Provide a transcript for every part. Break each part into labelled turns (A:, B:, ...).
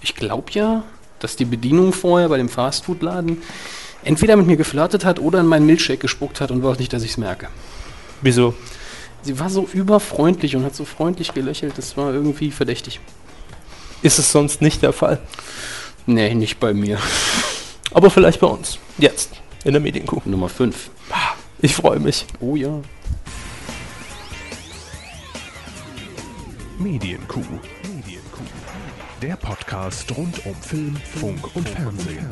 A: ich glaube ja, dass die Bedienung vorher bei dem Fastfood-Laden entweder mit mir geflirtet hat oder in meinen Milchshake gespuckt hat und wollte nicht, dass ich es merke.
B: Wieso?
A: Sie war so überfreundlich und hat so freundlich gelächelt, das war irgendwie verdächtig.
B: Ist es sonst nicht der Fall?
A: Nee, nicht bei mir.
B: Aber vielleicht bei uns. Jetzt. In der Medienkuh.
A: Nummer 5.
B: Ich freue mich.
A: Oh ja.
C: Medienkuh. Medienkuh. Der Podcast rund um Film, Funk und Fernsehen.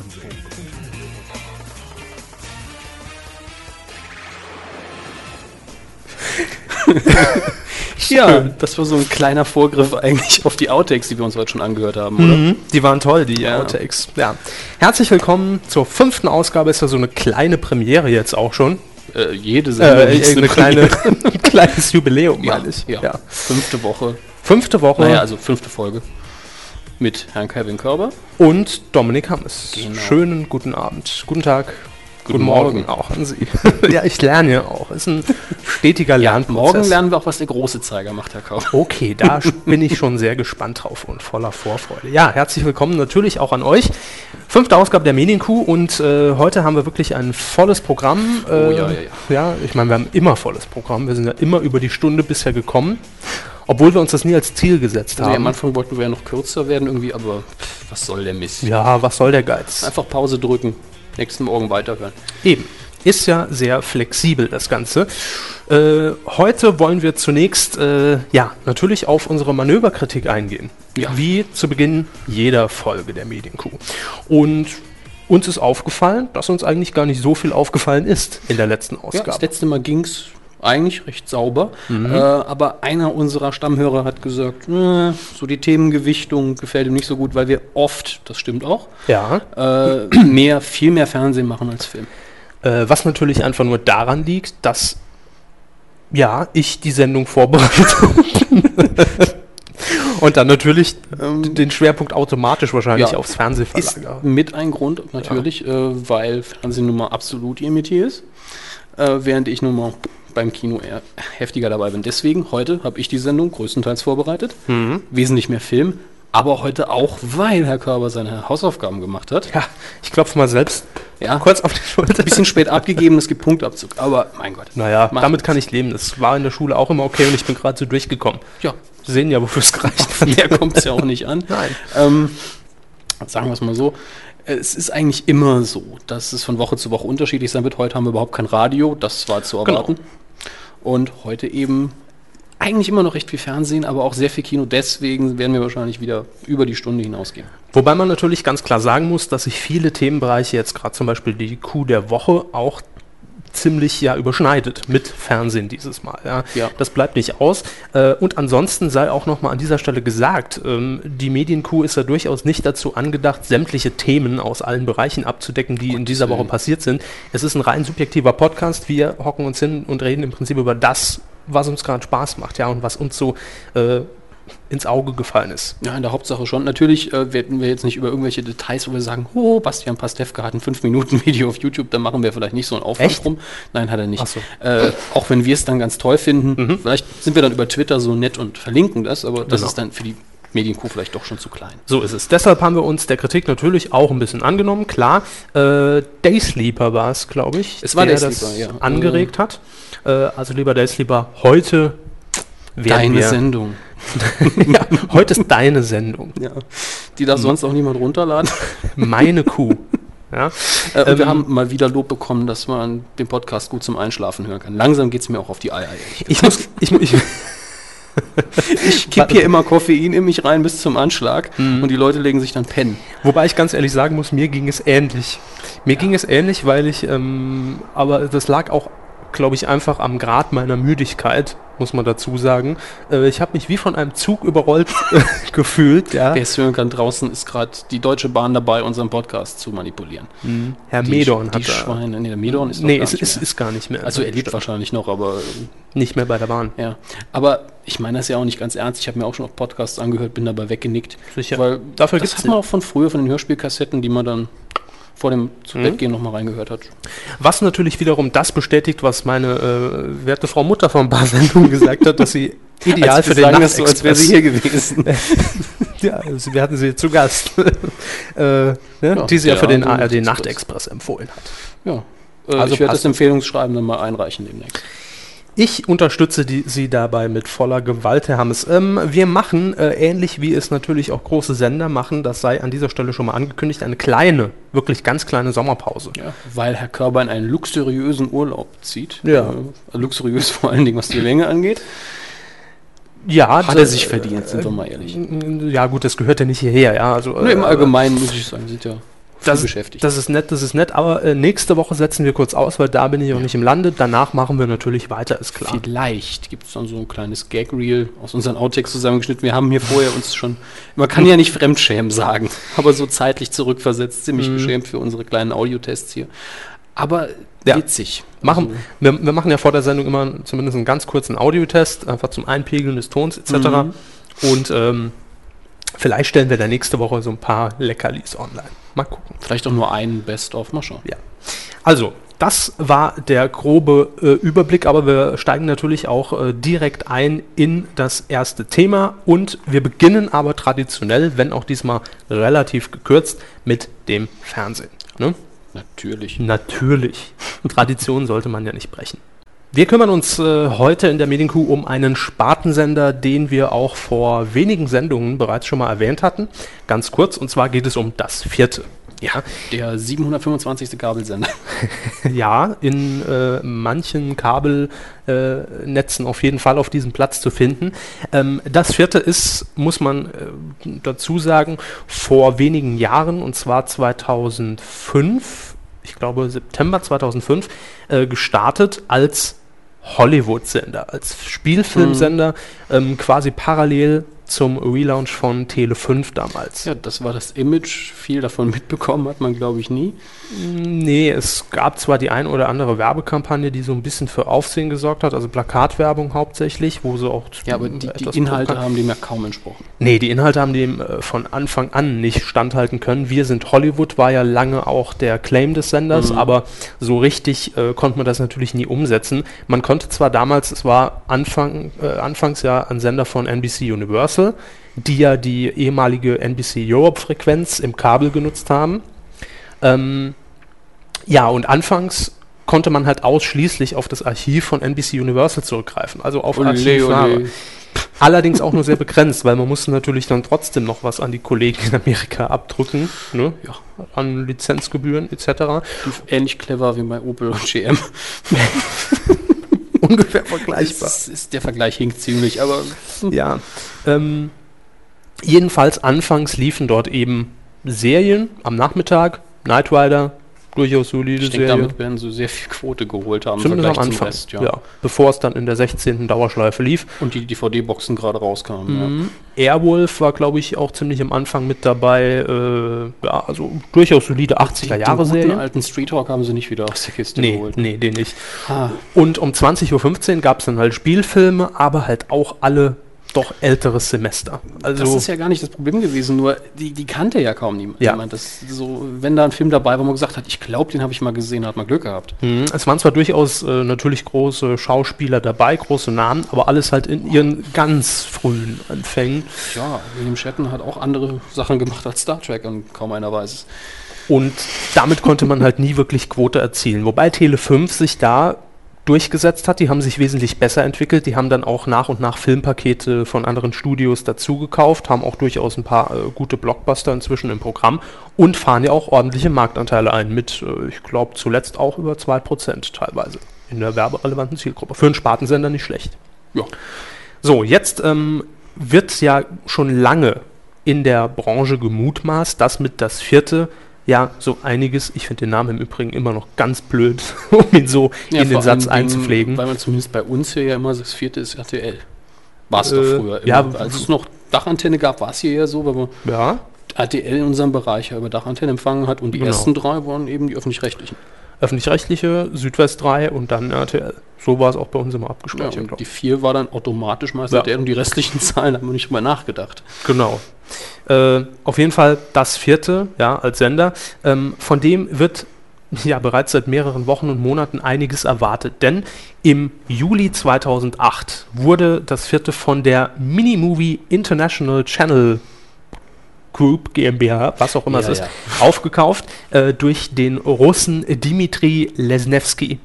A: Ja, das war so ein kleiner Vorgriff eigentlich auf die Outtakes, die wir uns heute schon angehört haben, oder?
B: Mhm. Die waren toll, die
A: Ja.
B: Outtakes. Ja. Herzlich willkommen zur fünften Ausgabe. Ist ja so eine kleine Premiere jetzt auch schon.
A: Äh, jede
B: Äh,
A: ist
B: eine kleine,
A: Premiere.
B: ein kleines Jubiläum,
A: ja,
B: meine ich.
A: ja.
B: Ja.
A: Fünfte Woche.
B: Fünfte Woche
A: Naja, also fünfte Folge. Mit Herrn Kevin Körber.
B: und Dominik Hammes.
A: Genau.
B: Schönen guten Abend. Guten Tag.
A: Guten Morgen.
B: auch an Sie. ja, ich lerne ja auch. Ist ein stetiger Lernprozess.
A: Morgen lernen wir auch, was der große Zeiger macht, Herr Körber.
B: Okay, da bin ich schon sehr gespannt drauf und voller Vorfreude. Ja, herzlich willkommen natürlich auch an euch. Fünfte Ausgabe der Medienkuh und äh, heute haben wir wirklich ein volles Programm. Äh,
A: Oh, ja, ja,
B: ja, ich meine, wir haben immer volles Programm. Wir sind ja immer über die Stunde bisher gekommen, obwohl wir uns das nie als Ziel gesetzt
A: Also, ja, am
B: haben.
A: Anfang wollten wir ja noch kürzer werden irgendwie, aber pff, was soll der Mist?
B: Ja, was soll der Geiz?
A: Einfach Pause drücken, nächsten Morgen weiterhören.
B: Eben. Ist ja sehr flexibel, das Ganze. Äh, heute wollen wir zunächst, äh, ja, natürlich auf unsere Manöverkritik eingehen.
A: Ja.
B: Wie zu Beginn jeder Folge der Medienkuh. Und uns ist aufgefallen, dass uns eigentlich gar nicht so viel aufgefallen ist in der letzten
A: Ja, das
B: Ausgabe.
A: letzte Mal ging es eigentlich recht sauber, äh, aber einer unserer Stammhörer hat gesagt, "Nö, so die Themengewichtung gefällt ihm nicht so gut, weil wir oft, das stimmt auch,
B: Ja,
A: äh, mehr, viel mehr Fernsehen machen als Film.
B: äh, was natürlich einfach nur daran liegt, dass ja, ich die Sendung vorbereite. Und dann natürlich den Schwerpunkt automatisch wahrscheinlich
A: Ähm. ja.
B: aufs Fernsehen
A: Ist
B: verlagere.
A: mit ein Grund natürlich, äh, weil Fernsehen nun mal absolut ihr Metier ist, äh, während ich nun mal beim Kino eher heftiger dabei bin. Deswegen heute habe ich die Sendung größtenteils vorbereitet, wesentlich mehr Film, aber heute auch, weil Herr Körber seine Hausaufgaben gemacht hat.
B: Ja, ich klopfe mal selbst
A: Ja.
B: kurz auf die Schulter.
A: Ein bisschen spät abgegeben, es gibt Punktabzug. Aber mein Gott.
B: Naja,
A: Macht
B: damit
A: nichts.
B: kann ich leben. Das war in der Schule auch immer okay und ich bin gerade so durchgekommen.
A: Ja,
B: Sie sehen ja, wofür es gereicht hat.
A: der kommt es ja auch nicht an.
B: Nein.
A: Ähm, sagen wir es mal so. Es ist eigentlich immer so, dass es von Woche zu Woche unterschiedlich sein wird. Heute haben wir überhaupt kein Radio, das war zu
B: Genau.
A: erwarten. Und heute eben eigentlich immer noch recht viel Fernsehen, aber auch sehr viel Kino. Deswegen werden wir wahrscheinlich wieder über die Stunde hinausgehen.
B: Wobei man natürlich ganz klar sagen muss, dass sich viele Themenbereiche jetzt gerade zum Beispiel die Kuh der Woche auch ziemlich ja überschneidet mit Fernsehen dieses Mal. Ja.
A: Ja.
B: Das bleibt nicht aus. Äh, und ansonsten sei auch nochmal an dieser Stelle gesagt, ähm, die Medienkuh ist ja durchaus nicht dazu angedacht, sämtliche Themen aus allen Bereichen abzudecken, die in dieser Woche
A: Willen.
B: passiert sind. Es ist ein rein subjektiver Podcast. Wir hocken uns hin und reden im Prinzip über das, was uns gerade Spaß macht, ja, und was uns so äh, ins Auge gefallen ist.
A: Ja, in der Hauptsache schon. Natürlich äh, werden wir jetzt nicht über irgendwelche Details, wo wir sagen, oh, Bastian Pastewka hat ein 5-Minuten-Video auf YouTube, dann machen wir vielleicht nicht so einen Aufwand
B: Echt?
A: rum. Nein, hat er nicht.
B: Ach so.
A: äh, auch wenn wir es dann ganz toll finden, vielleicht sind wir dann über Twitter so nett und verlinken das, aber das
B: Genau.
A: ist dann für die Medienkuh vielleicht doch schon zu klein.
B: So ist es. Deshalb haben wir uns der Kritik natürlich auch ein bisschen angenommen. Klar, äh, Daysleeper war es, glaube ich,
A: Es war
B: der
A: Daysleeper,
B: das
A: ja. Mhm.
B: angeregt hat. Äh, also lieber Daysleeper, heute werden
A: Deine
B: wir,
A: Sendung.
B: ja, heute ist deine Sendung,
A: Ja. Mhm. Die darf sonst auch niemand runterladen.
B: meine Kuh. Ja,
A: Äh, und wir
B: Ähm,
A: haben mal wieder Lob bekommen, dass man den Podcast gut zum Einschlafen hören kann. Langsam geht es mir auch auf die Eier.
B: ich muss, ich, mu- ich,
A: Ich kipp hier immer Koffein in mich rein bis zum Anschlag und die Leute legen sich dann pennen.
B: Wobei ich ganz ehrlich sagen muss, mir ging es ähnlich. Mir ging es ähnlich, weil ich, ähm, aber das lag auch, glaube ich, einfach am Grad meiner Müdigkeit, muss man dazu sagen. Äh, ich habe mich wie von einem Zug überrollt äh, gefühlt. Ja.
A: Wer es hören kann, draußen ist gerade die Deutsche Bahn dabei, unseren Podcast zu manipulieren.
B: Herr
A: Die,
B: Medorn
A: die hat
B: hat da.
A: Schweine. Nee, der Medorn ist doch
B: Nee,
A: gar
B: es
A: nicht
B: ist,
A: mehr.
B: ist gar nicht mehr.
A: Also er lebt wahrscheinlich noch, aber
B: nicht mehr bei der Bahn.
A: äh, ja. Aber ich meine das ja auch nicht ganz ernst. Ich habe mir auch schon auch Podcasts angehört, bin dabei weggenickt.
B: Sicher.
A: Weil
B: Dafür
A: das
B: gibt's
A: hat man
B: die.
A: auch von früher, von den Hörspielkassetten, die man dann vor dem
B: Mhm.
A: zu Bett gehen nochmal reingehört hat.
B: Was natürlich wiederum das bestätigt, was meine äh, werte Frau Mutter von Barsendung gesagt hat, dass sie ideal
A: Als wir
B: für den
A: sagen das so, als wäre
B: Nachtexpress-
A: sie hier gewesen.
B: ja, also wir hatten sie zu Gast, äh, ne, die sie ja,
A: der
B: für den
A: Abend-
B: ARD
A: Express.
B: Nachtexpress empfohlen hat.
A: ja. Äh,
B: Also
A: ich werde
B: passt.
A: das Empfehlungsschreiben dann mal einreichen demnächst.
B: Ich unterstütze die, sie dabei mit voller Gewalt, Herr Hammes. Ähm, wir machen, äh, ähnlich wie es natürlich auch große Sender machen, das sei an dieser Stelle schon mal angekündigt, eine kleine, wirklich ganz kleine Sommerpause.
A: Ja, weil Herr Körber in einen luxuriösen Urlaub zieht.
B: Ja.
A: Äh, luxuriös vor allen Dingen, was die Länge angeht.
B: Ja, äh,
A: Hat er sich verdient, sind wir mal ehrlich.
B: Ja, gut, das gehört ja nicht hierher, ja. Also,
A: Nur
B: äh,
A: im Allgemeinen muss ich sagen, sind ja
B: das,
A: viel beschäftigt.
B: Das ist nett, das ist nett, aber äh, nächste Woche setzen wir kurz aus, weil da bin ich auch nicht im Lande. Danach machen wir natürlich weiter, ist klar.
A: Vielleicht gibt es dann so ein kleines Gag-Reel aus unseren Outtakes zusammengeschnitten. Wir haben hier vorher uns schon, man kann ja nicht Fremdschämen sagen, aber so zeitlich zurückversetzt,
B: Mhm.
A: ziemlich beschämt für unsere kleinen Audiotests hier. Aber
B: Ja. Mhm.
A: witzig.
B: Machen, wir, wir machen ja vor der Sendung immer zumindest einen ganz kurzen Audiotest, einfach zum Einpegeln des Tons etc.
A: Mhm.
B: Und ähm, vielleicht stellen wir da nächste Woche so ein paar Leckerlis online. Mal gucken.
A: Vielleicht auch nur einen Best-of, mal schauen.
B: Also, das war der grobe äh, Überblick, aber wir steigen natürlich auch äh, direkt ein in das erste Thema und wir beginnen aber traditionell, wenn auch diesmal relativ gekürzt, mit dem Fernsehen. Ne? Mhm.
A: Natürlich.
B: Natürlich. Tradition sollte man ja nicht brechen. Wir kümmern uns äh, heute in der Medienkuh um einen Spartensender, den wir auch vor wenigen Sendungen bereits schon mal erwähnt hatten. Ganz kurz, und zwar geht es um das vierte. Ja,
A: Der 725. Kabelsender.
B: ja, in äh, manchen Kabelnetzen äh, Netzen auf jeden Fall auf diesem Platz zu finden. Ähm, das vierte ist, muss man äh, dazu sagen, vor wenigen Jahren, und zwar 2005, ich glaube September 2005, äh, gestartet als Hollywood-Sender, als Spielfilmsender, ähm, quasi parallel zum Relaunch von Tele 5 damals.
A: Ja, das war das Image. Viel davon mitbekommen hat man, glaube ich, nie.
B: Nee, es gab zwar die ein oder andere Werbekampagne, die so ein bisschen für Aufsehen gesorgt hat, also Plakatwerbung hauptsächlich, wo sie auch
A: Ja, aber die,
B: etwas
A: die Inhalte
B: provokant-
A: haben dem ja kaum entsprochen.
B: Nee, die Inhalte haben dem äh, von Anfang an nicht standhalten können. Wir sind Hollywood war ja lange auch der Claim des Senders, aber so richtig äh, konnte man das natürlich nie umsetzen. Man konnte zwar damals, es war Anfang, äh, anfangs ja ein Sender von NBC Universal, die ja die ehemalige NBC Europe Frequenz im Kabel genutzt haben. Ähm, ja, und anfangs konnte man halt ausschließlich auf das Archiv von NBC Universal zurückgreifen, also auf Archivware. Allerdings auch nur sehr begrenzt, weil man musste natürlich dann trotzdem noch was an die Kollegen in Amerika abdrücken, ne?
A: Ja.
B: an Lizenzgebühren etc.
A: Ähnlich clever wie bei Opel und GM.
B: Ungefähr vergleichbar.
A: Es ist, der Vergleich hinkt ziemlich, aber
B: Ja. Ähm, jedenfalls anfangs liefen dort eben Serien am Nachmittag, Knight Rider, durchaus solide
A: ich denke, damit werden so sehr viel Quote geholt haben
B: Zumindest am Anfang,
A: ja.
B: bevor es dann in der 16. Dauerschleife lief.
A: Und die DVD-Boxen gerade rauskamen.
B: Mhm. Airwolf war, glaube ich, auch ziemlich am Anfang mit dabei. Äh, ja, also durchaus solide
A: Ja.
B: 80er-Jahre-Serien.
A: alten Street Hawk haben sie nicht wieder aus der Kiste
B: Nee,
A: ne? geholt.
B: nee, den nicht.
A: Ah,
B: Und um 20.15 Uhr gab es dann halt Spielfilme, aber halt auch alle doch älteres Semester. Also
A: das ist ja gar nicht das Problem gewesen, nur die, die kannte ja kaum niemand.
B: Ja.
A: Jemand, das, so, wenn da ein Film dabei war, wo man gesagt hat, ich glaube, den habe ich mal gesehen, hat man Glück gehabt.
B: Mhm. es waren zwar durchaus äh, natürlich große Schauspieler dabei, große Namen, aber alles halt in ihren ganz frühen Anfängen.
A: Ja, William Shatner hat auch andere Sachen gemacht als Star Trek und kaum einer weiß es.
B: Und damit konnte man halt nie wirklich Quote erzielen. Wobei Tele 5 sich da durchgesetzt hat, die haben sich wesentlich besser entwickelt, die haben dann auch nach und nach Filmpakete von anderen Studios dazu gekauft, haben auch durchaus ein paar äh, gute Blockbuster inzwischen im Programm und fahren ja auch ordentliche Marktanteile ein mit, äh, ich glaube, zuletzt auch über 2% teilweise in der werberelevanten Zielgruppe. Für einen Spartensender nicht schlecht.
A: Ja.
B: So, jetzt ähm, wird ja schon lange in der Branche gemutmaßt, dass mit das vierte ja so einiges, ich finde den Namen im Übrigen immer noch ganz blöd, um ihn so
A: Ja,
B: in den
A: vor
B: Satz
A: allen Dingen,
B: einzupflegen.
A: Weil man zumindest bei uns hier ja immer das vierte ist RTL. War es doch
B: Äh,
A: früher.
B: ja,
A: immer. als es noch Dachantenne gab, war es hier ja so, weil man
B: Ja.
A: RTL in unserem Bereich ja über Dachantenne empfangen hat und die
B: Genau.
A: ersten drei waren eben die öffentlich-rechtlichen.
B: öffentlich-rechtliche, Südwest 3 und dann RTL. So war es auch bei uns immer
A: Ja,
B: abgespeichert. glaub
A: und die 4 war dann automatisch meist
B: Ja.
A: der und die restlichen Zahlen haben wir nicht drüber nachgedacht.
B: Genau. Äh, auf jeden Fall das vierte, ja, als Sender. Ähm, von dem wird ja bereits seit mehreren Wochen und Monaten einiges erwartet, denn im Juli 2008 wurde das vierte von der Minimovie International Channel Group GmbH, was auch immer
A: Ja,
B: es ist,
A: ja.
B: aufgekauft äh, durch den Russen Dmitri Lesnevsky.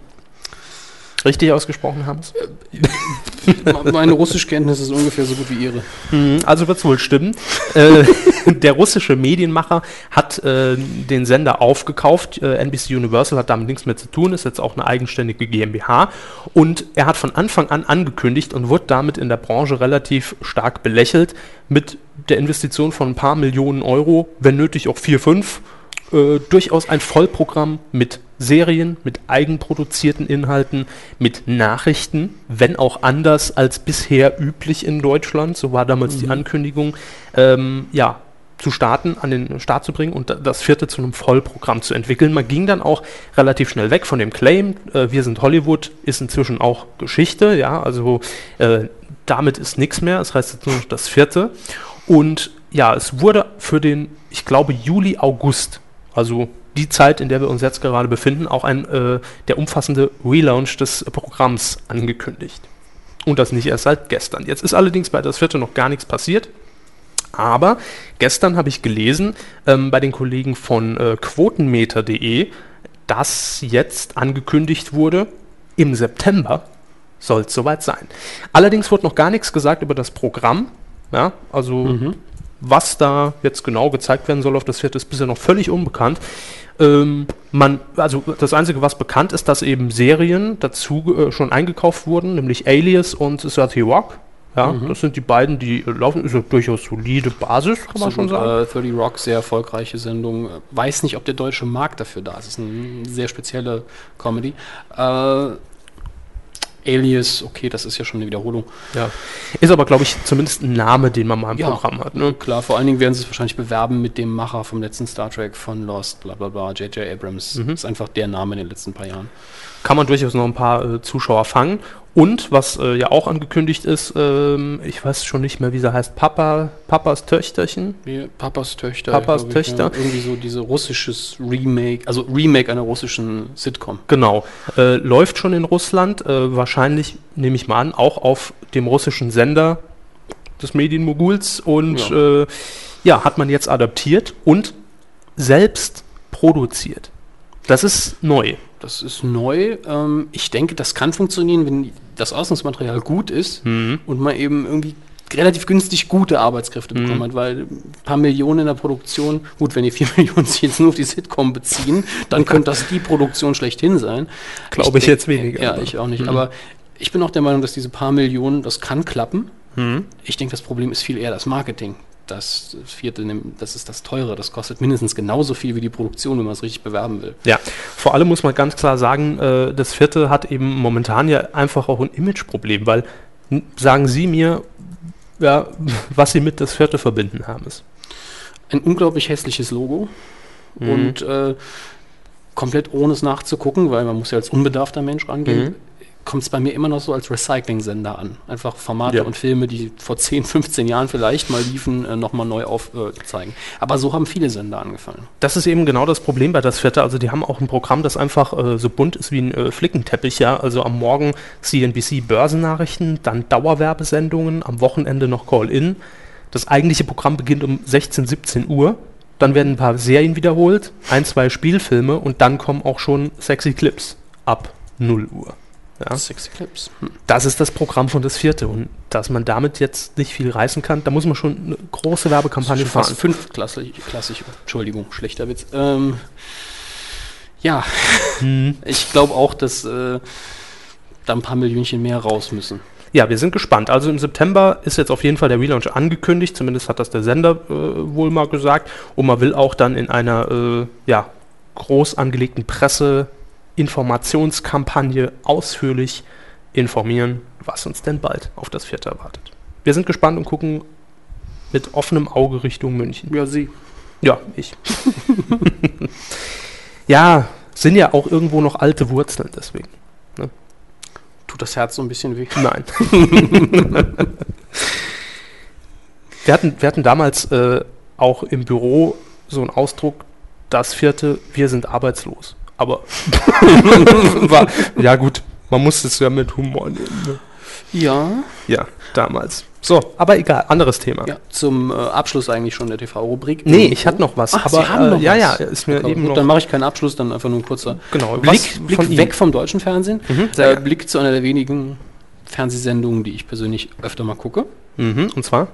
B: Richtig ausgesprochen haben es?
A: Meine Russischkenntnis ist ungefähr so gut wie ihre.
B: Mhm, Also wird es wohl stimmen. äh, der russische Medienmacher hat äh, den Sender aufgekauft. Äh, NBC Universal hat damit nichts mehr zu tun, ist jetzt auch eine eigenständige GmbH. Und er hat von Anfang an angekündigt und wird damit in der Branche relativ stark belächelt mit der Investition von ein paar Millionen Euro, wenn nötig auch 4, 5. Äh, durchaus ein Vollprogramm mit Serien, mit eigenproduzierten Inhalten, mit Nachrichten, wenn auch anders als bisher üblich in Deutschland. So war damals die Ankündigung, ähm, ja, zu starten, an den Start zu bringen und da- das vierte zu einem Vollprogramm zu entwickeln. Man ging dann auch relativ schnell weg von dem Claim, äh, wir sind Hollywood, ist inzwischen auch Geschichte, ja, also äh, damit ist nichts mehr, es heißt jetzt nur noch das vierte. Und ja, es wurde für den, ich glaube, Juli, August, also die Zeit, in der wir uns jetzt gerade befinden, auch ein äh, der umfassende Relaunch des Programms angekündigt. Und das nicht erst seit gestern. Jetzt ist allerdings bei das vierte noch gar nichts passiert. Aber gestern habe ich gelesen ähm, bei den Kollegen von äh, quotenmeter.de, dass jetzt angekündigt wurde, im September soll es soweit sein. Allerdings wurde noch gar nichts gesagt über das Programm. Ja, also was da jetzt genau gezeigt werden soll auf das vierte ist bisher noch völlig unbekannt. Ähm, man, also das Einzige, was bekannt ist, dass eben Serien dazu äh, schon eingekauft wurden, nämlich Alias und 30 Rock. Ja, das sind die beiden, die äh, laufen. Ist eine durchaus solide Basis, kann man schon sagen.
A: Äh, 30 Rock, sehr erfolgreiche Sendung. Äh, Weiß nicht, ob der deutsche Markt dafür da ist. ist eine sehr spezielle Comedy. Äh, Alias, okay, das ist ja schon eine Wiederholung.
B: Ja. Ist aber, glaube ich, zumindest ein Name, den man mal im
A: Ja.
B: Programm hat. Ne?
A: Klar, vor allen Dingen werden sie es wahrscheinlich bewerben mit dem Macher vom letzten Star Trek von Lost, bla bla bla, J.J. Abrams.
B: Mhm.
A: Ist einfach der Name in den letzten paar Jahren.
B: kann man durchaus noch ein paar äh, Zuschauer fangen. Und was äh, ja auch angekündigt ist, ähm, ich weiß schon nicht mehr, wie sie heißt, Papa, Papas Töchterchen.
A: Wie Papas Töchter.
B: Papas
A: glaub ich,
B: Töchter.
A: Ja. Irgendwie so diese russisches Remake, also Remake einer russischen Sitcom.
B: Genau, äh, läuft schon in Russland, äh, wahrscheinlich nehme ich mal an, auch auf dem russischen Sender des Medienmoguls und ja, äh, ja hat man jetzt adaptiert und selbst produziert. Das ist neu.
A: Das ist neu. Ähm, ich denke, das kann funktionieren, wenn das Ausgangsmaterial gut ist
B: Mhm.
A: und man eben irgendwie relativ günstig gute Arbeitskräfte
B: Mhm.
A: bekommen hat, weil ein paar Millionen in der Produktion, gut, wenn die vier Millionen sich jetzt nur auf die Sitcom beziehen, dann könnte das die Produktion schlechthin sein.
B: Glaube ich
A: denk-
B: jetzt weniger,
A: Ja,
B: aber- Mhm.
A: ich auch nicht. Aber ich bin auch der Meinung, dass diese paar Millionen, das kann klappen. Ich denke, das Problem ist viel eher das Marketing. Das vierte, das ist das teure, das kostet mindestens genauso viel wie die Produktion, wenn man es richtig bewerben will.
B: Ja, vor allem muss man ganz klar sagen, äh, das vierte hat eben momentan ja einfach auch ein Imageproblem, weil n- sagen Sie mir, ja, was Sie mit das vierte verbinden haben ist.
A: ein unglaublich hässliches Logo und äh, komplett ohne es nachzugucken, weil man muss ja als unbedarfter Mensch rangehen,
B: Mhm.
A: kommt es bei mir immer noch so als Recycling-Sender an. Einfach Formate
B: Ja.
A: und Filme, die vor 10, 15 Jahren vielleicht mal liefen, äh, nochmal neu aufzeigen. Äh, zeigen. Aber so haben viele Sender angefangen.
B: Das ist eben genau das Problem bei das vierte. Also die haben auch ein Programm, das einfach äh, so bunt ist wie ein äh, Flickenteppich. Ja, also am Morgen CNBC Börsennachrichten, dann Dauerwerbesendungen, am Wochenende noch Call-in. Das eigentliche Programm beginnt um 16, 17 Uhr. Dann werden ein paar Serien wiederholt, ein, zwei Spielfilme und dann kommen auch schon sexy Clips ab 0 Uhr. Ja.
A: Six Clips.
B: Das ist das Programm von das vierte und dass man damit jetzt nicht viel reißen kann, da muss man schon eine große Werbekampagne fahren.
A: Fast fünfklassig, klassisch, Entschuldigung, schlechter Witz. Ähm, ja, ich glaube auch, dass äh, da ein paar Millionchen mehr raus müssen.
B: Ja, wir sind gespannt. Also im September ist jetzt auf jeden Fall der Relaunch angekündigt, zumindest hat das der Sender äh, wohl mal gesagt. Und man will auch dann in einer äh, ja, groß angelegten Presse-Informationskampagne ausführlich informieren, was uns denn bald auf das Vierte erwartet. Wir sind gespannt und gucken mit offenem Auge Richtung München.
A: Ja, sie.
B: Ja, ich. ja, Sind ja auch irgendwo noch alte Wurzeln deswegen.
A: Tut das Herz so ein bisschen weh.
B: Nein. wir, hatten, wir hatten damals äh, auch im Büro so einen Ausdruck, das vierte, wir sind arbeitslos. Aber war, ja gut, man muss es ja mit Humor nehmen. Ne?
A: Ja.
B: Ja, damals. So, aber egal, anderes Thema.
A: ja. Zum äh, Abschluss eigentlich schon der TV-Rubrik.
B: Nee, ich hatte noch was,
A: Ach,
B: aber
A: Sie haben noch
B: äh, ja, ja,
A: was.
B: ist mir
A: Genau.
B: eben
A: Gut,
B: noch
A: Dann mache ich keinen Abschluss, dann einfach nur ein kurzer
B: genau,
A: Blick,
B: was
A: Blick
B: von
A: weg
B: Ihnen?
A: vom deutschen Fernsehen.
B: Mhm, sehr
A: äh,
B: gerne.
A: Blick zu einer der wenigen Fernsehsendungen, die ich persönlich öfter mal gucke.
B: Mhm, und zwar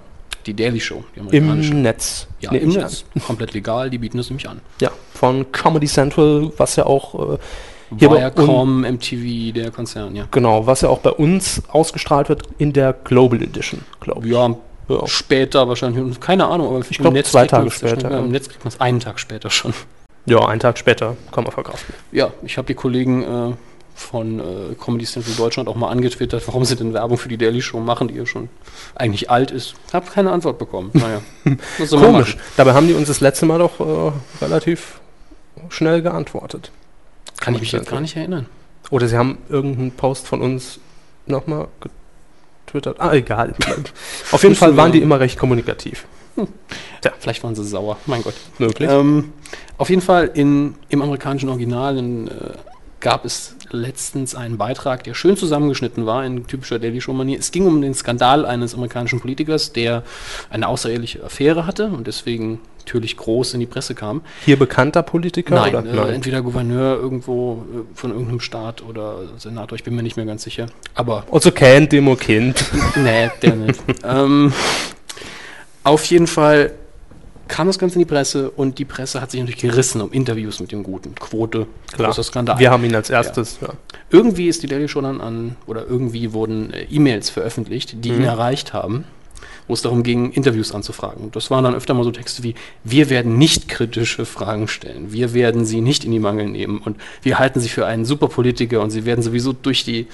A: Die Daily Show, die amerikanische.
B: im Netz.
A: ja,
B: nehme
A: im
B: ich an.
A: Netz. Komplett legal, die bieten es nämlich an.
B: Ja, von Comedy Central, was ja auch äh, Hier aber
A: Viacom, MTV, der Konzern, ja.
B: genau, was ja auch bei uns ausgestrahlt wird in der Global Edition, glaube ich.
A: Ja,
B: Ja.
A: später wahrscheinlich, und keine Ahnung, aber ich
B: glaub, zwei Tage später,
A: Ja, Im
B: ja.
A: Netz kriegt man es einen Tag später schon.
B: ja, einen Tag später kann man verkaufen.
A: Ja, ich habe die Kollegen äh, von äh, Comedy Central Deutschland auch mal angetwittert, warum sie denn Werbung für die Daily Show machen, die ja schon eigentlich alt ist. Hab keine Antwort bekommen. Naja, was soll man
B: Komisch.
A: machen?
B: Dabei haben die uns das letzte Mal doch äh, relativ schnell geantwortet.
A: Kann ich mich jetzt gar nicht erinnern.
B: Oder sie haben irgendeinen Post von uns nochmal getwittert. Ah, egal. Auf jeden
A: Müssen
B: Fall waren
A: wir-
B: die immer recht kommunikativ.
A: Vielleicht waren sie sauer. Mein Gott.
B: Möglich.
A: Ähm, auf jeden Fall in, im amerikanischen Original in, äh, gab es letztens einen Beitrag, der schön zusammengeschnitten war in typischer Daily Show-Manier. Es ging um den Skandal eines amerikanischen Politikers, der eine außereheliche Affäre hatte und deswegen natürlich groß in die Presse kam.
B: Hier bekannter Politiker?
A: Nein,
B: oder?
A: äh, entweder Gouverneur irgendwo äh, von irgendeinem Staat oder Senator, ich bin mir nicht mehr ganz sicher. Aber
B: Und so kennt Demo Also Kind.
A: nee, der nicht. ähm, auf jeden Fall kam das Ganze in die Presse und die Presse hat sich natürlich gerissen um Interviews mit dem Guten. Quote,
B: Klar.
A: großer Skandal.
B: Wir haben ihn als erstes. Ja.
A: irgendwie ist die Daily Show dann an, oder irgendwie wurden äh, E-Mails veröffentlicht, die ihn erreicht haben, wo es darum ging, Interviews anzufragen. Und das waren dann öfter mal so Texte wie, wir werden nicht kritische Fragen stellen, wir werden sie nicht in die Mangel nehmen und wir halten sie für einen Superpolitiker und sie werden sowieso durch die,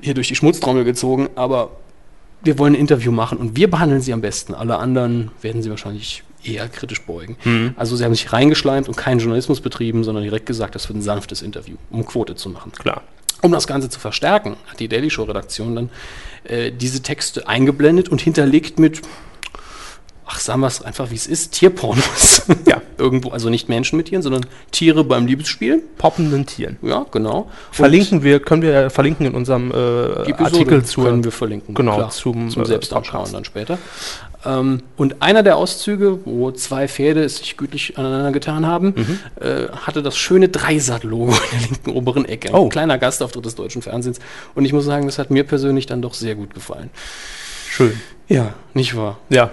A: hier durch die Schmutztrommel gezogen, aber wir wollen ein Interview machen und wir behandeln sie am besten. Alle anderen werden sie wahrscheinlich eher kritisch beugen. Also sie haben sich reingeschleimt und keinen Journalismus betrieben, sondern direkt gesagt, das wird ein sanftes Interview, um Quote zu machen.
B: Klar.
A: Um das Ganze zu verstärken, hat die Daily Show-Redaktion dann äh, diese Texte eingeblendet und hinterlegt mit, ach sagen wir es einfach wie es ist, Tierpornos.
B: Ja.
A: Irgendwo, also nicht Menschen mit Tieren, sondern Tiere beim Liebesspiel.
B: Poppenden Tieren.
A: Ja, genau.
B: Verlinken wir, können wir verlinken in unserem äh,
A: die Episode
B: Artikel zu.
A: können wir verlinken.
B: genau,
A: klar,
B: zum,
A: zum
B: äh,
A: Selbstanschauen
B: Podcast.
A: dann später. Ähm, und einer der Auszüge, wo zwei Pferde es sich gütlich aneinander getan haben,
B: Mhm.
A: äh, hatte das schöne Dreisat-Logo in der linken oberen Ecke.
B: Oh.
A: Ein kleiner Gastauftritt des deutschen Fernsehens. Und ich muss sagen, das hat mir persönlich dann doch sehr gut gefallen.
B: Schön.
A: Ja, nicht wahr?
B: Ja.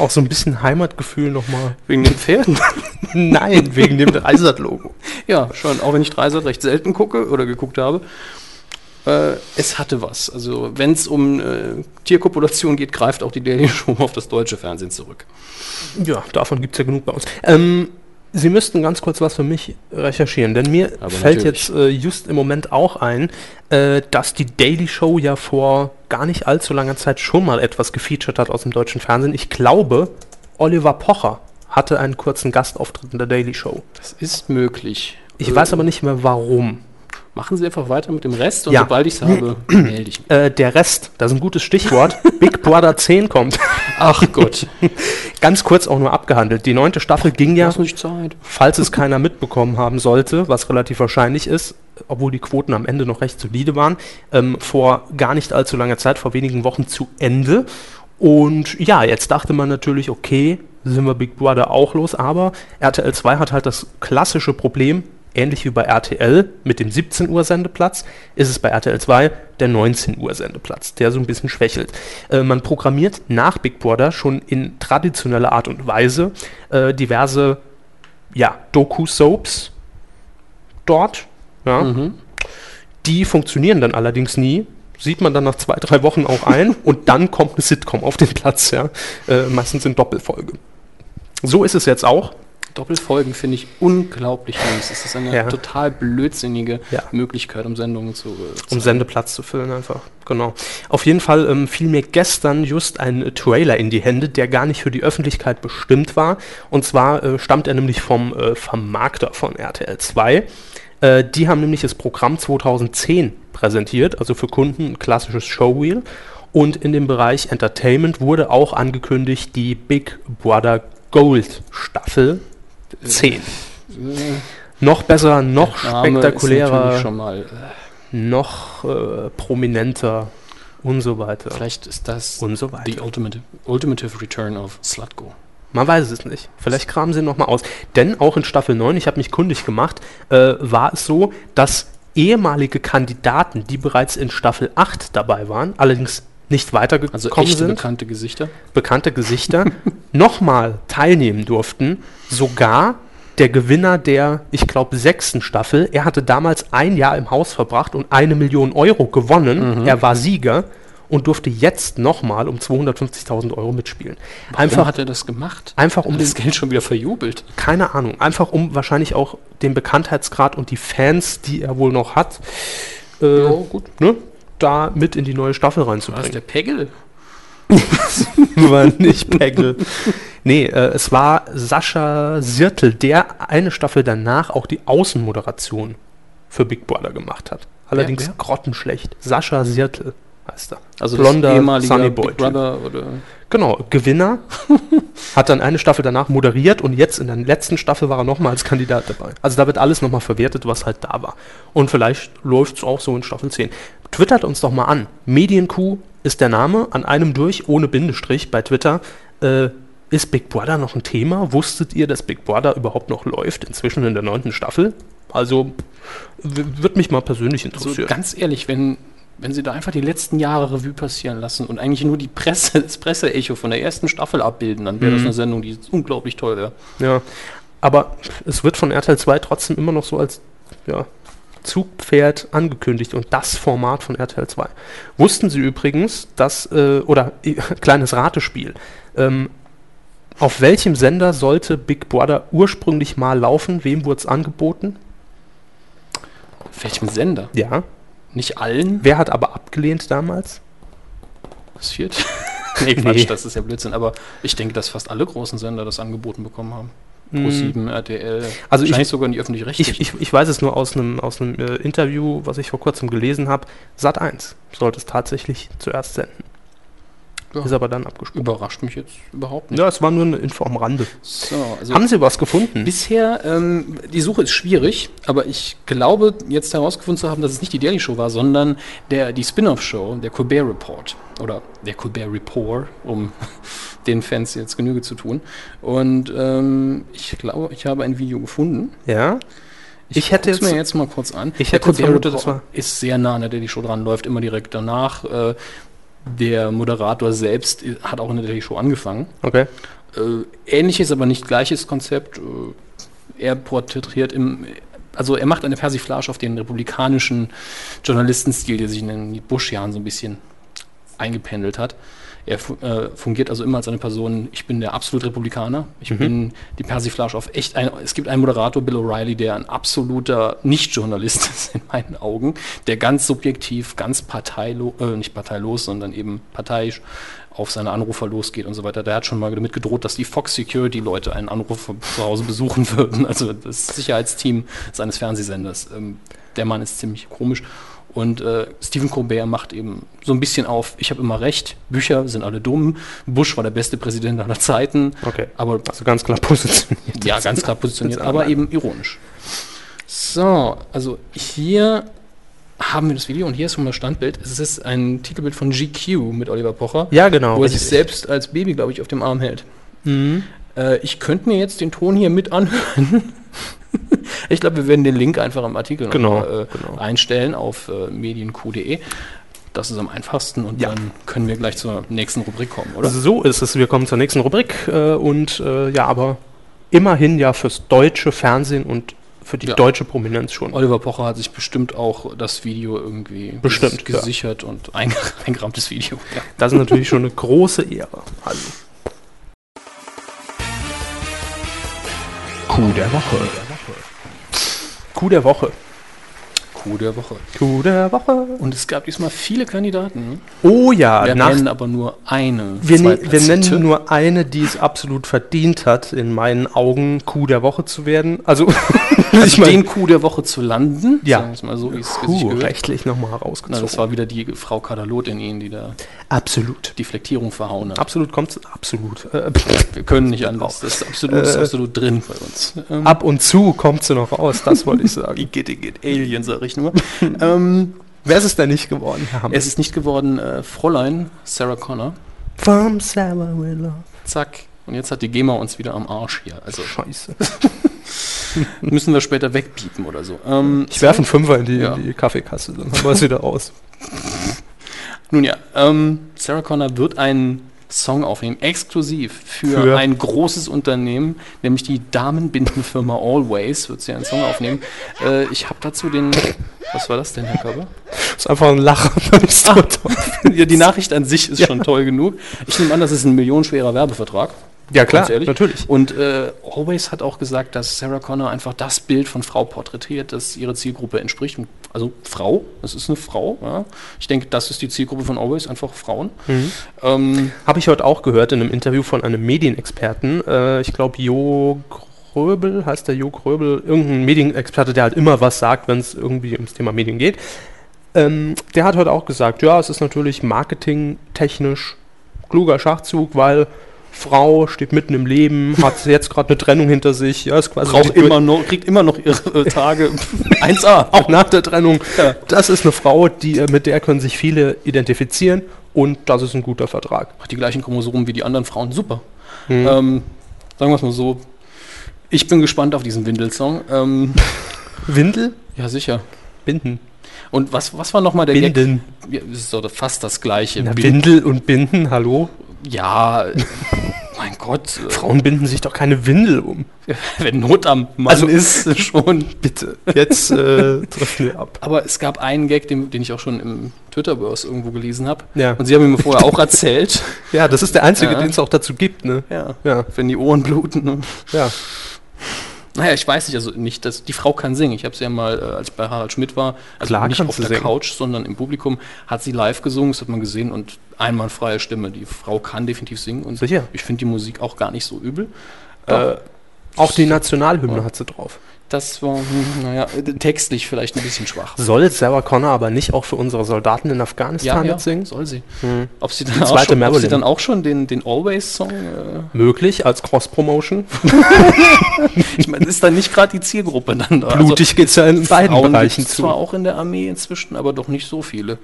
B: Auch so ein bisschen Heimatgefühl nochmal.
A: Wegen den Pferden?
B: Nein, wegen dem Dreisat-Logo.
A: ja, schon. Auch wenn ich Dreisat recht selten gucke oder geguckt habe. Äh, es hatte was. Also, wenn es um äh, Tierkopulation geht, greift auch die Daily Show auf das deutsche Fernsehen zurück.
B: Ja, davon gibt es ja genug bei uns. Ähm, Sie müssten ganz kurz was für mich recherchieren, denn mir
A: Aber
B: fällt
A: natürlich.
B: jetzt äh, just im Moment auch ein, äh, dass die Daily Show ja vor gar nicht allzu langer Zeit schon mal etwas gefeatured hat aus dem deutschen Fernsehen. Ich glaube, Oliver Pocher hatte einen kurzen Gastauftritt in der Daily Show.
A: Das ist möglich. Äh,
B: Ich weiß aber nicht mehr warum.
A: Machen Sie einfach weiter mit dem Rest und
B: Ja.
A: sobald ich es habe, melde ich mich.
B: Äh, der Rest, das ist ein gutes Stichwort, Big Brother 10 kommt.
A: Ach Gott,
B: Ganz kurz auch nur abgehandelt. Die neunte Staffel ging ja
A: lass mich Zeit.
B: Falls es keiner mitbekommen haben sollte, was relativ wahrscheinlich ist, obwohl die Quoten am Ende noch recht solide waren, ähm, vor gar nicht allzu langer Zeit, vor wenigen Wochen zu Ende. Und ja, jetzt dachte man natürlich, okay, sind wir Big Brother auch los, aber RTL 2 hat halt das klassische Problem, ähnlich wie bei RTL mit dem 17 Uhr Sendeplatz, ist es bei RTL 2 der 19 Uhr Sendeplatz, der so ein bisschen schwächelt. Äh, man programmiert nach Big Brother schon in traditioneller Art und Weise äh, diverse ja, Doku-Soaps dort. Ja.
A: Mhm.
B: Die funktionieren dann allerdings nie. Sieht man dann nach zwei, drei Wochen auch ein und dann kommt eine Sitcom auf den Platz, ja. Äh, meistens in Doppelfolge. So ist es jetzt auch.
A: Doppelfolgen finde ich unglaublich mies. Es ist eine
B: Ja.
A: total blödsinnige
B: Ja.
A: Möglichkeit, um Sendungen zu. äh, zu-
B: um Sendeplatz zu füllen einfach. Genau. Auf jeden Fall ähm, fiel mir gestern just ein äh, Trailer in die Hände, der gar nicht für die Öffentlichkeit bestimmt war. Und zwar äh, stammt er nämlich vom äh, Vermarkter von RTL 2. Äh, die haben nämlich das Programm 2010 präsentiert, also für Kunden ein klassisches Showreel. Und in dem Bereich Entertainment wurde auch angekündigt die Big Brother Gold Staffel 10. Noch besser, noch
A: Äh, Name ist natürlich
B: spektakulärer,
A: schon mal. äh,
B: noch äh, prominenter und so weiter.
A: Vielleicht ist das
B: Und so weiter.
A: the ultimate, ultimative return of Slutgo.
B: Man weiß es nicht. Vielleicht kramen sie nochmal aus. Denn auch in Staffel 9, ich habe mich kundig gemacht, äh, war es so, dass ehemalige Kandidaten, die bereits in Staffel 8 dabei waren, allerdings nicht
A: Also
B: weitergekommen
A: echte
B: sind,
A: bekannte Gesichter.
B: bekannte Gesichter, nochmal teilnehmen durften. Sogar der Gewinner der, ich glaube, sechsten Staffel. Er hatte damals ein Jahr im Haus verbracht und eine Million Euro gewonnen. Er war Sieger und durfte jetzt nochmal um 250.000 Euro mitspielen.
A: Warum
B: Einfach,
A: hat er das gemacht?
B: einfach um
A: Hat
B: den
A: das Geld schon wieder verjubelt.
B: keine Ahnung, einfach um wahrscheinlich auch den Bekanntheitsgrad und die Fans, die er wohl noch hat, äh,
A: Oh, gut.
B: ne, da mit in die neue Staffel
A: Was der
B: reinzubringen.
A: Pegel?
B: War nicht Pegel. Nee, äh, es war Sascha Sirtel, der eine Staffel danach auch die Außenmoderation für Big Brother gemacht hat. Allerdings
A: wer?
B: grottenschlecht. Sascha Sirtel heißt er.
A: Also
B: Blonder
A: das ehemalige
B: Sunny Boy
A: Big
B: Typ.
A: Brother oder
B: Genau, Gewinner. hat dann eine Staffel danach moderiert und jetzt in der letzten Staffel war er nochmal als Kandidat dabei. Also da wird alles nochmal verwertet, was halt da war. Und vielleicht läuft es auch so in Staffel 10. Twittert uns doch mal an. Medienkuh ist der Name, an einem durch, ohne Bindestrich bei Twitter. Äh, ist Big Brother noch ein Thema? Wusstet ihr, dass Big Brother überhaupt noch läuft? Inzwischen in der neunten Staffel? Also, würde mich mal persönlich
A: so
B: interessieren.
A: Also ganz ehrlich, wenn wenn sie da einfach die letzten Jahre Revue passieren lassen und eigentlich nur die Presse, das Presseecho von der ersten Staffel abbilden, dann wäre
B: Mhm.
A: das eine Sendung, die unglaublich toll wäre.
B: Ja, aber es wird von RTL 2 trotzdem immer noch so als ja, Zugpferd angekündigt und das Format von RTL 2. Wussten Sie übrigens, dass, äh, oder äh, kleines Ratespiel, ähm, auf welchem Sender sollte Big Brother ursprünglich mal laufen? Wem wurde es angeboten?
A: Welchem Sender?
B: Ja.
A: Nicht allen?
B: Wer hat aber abgelehnt damals?
A: Das vierte? nee, Quatsch,
B: Nee.
A: das ist ja Blödsinn. Aber ich denke, dass fast alle großen Sender das angeboten bekommen haben. Pro7, RTL,
B: Mhm. Also ich-
A: wahrscheinlich sogar in die öffentlich-rechtlichen.
B: Ich, ich, ich weiß es nur aus einem aus einem, äh, Interview, was ich vor kurzem gelesen habe. Sat 1 sollte es tatsächlich zuerst senden.
A: Ja.
B: Ist aber dann abgesprungen.
A: Überrascht mich jetzt überhaupt nicht.
B: Ja, es war nur eine Info am Rande.
A: So, also
B: Haben Sie was gefunden?
A: bisher, ähm, die Suche ist schwierig, aber ich glaube, jetzt herausgefunden zu haben, dass es nicht die Daily Show war, sondern der, die Spin-off-Show, der Colbert Report. Oder der Colbert Report, um den Fans jetzt Genüge zu tun. Und ähm, ich glaube, ich habe ein Video gefunden.
B: Ja. Ich hätte
A: guck's
B: jetzt-
A: mir jetzt mal kurz an.
B: Ich
A: Der
B: hätte jetzt
A: Colbert
B: vermutet,
A: Report
B: das war-
A: ist sehr nah an der Daily Show dran, läuft immer direkt danach. Äh, der Moderator selbst äh, hat auch in der Daily Show angefangen.
B: Okay.
A: Äh, ähnliches, aber nicht gleiches Konzept. Äh, er porträtiert im, also er macht eine Persiflage auf den republikanischen Journalistenstil, der sich in den Bush-Jahren so ein bisschen eingependelt hat. Er fu äh, fungiert also immer als eine Person, ich bin der absolut Republikaner, ich bin die Persiflage auf echt. Ein, es gibt einen Moderator, Bill O'Reilly, der ein absoluter Nicht-Journalist ist in meinen Augen, der ganz subjektiv, ganz parteilos, äh, nicht parteilos, sondern eben parteiisch auf seine Anrufer losgeht und so weiter. Der hat schon mal damit gedroht, dass die Fox Security Leute einen Anrufer zu Hause besuchen würden, also das Sicherheitsteam seines Fernsehsenders. Ähm, der Mann ist ziemlich komisch. Und äh, Stephen Colbert macht eben so ein bisschen auf, ich habe immer recht, Bücher sind alle dumm, Bush war der beste Präsident aller Zeiten,
B: Okay.
A: aber
B: Also ganz klar positioniert.
A: ja, ganz klar positioniert,
B: Ganz
A: aber
B: allein.
A: eben ironisch. So, also hier haben wir das Video und hier ist schon mal das Standbild. Es ist ein Titelbild von GQ mit Oliver Pocher,
B: Ja, genau.
A: wo er
B: richtig.
A: sich selbst als Baby, glaube ich, auf dem Arm hält.
B: Mhm.
A: Äh, ich könnte mir jetzt den Ton hier mit anhören. ich glaube, wir werden den Link einfach im Artikel noch
B: Genau,
A: mal, äh,
B: genau.
A: einstellen auf äh, medienq.de. Das ist am einfachsten und
B: Ja.
A: dann können wir gleich zur nächsten Rubrik kommen, oder?
B: Also so ist es. Wir kommen zur nächsten Rubrik. Äh, und äh, ja, aber immerhin ja fürs deutsche Fernsehen und für die
A: Ja.
B: deutsche Prominenz schon.
A: Oliver Pocher hat sich bestimmt auch das Video irgendwie ges-
B: Bestimmt, ja.
A: gesichert und einge- eingerammtes Video. Ja.
B: Das ist natürlich schon eine große Ehre. Also.
C: Kuh der Woche.
B: Coup der Woche.
A: Coup der Woche.
B: Coup der Woche.
A: Und es gab diesmal viele Kandidaten. ne?
B: Oh ja,
A: Wir
B: nach,
A: nennen aber nur eine.
B: Wir, ne wir
A: zweitplatzierte.
B: nennen nur eine, die es absolut verdient hat, in meinen Augen Kuh der Woche zu werden. Also ich
A: Also
B: mein-
A: den Coup der Woche zu landen,
B: Ja.
A: sagen wir es mal so, wie es wie es sich
B: Puh,
A: gehört.
B: rechtlich nochmal
A: Na,
B: herausgezogen.
A: das war wieder die Frau Kadalot in Ihnen, die da
B: absolut.
A: die Flektierung verhauen hat.
B: Absolut kommt absolut. Äh, pff,
A: Wir können nicht anders. Das ist absolut, das ist
B: Äh,
A: absolut drin bei uns. Ähm,
B: ab und zu kommt sie noch raus, das wollte ich sagen.
A: geht, die geht. Alien, sag ich nur. ähm,
B: Wer ist es denn nicht geworden, Herr Hammer?
A: es ist nicht geworden äh, Fräulein Sarah Connor.
B: From Sarah Willer.
A: Zack. Und jetzt hat die GEMA uns wieder am Arsch hier. Also
B: Scheiße.
A: müssen wir später wegpiepen oder so. Ähm,
B: Ich werfe einen Fünfer in die,
A: Ja.
B: in die Kaffeekasse, dann haben wir es wieder aus.
A: Nun ja, ähm, Sarah Connor wird einen Song aufnehmen, exklusiv für,
B: Für?
A: ein großes Unternehmen, nämlich die Damenbindenfirma Always wird sie einen Song aufnehmen. Äh, ich habe dazu den, was war das denn, Herr Körber?
B: ist einfach ein Lacher. Das ist
A: Ah.
B: so toll.
A: ja, die Nachricht an sich ist schon toll genug. Ich nehme an, das ist ein millionenschwerer Werbevertrag.
B: Ja
A: Ganz
B: klar,
A: ehrlich.
B: natürlich.
A: Und äh, Always hat auch gesagt, dass Sarah Connor einfach das Bild von Frau porträtiert, das ihre Zielgruppe entspricht. Und Also Frau, es ist eine Frau. Ja. Ich denke, das ist die Zielgruppe von Always, einfach Frauen.
B: Mhm.
A: Ähm,
B: Habe ich heute auch gehört in einem Interview von einem Medienexperten. Äh, ich glaube, Jo Kröbel, heißt der Jo Kröbel, irgendein Medienexperte, der halt immer was sagt, wenn es irgendwie ums Thema Medien geht. Ähm, der hat heute auch gesagt, ja, es ist natürlich marketingtechnisch kluger Schachzug, weil Frau steht mitten im Leben, hat jetzt gerade eine Trennung hinter sich, ja, ist quasi
A: braucht
B: Also die-
A: immer noch, kriegt immer noch ihre äh, Tage 1A.
B: auch nach der Trennung.
A: Ja.
B: Das ist eine Frau, die, äh, mit der können sich viele identifizieren und das ist ein guter Vertrag. Hm.
A: Hat die gleichen Chromosomen wie die anderen Frauen. Super.
B: Mhm.
A: Ähm, sagen wir es mal so. Ich bin gespannt auf diesen Windelsong. Ähm,
B: Windel?
A: ja, sicher.
B: Binden.
A: Und was, was war nochmal der Gag?
B: Binden.
A: Ja, es ist doch fast das Gleiche.
B: Na,
A: Bin-
B: Windel und Binden, hallo?
A: Ja, äh, mein Gott. äh,
B: Frauen binden sich doch keine Windel um.
A: Wenn Not am Mann
B: Also-
A: ist, äh, schon.
B: Bitte. Jetzt äh, treffen wir ab.
A: Aber es gab einen Gag, den, den ich auch schon im Twitter-Börse irgendwo gelesen habe.
B: Ja.
A: Und sie haben ihn mir vorher auch erzählt.
B: ja, das ist der einzige,
A: Ja.
B: den es auch dazu gibt, ne?
A: Ja.
B: Ja,
A: Wenn die Ohren bluten. Ne?
B: ja.
A: Naja, ich weiß nicht, also nicht, dass die Frau kann singen. Ich habe sie ja mal, äh, als ich bei Harald Schmidt war, also
B: Klar
A: nicht
B: kann
A: auf
B: sie
A: der
B: singen.
A: Couch, sondern im Publikum, hat sie live gesungen, das hat man gesehen und einwandfreie Stimme. Die Frau kann definitiv singen und
B: Sicher.
A: ich finde die Musik auch gar nicht so übel.
B: Doch.
A: Äh,
B: Auch die Nationalhymne
A: Ja.
B: hat sie drauf.
A: das war, hm, naja, äh, textlich vielleicht ein bisschen schwach.
B: Soll Sarah Connor aber nicht auch für unsere Soldaten in Afghanistan
A: ja,
B: mitsingen?
A: soll sie.
B: Hm.
A: Ob sie dann, auch
B: zweite
A: schon, ob sie
B: Marilyn.
A: dann auch schon den, den Always-Song, äh,
B: Möglich, als Cross-Promotion.
A: ich meine, ist dann nicht gerade die Zielgruppe dann da. Also,
B: Blutig geht's ja in beiden
A: Frauen
B: Bereichen
A: gibt's
B: zu.
A: zwar auch in der Armee inzwischen, aber doch nicht so viele.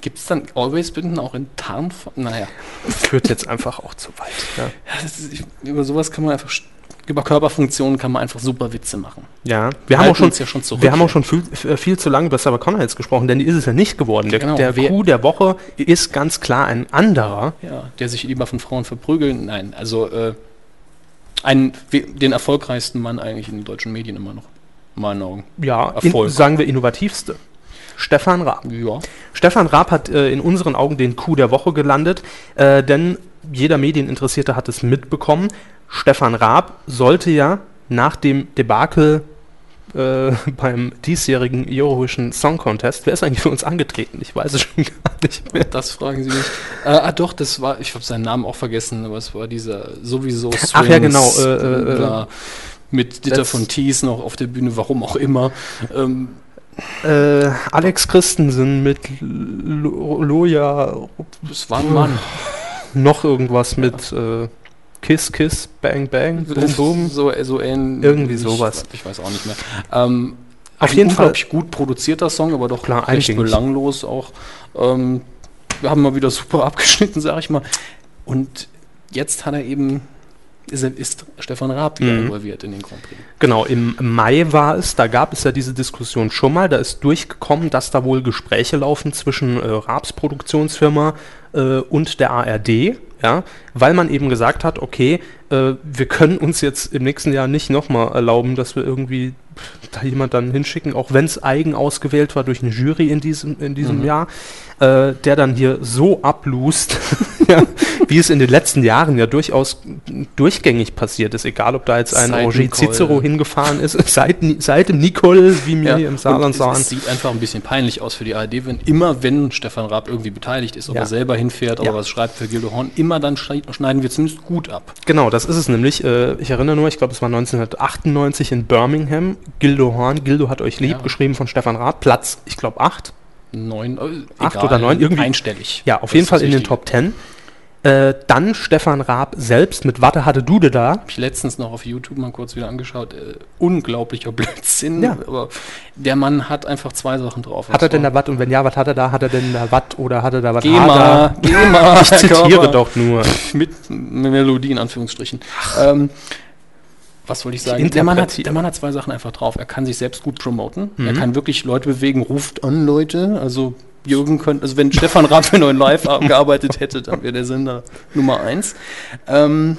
A: Gibt es dann Always-Binden auch in Tarnform? Naja,
B: führt jetzt einfach auch zu weit. Ja.
A: das ist, ich, über sowas kann man einfach, sch- über Körperfunktionen kann man einfach super Witze machen.
B: Wir, haben auch
A: halten
B: schon,
A: uns ja schon zurück.
B: wir haben auch schon viel, f- viel zu lange über Sarah Connor jetzt gesprochen, denn die ist es ja nicht geworden. Der,
A: Genau.
B: der
A: Wer-
B: Coup der Woche ist ganz klar ein anderer.
A: Ja, der sich lieber von Frauen verprügeln. Nein, also äh, einen, we- den erfolgreichsten Mann eigentlich in den deutschen Medien immer noch. In meinen Augen.
B: Ja, in,
A: Erfolg.
B: sagen wir innovativste. Stefan Raab.
A: Ja.
B: Stefan Raab hat äh, in unseren Augen den Coup der Woche gelandet, äh, denn jeder Medieninteressierte hat es mitbekommen. Stefan Raab sollte ja nach dem Debakel äh, beim diesjährigen Eurovision Song Contest, wer ist eigentlich für uns angetreten? Ich weiß es schon gar nicht mehr.
A: Das fragen Sie mich. Äh, ah, doch, das war, ich habe seinen Namen auch vergessen, aber es war dieser sowieso Swings,
B: Ach ja, genau, äh, äh, äh,
A: da, mit Dieter
B: das-
A: von Thies noch auf der Bühne, warum auch immer. Ähm,
B: Äh, Alex Christensen mit L- Lo- Loja,
A: es war
B: Hm,
A: ein Mann.
B: noch irgendwas mit äh, Kiss, Kiss, Bang, Bang,
A: Also
B: Boom, Boom.
A: So, so ähnlich.
B: Irgendwie sowas.
A: Ich weiß auch nicht mehr. Ähm,
B: Auf
A: ein
B: jeden Fall-
A: unglaublich gut produzierter Song, aber doch
B: Klar,
A: recht
B: eingängig.
A: belanglos auch. Ähm, wir haben mal wieder super abgeschnitten, sag ich mal. Und jetzt hat er eben, ist, er- ist Stefan Raab wieder
B: Mhm.
A: involviert in den Grand Prix.
B: Genau, im Mai war es, da gab es ja diese Diskussion schon mal, da ist durchgekommen, dass da wohl Gespräche laufen zwischen äh, Raabs Produktionsfirma äh, und der ARD, ja, weil man eben gesagt hat, okay, äh, wir können uns jetzt im nächsten Jahr nicht nochmal erlauben, dass wir irgendwie pff, da jemand dann hinschicken, auch wenn es eigen ausgewählt war durch eine Jury in diesem, in diesem
A: Mhm.
B: Jahr, äh, der dann hier so ablust, ja, wie es in den letzten Jahren ja durchaus durchgängig passiert ist, egal ob da jetzt ein
A: Seit
B: Roger
A: Nicole.
B: Cicero hingefahren ist, seit, Ni- seit dem Nicole, wie wir
A: Ja,
B: hier im
A: und
B: Saarland
A: es,
B: sagen.
A: es sieht einfach ein bisschen peinlich aus für die ARD, wenn immer, wenn Stefan Raab irgendwie beteiligt ist, ob
B: Ja.
A: er selber hinfährt, ob
B: Ja.
A: er was schreibt für Gildo Horn, immer dann schrei- schneiden wir zumindest gut ab.
B: Genau, das ist es nämlich. Äh, Ich erinnere nur, ich glaube, es war 1998 in Birmingham. Gildo Horn, Gildo hat euch lieb,
A: Ja.
B: geschrieben von Stefan Rath, Platz, ich glaube, 8.
A: Neun, äh,
B: Acht oder neun, irgendwie-
A: einstellig.
B: Ja, auf
A: Das
B: jeden
A: ist
B: Fall
A: das
B: in den
A: Wichtige.
B: Top 10. Äh, dann Stefan Raab selbst mit Watte hatte Dude da.
A: Hab ich letztens noch auf YouTube mal kurz wieder angeschaut. Äh, unglaublicher Blödsinn.
B: Ja.
A: Aber der Mann hat einfach zwei Sachen drauf.
B: Hat er denn
A: da
B: da was? Und wenn ja, was hat er da? Hat er denn da was? Oder hat er da was?
A: GEMA, GEMA,
B: Ich zitiere
A: Körper.
B: doch nur.
A: Mit Melodie in Anführungsstrichen. Ähm, was wollte ich sagen? Der Mann, hat, der Mann hat zwei Sachen einfach drauf. Er kann sich selbst gut promoten.
B: Mhm.
A: Er kann wirklich Leute bewegen, ruft an Leute. Also Jürgen könnte, also wenn Stefan Raab für neuen Live gearbeitet hätte, dann wäre der Sender Nummer eins. Ähm,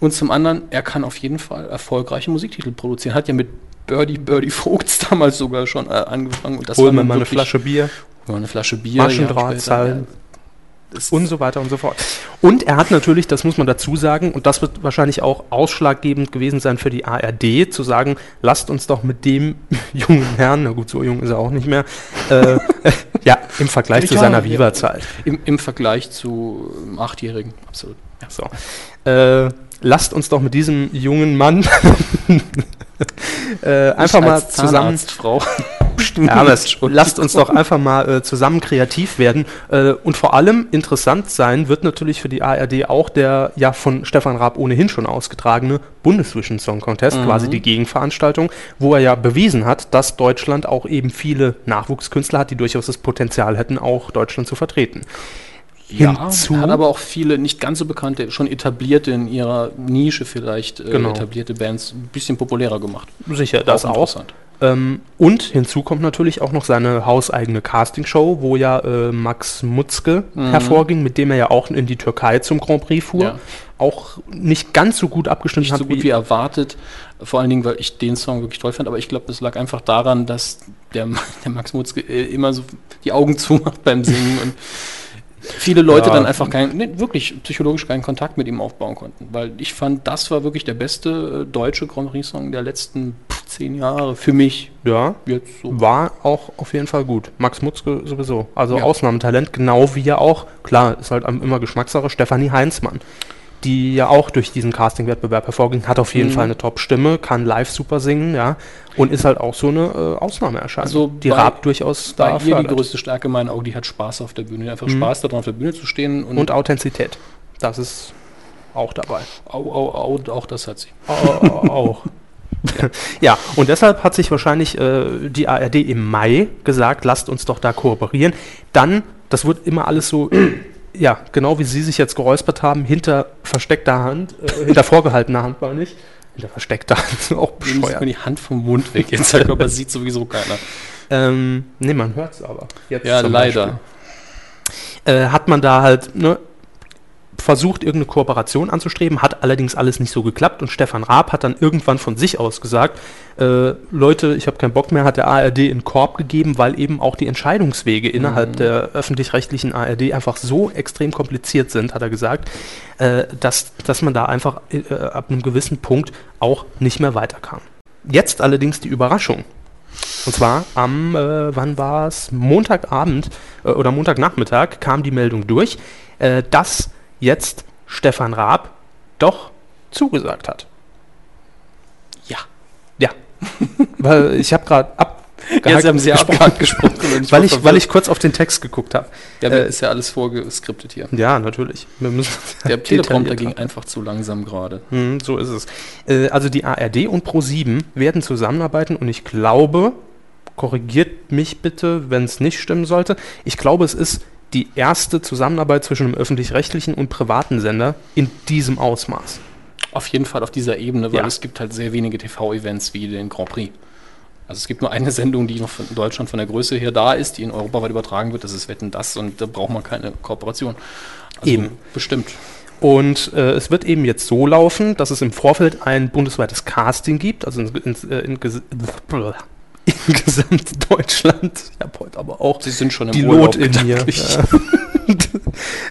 A: und zum anderen, er kann auf jeden Fall erfolgreiche Musiktitel produzieren. Hat ja mit Birdie Birdie Vogts damals sogar schon äh, angefangen. Und das
B: Hol mir
A: dann
B: mal eine
A: wirklich-
B: Flasche Bier,
A: Mal eine Flasche Bier. Jahre später.
B: Maschendrahtzahl und so weiter und so fort. Und er hat natürlich, das muss man dazu sagen, und das wird wahrscheinlich auch ausschlaggebend gewesen sein für die ARD, zu sagen, lasst uns doch mit dem jungen Herrn, na gut, so jung ist er auch nicht mehr, äh, ja, im Vergleich zu
A: Ja,
B: seiner
A: ja.
B: Viva-Zeit.
A: Im, Im Vergleich zu ähm, Achtjährigen, absolut. Ja.
B: So. Äh, lasst uns doch mit diesem jungen Mann äh, einfach
A: Ich
B: mal
A: als
B: zusammen.
A: Zahnarztfrau.
B: Ja, aber es- lasst uns doch einfach mal äh, zusammen kreativ werden. Äh, und vor allem interessant sein wird natürlich für die ARD auch der ja von Stefan Raab ohnehin schon ausgetragene Bundesvision Song Contest, quasi die Gegenveranstaltung, wo er ja bewiesen hat, dass Deutschland auch eben viele Nachwuchskünstler hat, die durchaus das Potenzial hätten, auch Deutschland zu vertreten.
A: Ja,
B: Hinzu-
A: hat aber auch viele nicht ganz so bekannte, schon etablierte in ihrer Nische vielleicht, äh,
B: Genau.
A: etablierte Bands ein bisschen populärer gemacht.
B: Sicher, das auch.
A: interessant.
B: Ähm, und hinzu kommt natürlich auch noch seine hauseigene Castingshow, wo ja äh, Max Mutzke hervorging, mit dem er ja auch in die Türkei zum Grand Prix fuhr.
A: Mhm. Ja.
B: Auch nicht ganz so gut abgestimmt
A: Nicht
B: hat
A: so gut wie erwartet, vor allen Dingen, weil ich den Song wirklich toll fand, aber ich glaube, es lag einfach daran, dass der, der Max Mutzke äh, immer so die Augen zumacht beim Singen und viele Leute
B: Ja.
A: dann einfach keinen, nee, wirklich psychologisch keinen Kontakt mit ihm aufbauen konnten, weil ich fand, das war wirklich der beste äh, deutsche Grand Prix-Song der letzten pff, zehn Jahre für mich.
B: ja,
A: Jetzt so.
B: war auch auf jeden Fall gut. Max Mutzke sowieso. Also
A: Ja.
B: Ausnahmetalent, genau wie ja auch, klar, ist halt am- immer Geschmackssache, Stefanie Heinzmann, die ja auch durch diesen Casting-Wettbewerb hervorging, hat auf jeden
A: Mhm.
B: Fall eine Top-Stimme, kann live super singen, ja, und ist halt auch so eine äh, Ausnahmeerscheinung,
A: Also
B: die
A: bei-
B: Raab durchaus
A: Bei ihr die
B: fördert. Mhm.
A: größte Stärke in meinen Augen, die hat Spaß auf der Bühne. Einfach Spaß daran, auf der Bühne zu stehen und,
B: und Authentizität. Das ist auch dabei.
A: au, au, au, auch das hat sie.
B: auch. ja, und deshalb hat sich wahrscheinlich äh, die ARD im Mai gesagt, lasst uns doch da kooperieren. Dann, das wird immer alles so, ja, genau wie Sie sich jetzt geräuspert haben, hinter versteckter Hand, äh, hinter vorgehaltener Hand, meine ich. Hinter versteckter Hand, auch
A: Nehmen Sie mir
B: bescheuert.
A: die Hand vom Mund weg. Jetzt der Körper sieht sowieso keiner.
B: Ähm, nee, man hört es aber. Jetzt
A: Ja,
B: zum
A: leider.
B: Beispiel. äh, hat man da halt ne, versucht, irgendeine Kooperation anzustreben, hat allerdings alles nicht so geklappt und Stefan Raab hat dann irgendwann von sich aus gesagt, äh, Leute, ich habe keinen Bock mehr, hat der ARD in Korb gegeben, weil eben auch die Entscheidungswege innerhalb der öffentlich-rechtlichen ARD einfach so extrem kompliziert sind, hat er gesagt, äh, dass, dass man da einfach äh, ab einem gewissen Punkt auch nicht mehr weiterkam. Jetzt allerdings die Überraschung. Und zwar am, äh, wann war es? Montagabend äh, oder Montagnachmittag kam die Meldung durch, äh, dass jetzt Stefan Raab doch zugesagt hat.
A: Ja.
B: Ja. weil ich habe gerade ab.
A: abgehakt gesprochen. und
B: weil, ich,
A: war
B: weil ich kurz auf den Text geguckt habe.
A: verwirrt. ja,
B: äh,
A: ist ja alles vorgeskriptet hier.
B: Ja, natürlich. Wir müssen
A: Der Teleprompter
B: detailliert
A: ging einfach zu langsam gerade.
B: Hm, so ist es. Äh, also die ARD und Pro7 werden zusammenarbeiten und ich glaube, korrigiert mich bitte, wenn es nicht stimmen sollte, ich glaube, es ist die erste Zusammenarbeit zwischen einem öffentlich-rechtlichen und privaten Sender in diesem Ausmaß.
A: Auf jeden Fall auf dieser Ebene, weil
B: Ja.
A: es gibt halt sehr wenige TV-Events wie den Grand Prix. Also es gibt nur eine Sendung, die noch von in Deutschland von der Größe her da ist, die in Europa weit übertragen wird. Das ist Wetten das und da braucht man keine Kooperation. Also
B: Eben.
A: Bestimmt.
B: Und äh, es wird eben jetzt so laufen, dass es im Vorfeld ein bundesweites Casting gibt, also in, in, äh, in, ges- in gesamt Deutschland. Ich habe heute aber auch
A: Sie sind schon im
B: die
A: Urlaub
B: Lot in mir.
A: gedanklich.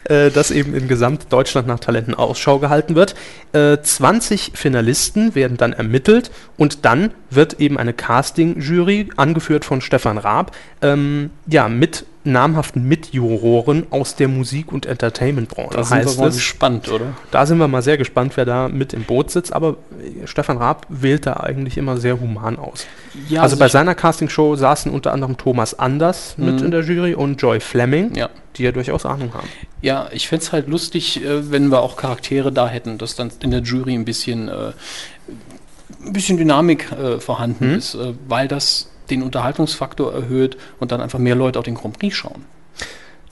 B: Ja. äh, dass eben in Gesamtdeutschland nach Talenten Ausschau gehalten wird. Äh, 20 Finalisten werden dann ermittelt und dann wird eben eine Casting-Jury, angeführt von Stefan Raab, ähm, ja, mit namhaften Mitjuroren aus der Musik- und Entertainment-Branche.
A: Da sind wir mal gespannt, oder?
B: Da sind wir mal sehr gespannt, wer da mit im Boot sitzt. Aber äh, Stefan Raab wählt da eigentlich immer sehr human aus.
A: Ja,
B: also
A: also
B: bei
A: ich-
B: seiner Castingshow saßen unter anderem Thomas Anders mit
A: Mhm.
B: in der Jury und Joy Fleming,
A: Ja.
B: die ja durchaus Ahnung haben.
A: Ja, ich fänd's halt lustig, äh, wenn wir auch Charaktere da hätten, dass dann in der Jury ein bisschen, äh, ein bisschen Dynamik äh, vorhanden
B: Mhm.
A: ist, äh, weil das den Unterhaltungsfaktor erhöht und dann einfach mehr Leute auf den Grand Prix schauen.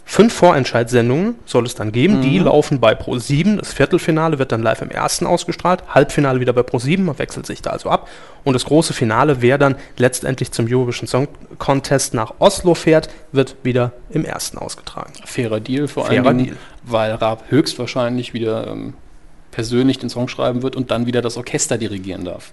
B: Fünf Vorentscheidssendungen soll es dann geben.
A: Mhm.
B: Die laufen bei Pro7. Das Viertelfinale wird dann live im ersten ausgestrahlt. Halbfinale wieder bei Pro7. Man wechselt sich da also ab. Und das große Finale, wer dann letztendlich zum Eurovision Song Contest nach Oslo fährt, wird wieder im ersten ausgetragen.
A: Fairer Deal vor
B: Fairer
A: allen Dingen,
B: Deal.
A: weil Raab höchstwahrscheinlich wieder ähm, persönlich den Song schreiben wird und dann wieder das Orchester dirigieren darf.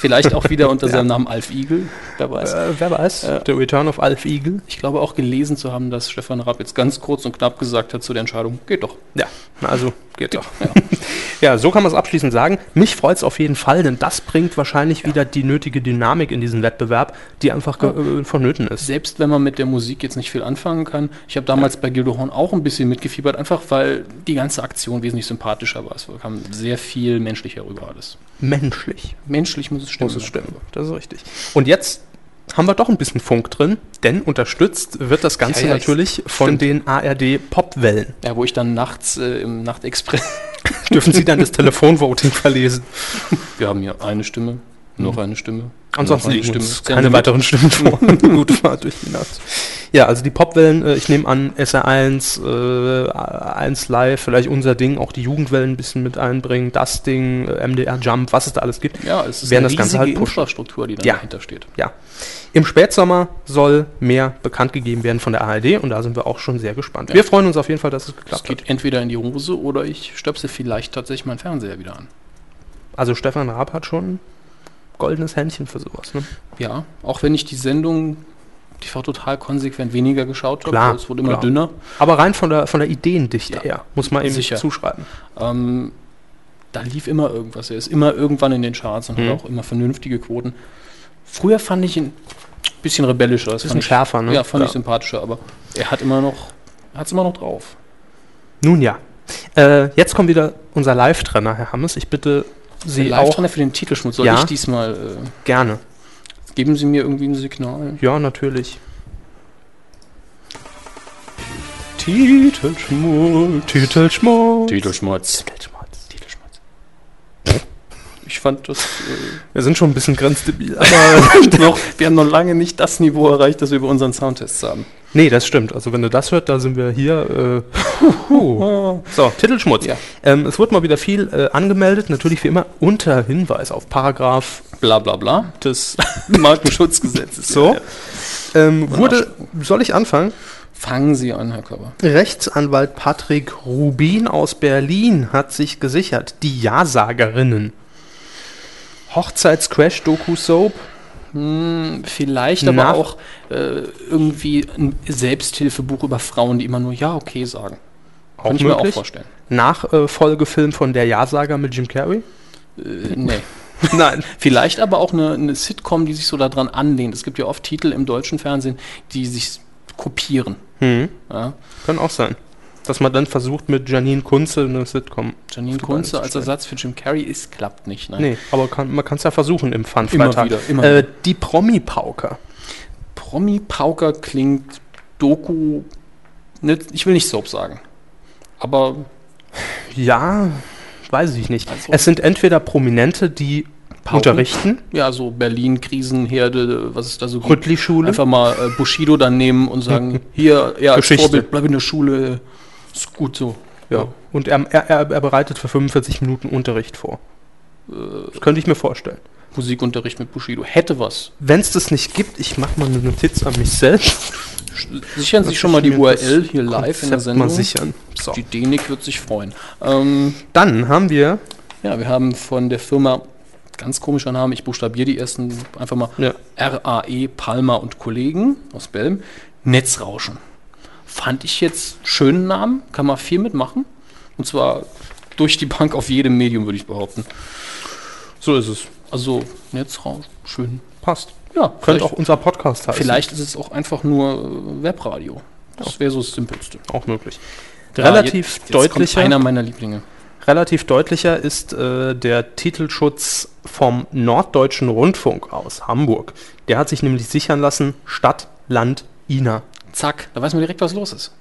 A: Vielleicht auch wieder unter seinem Namen Alf Igel, wer weiß.
B: Äh, wer weiß?
A: Äh,
B: The Return of Alf Eagle.
A: Ich glaube auch gelesen zu haben, dass Stefan Raab jetzt ganz kurz und knapp gesagt hat zu der Entscheidung, geht doch.
B: Ja, na also geht doch. Ja, so kann man es abschließend sagen. Mich freut es auf jeden Fall, denn das bringt wahrscheinlich wieder die nötige Dynamik in diesen Wettbewerb, die einfach ge- äh, vonnöten ist.
A: selbst wenn man mit der Musik jetzt nicht viel anfangen kann, ich habe damals bei Gildo Horn auch ein bisschen mitgefiebert, einfach weil die ganze Aktion wesentlich sympathischer war. Es kam sehr viel menschlicher rüber alles.
B: Menschlich.
A: Menschlich muss es stimmen.
B: Muss es stimmen. Das ist richtig. Und jetzt haben wir doch ein bisschen Funk drin, denn unterstützt wird das Ganze
A: Ja, ja,
B: natürlich von
A: stimmt.
B: den ARD-Popwellen.
A: Ja, wo ich dann nachts äh, im Nachtexpress.
B: Dürfen Sie dann das Telefonvoting verlesen?
A: Wir haben hier eine Stimme, noch eine Stimme.
B: Ansonsten
A: noch eine
B: liegen uns
A: Senden
B: keine
A: Sie
B: weiteren Stimmen vor. Gute Fahrt durch die Nacht. Ja, also die Popwellen, äh, ich nehme an, SR1, äh, 1 Live, vielleicht unser Ding, auch die Jugendwellen ein bisschen mit einbringen, das Ding, äh, MDR Jump, was es da alles gibt.
A: mit. Ja, es ist
B: werden das Ganze halt pushen.
A: Infrastruktur, die dann
B: Ja.
A: dahinter steht.
B: Ja. Im Spätsommer soll mehr bekannt gegeben werden von der ARD und da sind wir auch schon sehr gespannt.
A: Ja.
B: Wir freuen uns auf jeden Fall, dass es
A: Das
B: geklappt hat.
A: geht entweder in die Hose oder ich stöpsel vielleicht tatsächlich meinen Fernseher wieder an.
B: Also Stefan Raab hat schon ein goldenes Händchen für sowas. Ne?
A: Ja, auch wenn ich die Sendung TV total konsequent weniger geschaut
B: Klar,
A: habe, es wurde immer
B: klar.
A: dünner.
B: Aber rein von der, von der Ideendichte
A: Ja.
B: her, muss man eben
A: Sicher.
B: zuschreiben.
A: Ähm, da lief immer irgendwas. Er ist immer irgendwann in den Charts und
B: Mhm.
A: hat auch immer vernünftige Quoten. Früher fand ich ihn ein bisschen rebellischer. Das fand ich,
B: schärfer, ne?
A: ja, fand ich
B: so.
A: sympathischer, aber er hat immer noch, hat's immer noch drauf.
B: Nun ja. Äh, jetzt kommt wieder unser Live-Trenner, Herr Hammes. Ich bitte Sie
A: Der
B: auch
A: Live-Trainer für den Titelschmutz. Soll
B: Ja.
A: ich diesmal, äh,
B: gerne.
A: geben Sie mir irgendwie ein Signal?
B: Ja, natürlich. Titelschmutz. Titelschmutz.
A: Titelschmutz.
B: Titelschmutz. Titelschmutz.
A: Ich fand das,
B: Wir sind schon ein bisschen grenzdebil.
A: äh, aber noch, wir haben noch lange nicht das Niveau erreicht, das wir über unseren Soundtests haben.
B: nee, das stimmt. Also wenn ihr das hört, da sind wir hier. Äh, huh. So, Titelschmutz.
A: Ja.
B: Ähm, es wurde mal wieder viel äh, angemeldet. Natürlich wie immer unter Hinweis auf Paragraph
A: Bla bla bla.
B: des
A: Markenschutzgesetzes.
B: So.
A: Ja, ja.
B: Ähm, wurde, soll ich anfangen?
A: Fangen Sie an, Herr Körber.
B: Rechtsanwalt Patrick Rubin aus Berlin hat sich gesichert. Die Ja-Sagerinnen. Hochzeits-Crash-Doku-Soap.
A: Hm, Vielleicht
B: Nach-
A: aber auch äh, irgendwie ein Selbsthilfebuch über Frauen, die immer nur Ja, okay sagen.
B: Auch
A: Könnte ich mir auch
B: möglich.
A: vorstellen.
B: Nachfolgefilm von Der Ja-Sager mit Jim Carrey.
A: Äh, nee.
B: Nein.
A: Vielleicht aber auch eine, eine Sitcom, die sich so daran anlehnt. Es gibt ja oft Titel im deutschen Fernsehen, die sich kopieren.
B: Hm,
A: Ja?
B: kann auch sein. Dass man dann versucht, mit Janine Kunze eine Sitcom.
A: Janine
B: Auf die
A: Kunze
B: Beine zu
A: als
B: stellen.
A: Ersatz für Jim Carrey, es klappt nicht. Nein.
B: Nee, aber kann, man kann es ja versuchen im fun
A: Immer wieder, immer
B: äh, Die Promi-Pauker.
A: Promi-Pauker klingt Doku. Ne, ich will nicht Soap sagen. Aber
B: Ja, weiß ich nicht.
A: Also-
B: Es sind entweder Prominente, die
A: Pauken?
B: unterrichten.
A: ja, so Berlin, Krisenherde, was ist da so gibt.
B: Rüttli-Schule.
A: Einfach mal äh, Bushido dann nehmen und sagen, hier, ja, als
B: Geschichte.
A: Vorbild, bleib in der Schule, ist gut so.
B: Ja. Und er, er, er er bereitet für 45 Minuten Unterricht vor.
A: Äh,
B: Das könnte ich mir vorstellen.
A: Musikunterricht mit Bushido hätte was.
B: Wenn es das nicht gibt, ich mache mal eine Notiz an mich selbst.
A: Sichern Sie
B: Dass
A: schon mal
B: ich
A: die
B: mir
A: URL
B: das
A: hier live in der
B: Konzept
A: Sendung.
B: Mal sichern. So.
A: Die Denik wird sich freuen. Ähm,
B: Dann haben wir
A: ja, wir haben von der Firma, ganz komischer Name, ich buchstabiere die ersten einfach mal,
B: Ja.
A: E, RAE Palmer und Kollegen aus Belm, Netzrauschen. Fand ich jetzt schönen Namen, kann man viel mitmachen. Und zwar durch die Bank auf jedem Medium, würde ich behaupten.
B: So ist es.
A: Also jetzt raus, schön.
B: Passt.
A: Ja,
B: Könnte
A: vielleicht,
B: auch unser Podcast heißen.
A: vielleicht ist es auch einfach nur äh, Webradio. Das wäre so das Simpelste.
B: Auch möglich.
A: Ja,
B: Relativ
A: jetzt, jetzt
B: deutlicher.
A: Kommt einer meiner Lieblinge.
B: Relativ deutlicher ist äh, der Titelschutz vom Norddeutschen Rundfunk aus Hamburg. Der hat sich nämlich sichern lassen Stadt, Land, Ina.
A: Zack, da weiß man direkt, was los ist.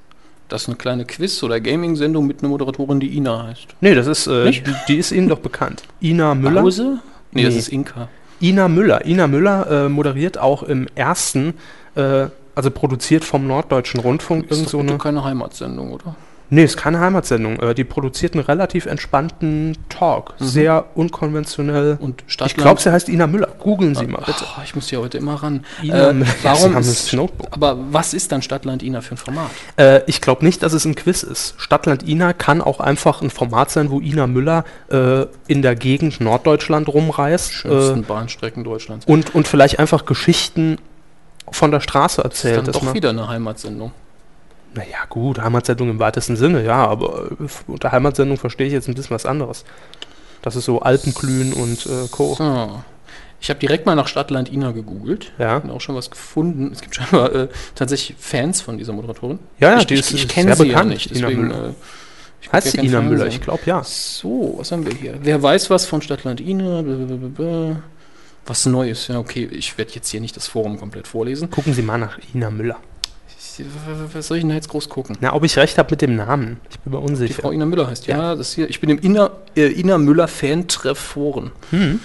A: Das ist eine kleine Quiz- oder Gaming-Sendung mit einer Moderatorin, die Ina heißt.
B: Nee, das ist, äh,
A: Nicht?
B: die, die ist Ihnen doch bekannt. Ina Müller.
A: Pause? Nee, das
B: Nee.
A: ist Inka.
B: Ina Müller. Ina Müller äh, moderiert auch im ersten, äh, also produziert vom Norddeutschen Rundfunk
A: Ist
B: irgend
A: doch
B: so
A: bitte
B: eine.
A: keine Heimatsendung, oder?
B: Nee, ist keine Heimatsendung. Äh, die produziert einen relativ entspannten Talk. Sehr unkonventionell.
A: Mhm. Und Ah,
B: ich glaube, sie heißt Ina Müller. Googeln Sie mal bitte.
A: Ach, ich muss hier heute immer ran.
B: Ina
A: Äh,
B: Müller. Sie
A: warum
B: haben
A: ist,
B: das Notebook.
A: aber was ist dann Stadtland Ina für ein Format?
B: Äh, ich glaube nicht, dass es ein Quiz ist. Stadtland Ina kann auch einfach ein Format sein, wo Ina Müller äh, in der Gegend Norddeutschland rumreist äh,
A: Schönsten Bahnstrecken Deutschlands.
B: und, und vielleicht einfach Geschichten von der Straße
A: Das ist
B: erzählt.
A: dann
B: dass
A: doch
B: man-
A: wieder eine Heimatsendung.
B: Naja, gut, Heimatsendung im weitesten Sinne, ja, aber äh, f- unter Heimatsendung verstehe ich jetzt ein bisschen was anderes. Das ist so Alpenglühen und äh, Co.
A: So. Ich habe direkt mal nach Stadtland Ina gegoogelt.
B: Ja.
A: Und auch schon was gefunden. Es gibt scheinbar äh, tatsächlich Fans von dieser Moderatorin.
B: Ja, ja,
A: ich,
B: die
A: ich,
B: ist-
A: ich
B: ist
A: kenne
B: sehr
A: sie ja
B: bekannt,
A: nicht.
B: Ina
A: Deswegen,
B: Müller.
A: äh, ich guck
B: Heißt
A: ja
B: sie
A: kein
B: Ina Müller?
A: Fernsehen.
B: Ich glaube, ja.
A: So, was haben wir hier? Wer weiß was von Stadtland Ina? Blablabla. Was Neues? Ja, okay, ich werde jetzt hier nicht das Forum komplett vorlesen.
B: Gucken Sie mal nach Ina Müller.
A: Ich, was soll ich denn da jetzt groß gucken?
B: Na, ob ich recht habe mit dem Namen. Ich bin mir
A: Die
B: unsicher.
A: Frau Ina Müller heißt. Ja, das hier. Ich bin im Ina, äh, Ina Müller Fan-Treff-Foren.
B: Hm.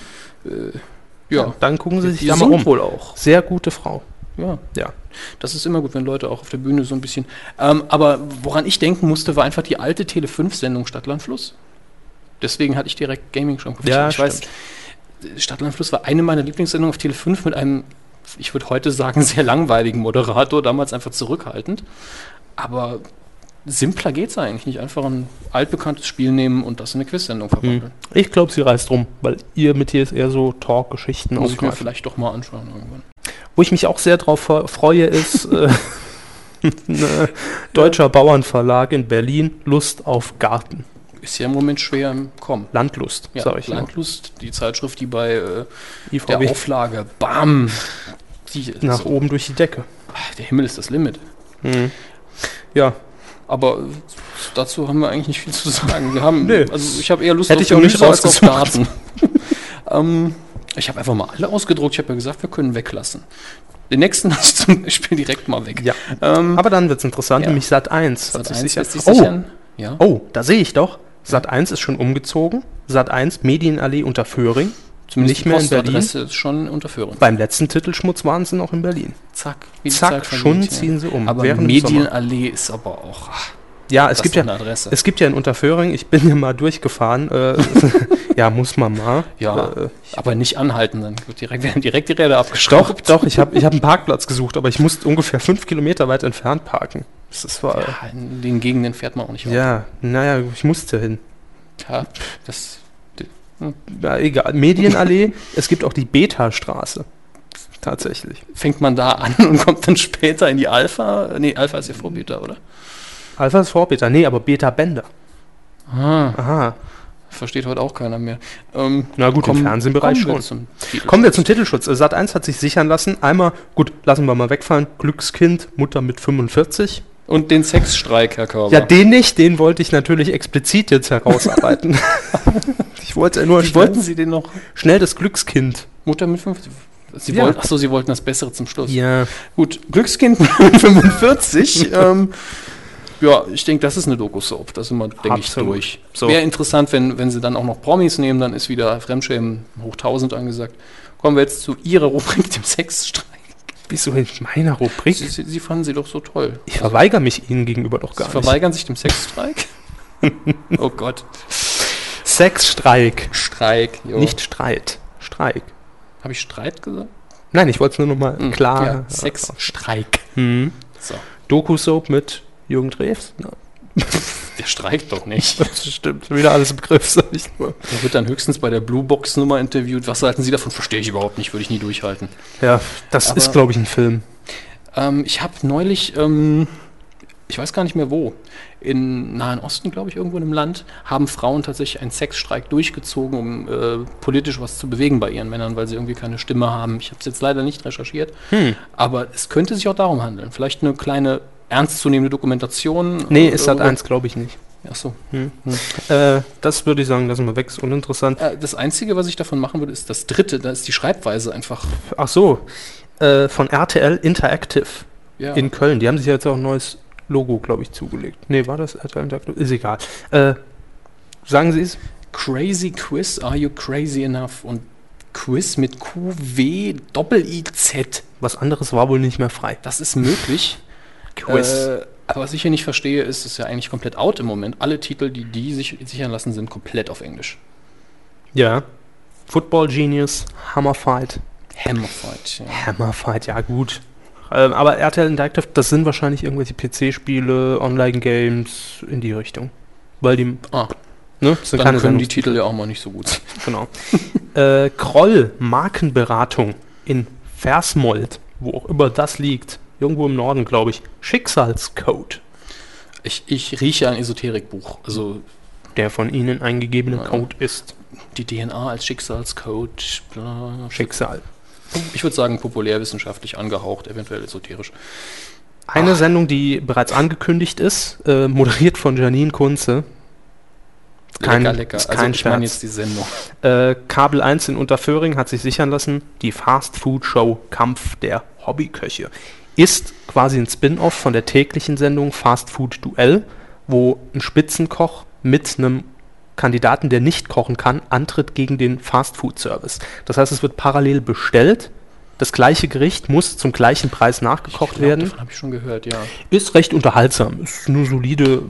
A: Ja,
B: Dann gucken Sie sich
A: die
B: da mal um.
A: wohl auch.
B: Sehr gute Frau.
A: Ja.
B: Ja.
A: Das ist immer gut, wenn Leute auch auf der Bühne so ein bisschen. Ähm, aber woran ich denken musste, war einfach die alte Tele5-Sendung Stadtland Fluss. Deswegen hatte ich direkt Gaming schon gefunden.
B: Ja,
A: ich weiß, Stadtland Fluss war eine meiner Lieblingssendungen auf Tele5 mit einem, ich würde heute sagen, sehr langweiligen Moderator, damals einfach zurückhaltend. Aber simpler geht's eigentlich nicht. Einfach ein altbekanntes Spiel nehmen und das in eine Quiz-Sendung
B: Hm,
A: verwandeln.
B: Ich glaube, sie reist rum, weil ihr mit hier ist eher so Talk-Geschichten
A: Muss ich mir
B: aufgreifen.
A: vielleicht doch mal anschauen irgendwann.
B: Wo ich mich auch sehr drauf ver- freue, ist äh, ne, Deutscher Bauernverlag in Berlin, Lust auf Garten.
A: Ist ja im Moment schwer im Kommen.
B: Landlust,
A: Ja,
B: sag ich nur.
A: Landlust, die Zeitschrift, die bei äh, der
B: IVB
A: Auflage, bam, die,
B: nach
A: so, Mhm.
B: oben durch die Decke.
A: ach, der Himmel ist das Limit.
B: Ja,
A: Aber äh, dazu haben wir eigentlich nicht viel zu sagen. Wir haben,
B: Nee.
A: also ich habe eher Lust
B: Hätte ich auch nicht
A: Gemüse als auf Daten.
B: rausgesucht.
A: ähm, ich habe einfach mal alle ausgedruckt. Ich habe ja gesagt, wir können weglassen. Den nächsten lasse ich zum Beispiel direkt mal weg.
B: ja.
A: Ähm,
B: Aber dann wird es interessant,
A: Ja.
B: nämlich Sat 1.
A: Sat. 1 lässt sich
B: oh,
A: sichern. Ja.
B: oh, da sehe ich doch. Sat 1 ist schon umgezogen. Sat 1 Medienallee unter Föhring.
A: Zumindest
B: nicht mehr in
A: die Postadresse ist schon unter Föhring.
B: Beim letzten Titelschmutz waren sie noch in Berlin.
A: Zack, wie die
B: Zack,
A: Zeit vergeht,
B: schon
A: ja.
B: ziehen sie um.
A: Aber
B: während des Sommers.
A: Medienallee ist aber auch. ach,
B: Ja, es
A: das ist
B: gibt ja,
A: doch eine Adresse.
B: Äh, Es gibt ja in Unterföhring, ich bin ja mal durchgefahren. Äh, ja, muss man mal.
A: Ja,
B: Äh,
A: aber nicht anhalten, dann wird direkt, werden direkt die Räder
B: doch,
A: abgeschraubt.
B: doch, ich habe ich hab einen Parkplatz gesucht, aber ich musste ungefähr fünf Kilometer weit entfernt parken. Das war.
A: Ja, in den Gegenden fährt man auch nicht
B: Ja, ja naja, ich musste hin.
A: auf. Ja, das,
B: Ja, egal. Medienallee, es gibt auch die Beta-Straße. Tatsächlich.
A: fängt man da an und kommt dann später in die Alpha. Nee, Alpha ist ja Vorbieter, oder?
B: Alpha ist Vorbeta, nee, aber Beta-Bänder.
A: Ah,
B: Aha.
A: versteht heute auch keiner mehr. Ähm,
B: Na gut, im Fernsehbereich
A: kommen wir
B: schon.
A: Zum
B: Kommen wir zum Titelschutz. Äh, Sat 1 hat sich sichern lassen. Einmal, gut, lassen wir mal wegfallen. Glückskind, Mutter mit 45.
A: und den Sexstreik, Herr Körber.
B: Ja, den nicht, den wollte ich natürlich explizit jetzt herausarbeiten. ich wollte ja nur
A: Wie
B: schnell,
A: wollten Sie den noch?
B: schnell das Glückskind.
A: Mutter mit 50. Sie
B: Ja.
A: wollten, achso, Sie wollten das Bessere zum Schluss.
B: Ja.
A: Gut, Glückskind mit 45. ähm, ja, ich denke, das ist eine Doku-Soap. Da sind wir, denke ich,
B: Absolut.
A: durch.
B: So.
A: Wäre interessant, wenn, wenn sie dann auch noch Promis nehmen, dann ist wieder Fremdschämen hoch 1000 angesagt. Kommen wir jetzt zu ihrer Rubrik, dem Sexstreik.
B: Wieso in meiner
A: Sie,
B: Rubrik?
A: sie, sie fanden sie doch so toll.
B: Ich verweigere mich Ihnen gegenüber doch
A: Sie
B: gar nicht.
A: verweigern sich dem Sexstreik? oh Gott.
B: Sexstreik.
A: Streik, jo.
B: Nicht Streit. Streik.
A: Habe ich Streit gesagt?
B: Nein, ich wollte es nur nochmal
A: Hm,
B: klar.
A: Ja, Sexstreik.
B: Hm.
A: So,
B: Doku-Soap mit Jürgen Drews? Na,
A: der streikt doch nicht.
B: Das stimmt. Wieder alles Begriff, sag ich nur.
A: Der wird dann höchstens bei der Blue Box Nummer interviewt. Was halten Sie davon? Verstehe ich überhaupt nicht, würde ich nie durchhalten.
B: Ja, das
A: Aber-
B: ist, glaube ich, ein Film.
A: Ähm, ich habe neulich ähm, ich weiß gar nicht mehr wo, im Nahen Osten, glaube ich, irgendwo in einem Land, haben Frauen tatsächlich einen Sexstreik durchgezogen, um äh, politisch was zu bewegen bei ihren Männern, weil sie irgendwie keine Stimme haben. Ich habe es jetzt leider nicht recherchiert,
B: Hm.
A: aber es könnte sich auch darum handeln. Vielleicht eine kleine ernstzunehmende Dokumentation.
B: Nee,
A: äh,
B: ist halt
A: oder-
B: eins, glaube ich nicht.
A: Ach so.
B: Äh, das würde ich sagen, lassen wir weg, ist uninteressant.
A: Äh, Das Einzige, was ich davon machen würde, ist das dritte. Da ist die Schreibweise einfach.
B: Ach so, äh, von RTL Interactive
A: Ja.
B: in Köln. Die haben sich jetzt auch ein neues Logo, glaube ich, zugelegt. Nee, war das RTL Interactive? Ist egal. Äh, sagen Sie es?
A: Crazy Quiz, are you crazy enough? Und Quiz mit QW Doppel IZ.
B: Was anderes war wohl nicht mehr frei.
A: Das ist möglich. Äh, aber was ich hier nicht verstehe, ist, es ist ja eigentlich komplett out im Moment. Alle Titel, die die sich sichern lassen, sind komplett auf Englisch.
B: ja. Football Genius, Hammerfight.
A: Hammerfight. Ja.
B: Hammerfight, ja gut. Ähm, aber RTL Interactive, das sind wahrscheinlich irgendwelche PC-Spiele, Online-Games in die Richtung. Weil die,
A: Ah,
B: ne, das sind
A: dann können die
B: Sendungs-
A: Titel ja auch mal nicht so gut. sein.
B: Genau. äh, Kroll, Markenberatung in Versmold, wo auch immer das liegt. Irgendwo im Norden, glaube ich. Schicksalscode,
A: Ich, ich rieche ein Esoterikbuch. Also
B: der von Ihnen eingegebene
A: Ja.
B: Code ist.
A: die DNA als Schicksalscode. Bla.
B: Schicksal.
A: Ich würde sagen, populärwissenschaftlich angehaucht, eventuell esoterisch.
B: Eine
A: Ah.
B: Sendung, die bereits angekündigt ist, äh, moderiert von Janine Kunze. Kein-
A: lecker, lecker.
B: ist
A: Also
B: kein
A: ich meine
B: Scherz.
A: jetzt die Sendung.
B: Äh, Kabel 1 in Unterföhring hat sich sichern lassen, die Fast-Food-Show Kampf der Hobbyköche. Ist quasi ein Spin-off von der täglichen Sendung Fast-Food-Duell, wo ein Spitzenkoch mit einem Kandidaten, der nicht kochen kann, antritt gegen den Fast-Food-Service. Das heißt, es wird parallel bestellt. Das gleiche Gericht muss zum gleichen Preis nachgekocht
A: Genau,
B: werden.
A: Davon habe ich schon gehört, ja.
B: Ist recht unterhaltsam. Ist eine solide äh,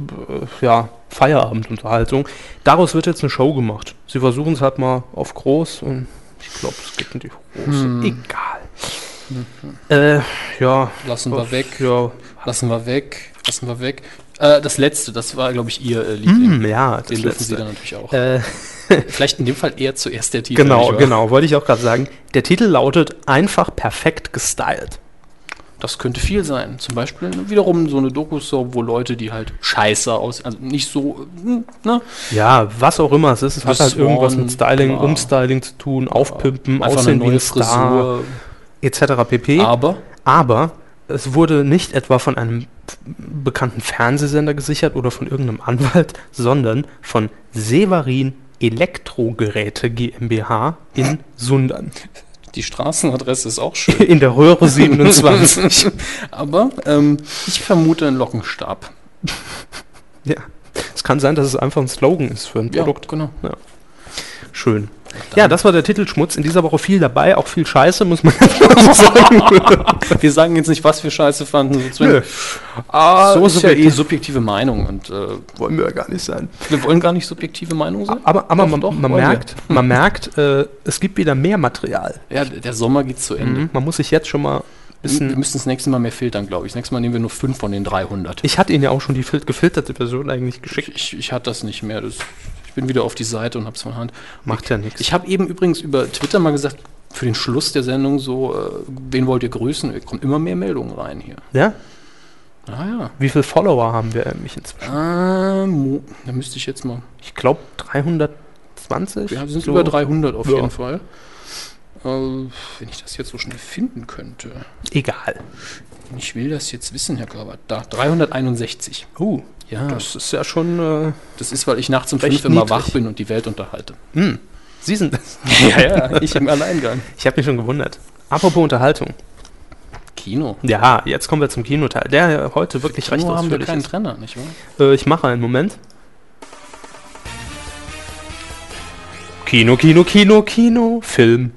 B: ja, Feierabendunterhaltung. Daraus wird jetzt eine Show gemacht. Sie versuchen es halt mal auf groß und ich glaube, es geht in die Hose.
A: Hm.
B: Egal. Äh, ja.
A: Lassen wir weg.
B: Oh, Ja,
A: Lassen wir weg. Lassen wir weg. Äh, das letzte, das war, glaube ich, ihr äh, Liebling.
B: mm, ja das
A: Den dürfen sie
B: letzte.
A: dann natürlich auch.
B: Äh,
A: Vielleicht in dem Fall eher zuerst der Titel.
B: genau,
A: nicht wahr?
B: genau. Wollte ich auch gerade sagen. Der Titel lautet einfach perfekt gestylt.
A: Das könnte viel sein. Zum Beispiel wiederum so eine Doku-Soap, wo Leute, die halt scheiße aus, also nicht so, hm, ne?
B: Ja, was auch immer es ist. Es hat halt
A: Restaurant,
B: irgendwas mit Styling,
A: klar.
B: Umstyling zu tun, Aufpimpen,
A: Einfach
B: Aussehen wie E- ein Star, etc. pp.
A: Aber
B: Aber es wurde nicht etwa von einem f- bekannten Fernsehsender gesichert oder von irgendeinem Anwalt, sondern von Severin Elektrogeräte GmbH in Sundern.
A: die Straßenadresse ist auch schön.
B: In der Röhre 27.
A: Aber ähm, ich vermute einen Lockenstab.
B: ja. Es kann sein, dass es einfach ein Slogan ist für ein Produkt.
A: genau.
B: Schön. Ja, das war der Titelschmutz. In dieser Woche viel dabei, auch viel Scheiße, muss man ganz klar so sagen.
A: Wir sagen jetzt nicht, was wir scheiße fanden. So, zwingend.
B: Nö,
A: Ah,
B: So
A: so ist ja
B: subjektiv.
A: eh subjektive Meinung und äh,
B: wollen wir ja gar nicht sein.
A: wir wollen gar nicht subjektive Meinung sein.
B: Aber, aber
A: Doch,
B: man,
A: doch,
B: man
A: wollen wir.
B: merkt, man merkt äh, es gibt wieder mehr Material.
A: Ja, d- der Sommer geht zu Ende.
B: Mhm. Man muss sich jetzt schon mal ein
A: wir
B: bisschen.
A: müssen das nächste Mal mehr filtern, glaube ich. Das nächste Mal nehmen wir nur fünf von den 300.
B: Ich hatte Ihnen ja auch schon die fil- gefilterte Version eigentlich
A: Ich,
B: geschickt.
A: ich, ich hatte das nicht mehr. Das, ich bin wieder auf die Seite und hab's von Hand.
B: Macht ja nichts.
A: Ich habe eben übrigens über Twitter mal gesagt, für den Schluss der Sendung so, äh, wen wollt ihr grüßen? Es kommen immer mehr Meldungen rein hier.
B: Ja?
A: Ah
B: Wie viele Follower haben wir eigentlich inzwischen?
A: ja. Ähm, da müsste ich jetzt mal.
B: Ich glaube 320.
A: Wir haben- sind
B: so.
A: über 300 auf
B: Ja.
A: jeden Fall. Äh, wenn ich das jetzt so schnell finden könnte.
B: Egal.
A: Ich will das jetzt wissen, Herr Körber. Da, 361.
B: Oh,
A: Ja, das,
B: das ist ja schon.
A: ist, weil ich nachts um
B: Recht
A: fünf immer
B: niedrig.
A: wach bin und die Welt unterhalte.
B: Äh, hm. Sie sind das.
A: Ja, ja, ich im Alleingang.
B: Ich habe mich schon gewundert. Apropos Unterhaltung.
A: Kino.
B: Ja, jetzt kommen wir zum Kinoteil, der ja heute wirklich recht
A: Kino haben wir
B: ausführlich
A: keinen
B: ist.
A: Trenner, nicht wahr?
B: Äh, ich mache einen Moment. Kino, Kino, Kino, Kino, Film.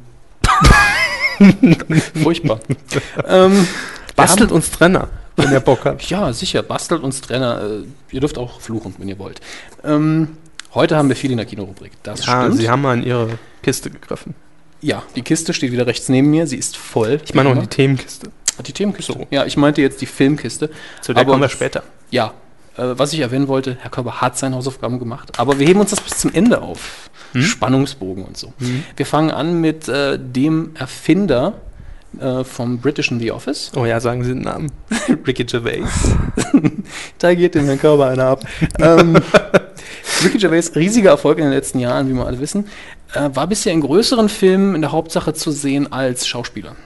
A: Furchtbar. ähm,
B: Bastelt uns Trenner, wenn ihr Bock habt.
A: Ja, sicher. Bastelt uns Trainer. Äh, Ihr dürft auch fluchen, wenn ihr wollt. Ähm, heute haben wir viel in der Kinorubrik. Das
B: Ja,
A: stimmt.
B: Ah, sie haben mal in ihre Kiste gegriffen.
A: ja, die Kiste steht wieder rechts neben mir. Sie ist voll.
B: Ich meine auch
A: Wie
B: die Themenkiste.
A: immer. die Themenkiste.
B: So.
A: Ja, ich meinte jetzt die Filmkiste.
B: Zu
A: der kommen wir
B: später.
A: Ja, äh, was ich erwähnen wollte, Herr Körber hat seine Hausaufgaben gemacht, aber wir heben uns das bis zum Ende auf. Spannungsbogen und so. Wir fangen an mit äh, dem Erfinder äh, vom britischen The Office.
B: Oh ja, sagen Sie den Namen. Ricky Gervais.
A: Da geht dem Herrn Körber einer ab. ähm, Ricky Gervais, riesiger Erfolg in den letzten Jahren, wie wir alle wissen, äh, war bisher in größeren Filmen in der Hauptsache zu sehen als Schauspieler.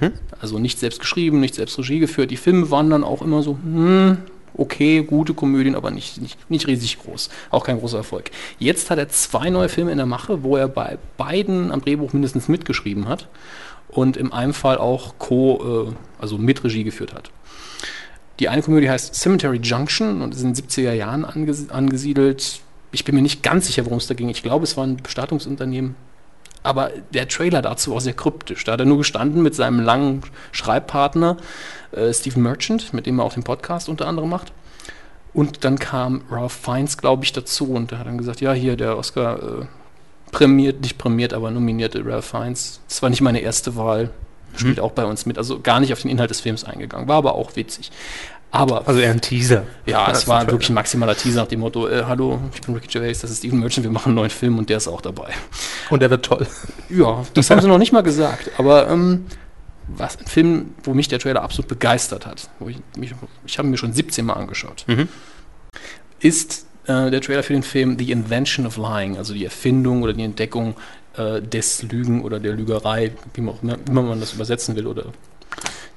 B: Mhm.
A: Also nicht selbst geschrieben, nicht selbst Regie geführt. Die Filme waren dann auch immer so, hm, okay, gute Komödien, aber nicht, nicht, nicht riesig groß. Auch kein großer Erfolg. Jetzt hat er zwei neue Filme in der Mache, wo er bei beiden am Drehbuch mindestens mitgeschrieben hat und im einen Fall auch Co, äh, also mit Regie geführt hat. Die eine Komödie heißt Cemetery Junction und ist in den 70er Jahren anges angesiedelt. Ich bin mir nicht ganz sicher, worum es da ging. Ich glaube, es war ein Bestattungsunternehmen. Aber der Trailer dazu war sehr kryptisch. Da hat er nur gestanden mit seinem langen Schreibpartner äh, Steve Merchant, mit dem er auch den Podcast unter anderem macht. Und dann kam Ralph Fiennes, glaube ich, dazu und der hat dann gesagt, ja, hier, der Oscar äh, prämiert, nicht prämiert, aber nominierte Ralph Fiennes. Das war nicht meine erste Wahl, spielt
B: Mhm.
A: auch bei uns mit. Also gar nicht auf den Inhalt des Films eingegangen, war aber auch witzig. Aber
B: Also eher ein Teaser.
A: ja,
B: das
A: es
B: ist
A: war
B: ein
A: wirklich ein maximaler Teaser nach dem Motto, äh, hallo, ich bin Ricky Gervais, das ist Steven Merchant, wir machen einen neuen Film und der ist auch dabei.
B: Und der wird toll.
A: Ja, das haben sie noch nicht mal gesagt. Aber ähm, was ein Film, wo mich der Trailer absolut begeistert hat, wo ich, mich, ich habe ihn mir schon 17 Mal angeschaut,
B: Mhm.
A: ist äh, der Trailer für den Film The Invention of Lying, also die Erfindung oder die Entdeckung äh, des Lügen oder der Lügerei, wie man auch immer, immer man das übersetzen will. Oder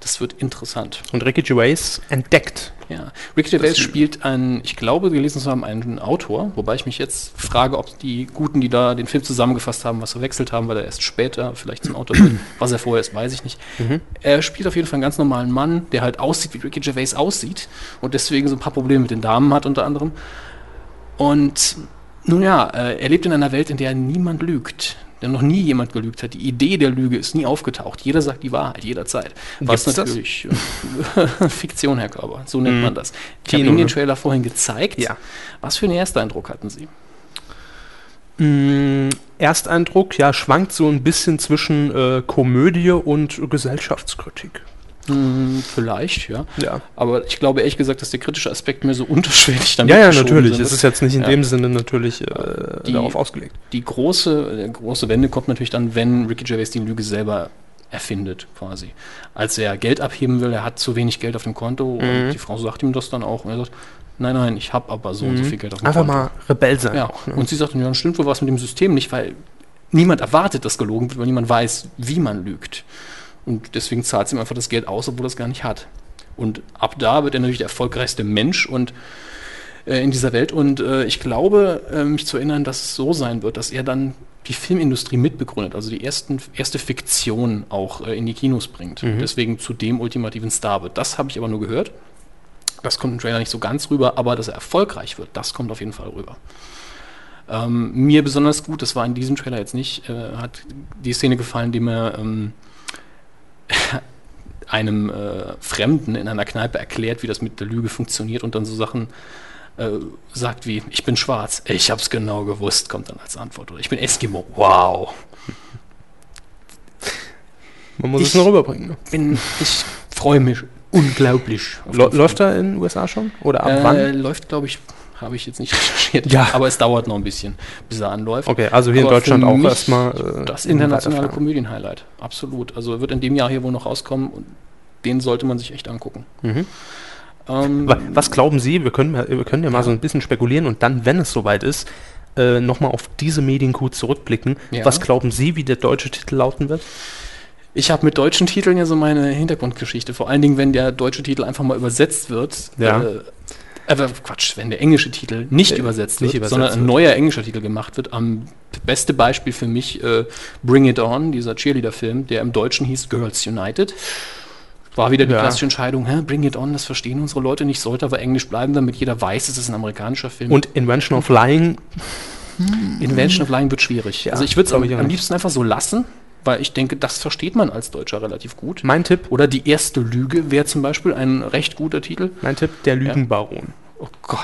A: das wird interessant.
B: Und Ricky Gervais entdeckt.
A: Ja. Ricky Gervais spielt einen, ich glaube, gelesen zu haben, einen Autor, wobei ich mich jetzt frage, ob die Guten, die da den Film zusammengefasst haben, was verwechselt haben, weil er erst später vielleicht zum Autor wird. Was er vorher ist, weiß ich nicht.
B: Mhm.
A: Er spielt auf jeden Fall einen ganz normalen Mann, der halt aussieht, wie Ricky Gervais aussieht und deswegen so ein paar Probleme mit den Damen hat unter anderem. Und nun ja, äh, er lebt in einer Welt, in der niemand lügt. Denn noch nie jemand gelügt hat. Die Idee der Lüge ist nie aufgetaucht. Jeder sagt die Wahrheit, jederzeit. Was
B: Gibt's das?
A: natürlich äh, Fiktion, Herr Körber. So nennt
B: Mhm.
A: man das. Ich habe
B: Kino,
A: Ihnen den
B: ne?
A: Trailer vorhin gezeigt.
B: Ja.
A: Was für einen Ersteindruck hatten Sie?
B: Mm, Ersteindruck, ja, schwankt so ein bisschen zwischen äh, Komödie und Gesellschaftskritik.
A: Hm, vielleicht, ja.
B: Ja.
A: Aber ich glaube ehrlich gesagt, dass der kritische Aspekt mir so unterschwellig damit
B: Ja, ja,
A: geschoben
B: natürlich.
A: sind.
B: Es ist jetzt nicht in
A: Ja.
B: dem Sinne natürlich äh,
A: Die-
B: darauf ausgelegt.
A: die große, der große Wende kommt natürlich dann, wenn Ricky Gervais die Lüge selber erfindet, quasi. Als er Geld abheben will, er hat zu wenig Geld auf dem Konto und
B: Mhm.
A: die Frau sagt ihm das dann auch und er sagt, nein, nein, ich habe aber so und so
B: Mhm.
A: viel Geld auf dem
B: Einfach
A: Konto.
B: mal Rebell sein.
A: Ja,
B: auch, ne?
A: und sie sagt, ja, dann stimmt wohl was mit dem System nicht, weil niemand erwartet, dass gelogen wird, weil niemand weiß, wie man lügt. Und deswegen zahlt sie ihm einfach das Geld aus, obwohl er es gar nicht hat. Und ab da wird er natürlich der erfolgreichste Mensch und äh, in dieser Welt. Und äh, ich glaube, äh, mich zu erinnern, dass es so sein wird, dass er dann die Filmindustrie mitbegründet, also die ersten, erste Fiktion auch äh, in die Kinos bringt.
B: Mhm.
A: Deswegen zu dem ultimativen Star wird. Das habe ich aber nur gehört. Das kommt im Trailer nicht so ganz rüber, aber dass er erfolgreich wird, das kommt auf jeden Fall rüber. Ähm, mir besonders gut, das war in diesem Trailer jetzt nicht, äh, hat die Szene gefallen, indem er ähm, einem äh, Fremden in einer Kneipe erklärt, wie das mit der Lüge funktioniert und dann so Sachen äh, sagt wie, ich bin schwarz, ich hab's genau gewusst, kommt dann als Antwort. Oder ich bin Eskimo, wow.
B: Man muss
A: Ich-
B: es nur rüberbringen. Ne?
A: Bin, ich freue mich unglaublich. auf
B: Lo-
A: den
B: läuft er in den USA schon? Oder ab
A: Film. äh,
B: wann?
A: läuft, glaube ich, habe ich jetzt nicht recherchiert,
B: Ja.
A: aber es dauert noch ein bisschen, bis er anläuft.
B: Okay, also hier in
A: aber
B: Deutschland
A: für
B: auch
A: mich
B: erstmal. Äh,
A: Das internationale
B: weiterfahren.
A: Komödien-Highlight, absolut. Also wird in dem Jahr hier wohl noch rauskommen und den sollte man sich echt angucken.
B: Mhm.
A: Ähm,
B: Wa- Was glauben Sie? Wir können, mal- wir können ja mal so ein bisschen spekulieren und dann, wenn es soweit ist, äh, nochmal auf diese Medien kurz zurückblicken.
A: Ja.
B: Was glauben Sie, wie der deutsche Titel lauten wird?
A: Ich habe mit deutschen Titeln ja so meine Hintergrundgeschichte. Vor allen Dingen, wenn der deutsche Titel einfach mal übersetzt wird.
B: Ja.
A: Äh, äh, Quatsch, wenn der englische Titel nicht
B: Äh,
A: übersetzt
B: nicht
A: wird,
B: übersetzt
A: sondern ein
B: wird.
A: neuer englischer Titel gemacht wird. Am beste Beispiel für mich äh, Bring It On, dieser Cheerleader-Film, der im Deutschen hieß Girls United. War wieder die
B: Ja.
A: klassische Entscheidung, Hä, Bring It On, das verstehen unsere Leute nicht, sollte aber englisch bleiben, damit jeder weiß, es ist ein amerikanischer Film.
B: Und Invention of Lying,
A: Invention of Lying wird schwierig.
B: Ja,
A: also ich würde es
B: glaub
A: am,
B: ich auch
A: am
B: nicht.
A: liebsten einfach so lassen, weil ich denke, das versteht man als Deutscher relativ gut.
B: mein Tipp,
A: Oder die erste Lüge wäre zum Beispiel ein recht guter Titel.
B: mein Tipp, der Lügenbaron.
A: Oh Gott,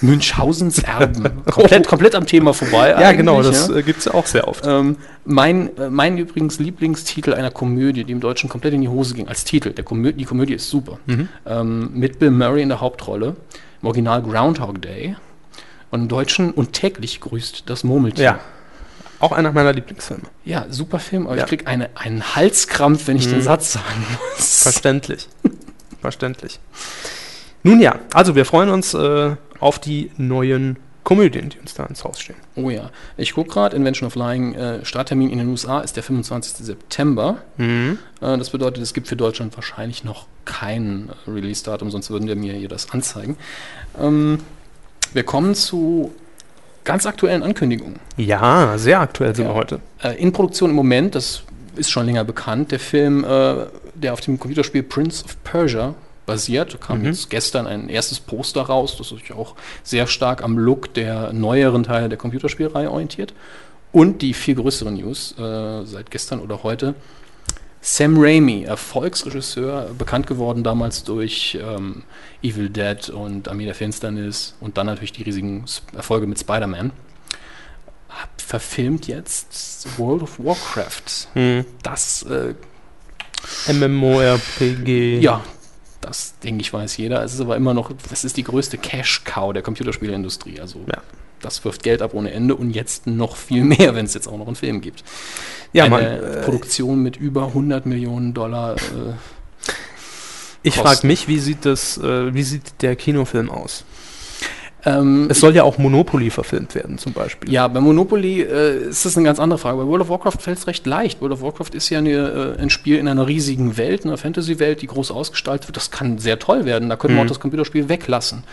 A: Münchhausens Erben. Komplett, komplett am Thema vorbei. eigentlich,
B: genau,
A: ja.
B: gibt es äh, auch sehr oft.
A: Ähm, mein, äh, mein übrigens Lieblingstitel einer Komödie, die im Deutschen komplett in die Hose ging, als Titel. Der Komö die Komödie ist super.
B: Mhm.
A: Ähm, mit Bill Murray in der Hauptrolle. Im Original Groundhog Day. Und im Deutschen und täglich grüßt das Murmeltier.
B: Ja. Auch einer meiner Lieblingsfilme.
A: Ja, super Film, aber
B: Ja.
A: ich krieg eine, einen Halskrampf, wenn ich den Satz sagen muss.
B: Verständlich. Verständlich. Nun ja, also wir freuen uns äh, auf die neuen Komödien, die uns da ins Haus stehen.
A: Oh ja, ich guck gerade, Invention of Lying, äh, Starttermin in den USA ist der 25. September. Äh, das bedeutet, es gibt für Deutschland wahrscheinlich noch kein äh, Release-Datum, sonst würden wir mir hier das anzeigen. Ähm, wir kommen zu ganz aktuellen Ankündigungen.
B: Ja, sehr aktuell sind
A: Ja.
B: wir heute.
A: Äh, in Produktion im Moment, das ist schon länger bekannt, der Film, äh, der auf dem Computerspiel Prince of Persia basiert. Da kam
B: Mhm.
A: jetzt gestern ein erstes Poster raus, das sich auch sehr stark am Look der neueren Teile der Computerspielreihe orientiert. Und die viel größere News äh, seit gestern oder heute. Sam Raimi, Erfolgsregisseur, bekannt geworden damals durch ähm, Evil Dead und Armee der Finsternis und dann natürlich die riesigen S- Erfolge mit Spider-Man, hab- verfilmt jetzt World of Warcraft.
B: Mhm.
A: Das, äh,
B: MMORPG.
A: ja, das denke ich weiß jeder. Es ist aber immer noch, es ist die größte Cash-Cow der Computerspielindustrie. Also
B: Ja.
A: das wirft Geld ab ohne Ende und jetzt noch viel mehr, wenn es jetzt auch noch einen Film gibt.
B: ja man,
A: Eine
B: äh,
A: Produktion mit über 100 Millionen Dollar. Äh,
B: ich frage
A: Kosten.
B: mich, wie sieht das, äh, wie sieht der Kinofilm aus?
A: ähm,
B: Es soll ja auch Monopoly verfilmt werden, zum Beispiel.
A: Ja, bei Monopoly äh, ist das eine ganz andere Frage. Bei World of Warcraft fällt es recht leicht. World of Warcraft ist ja eine, äh, ein Spiel in einer riesigen Welt, einer Fantasy-Welt, die groß ausgestaltet wird. Das kann sehr toll werden. Da können wir
B: Mhm.
A: auch das Computerspiel weglassen.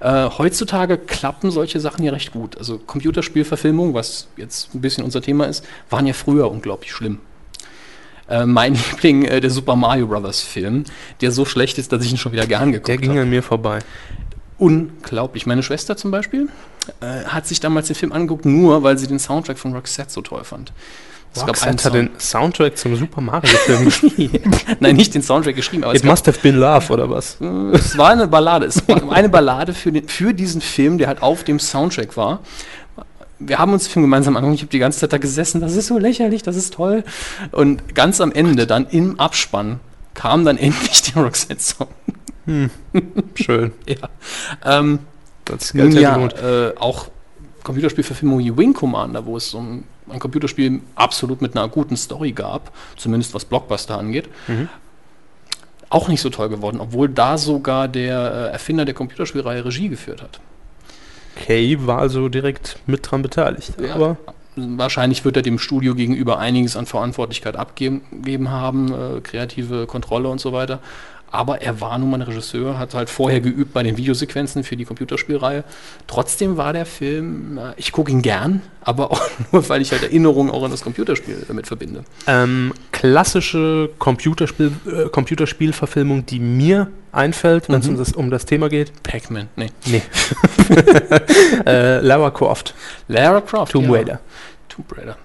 A: Äh, heutzutage klappen solche Sachen ja recht gut. Also Computerspielverfilmung, was jetzt ein bisschen unser Thema ist, waren ja früher unglaublich schlimm. Äh, mein Liebling, äh, der Super Mario Brothers Film, der so schlecht ist, dass ich ihn schon wieder gern geguckt
B: Der
A: habe
B: ging an mir vorbei.
A: unglaublich. Meine Schwester zum Beispiel äh, hat sich damals den Film angeguckt, nur weil sie den Soundtrack von Roxette so toll fand. Es gab einen
B: Roxanne hat den Soundtrack zum Super Mario-Film geschrieben.
A: Sound- Nein, nicht den Soundtrack geschrieben, aber es,
B: It
A: gab,
B: must have been love, oder was?
A: äh, es war eine Ballade. Es war eine Ballade für, den, für diesen Film, der halt auf dem Soundtrack war. Wir haben uns den Film gemeinsam angeguckt. Ich habe die ganze Zeit da gesessen. Das ist so lächerlich, das ist toll. Und ganz am Ende, dann im Abspann, kam dann endlich der Roxette-Song.
B: Schön.
A: Ja. Ähm,
B: Das
A: Nun
B: Geld ja
A: ja,
B: gelohnt.
A: äh, auch Computerspielverfilmung wie Wing Commander, wo es so ein, ein Computerspiel absolut mit einer guten Story gab, zumindest was Blockbuster angeht,
B: Mhm.
A: auch nicht so toll geworden, obwohl da sogar der äh, Erfinder der Computerspielreihe Regie geführt hat.
B: Kay war also direkt mit dran beteiligt.
A: Ja.
B: Aber
A: Wahrscheinlich wird er dem Studio gegenüber einiges an Verantwortlichkeit abgeben gegeben haben, äh, kreative Kontrolle und so weiter. Aber er war nun mal ein Regisseur, hat halt vorher geübt bei den Videosequenzen für die Computerspielreihe. Trotzdem war der Film, äh, ich gucke ihn gern, aber auch nur, weil ich halt Erinnerungen auch an das Computerspiel damit verbinde.
B: ähm, klassische Computerspiel, äh, Computerspielverfilmung, die mir einfällt, wenn es
A: Mhm.
B: um, das, um das Thema geht.
A: Pac-Man, nee.
B: Nee. äh, Lara Croft,
A: Lara Croft.
B: Tomb
A: ja.
B: Raider.
A: Tomb Raider.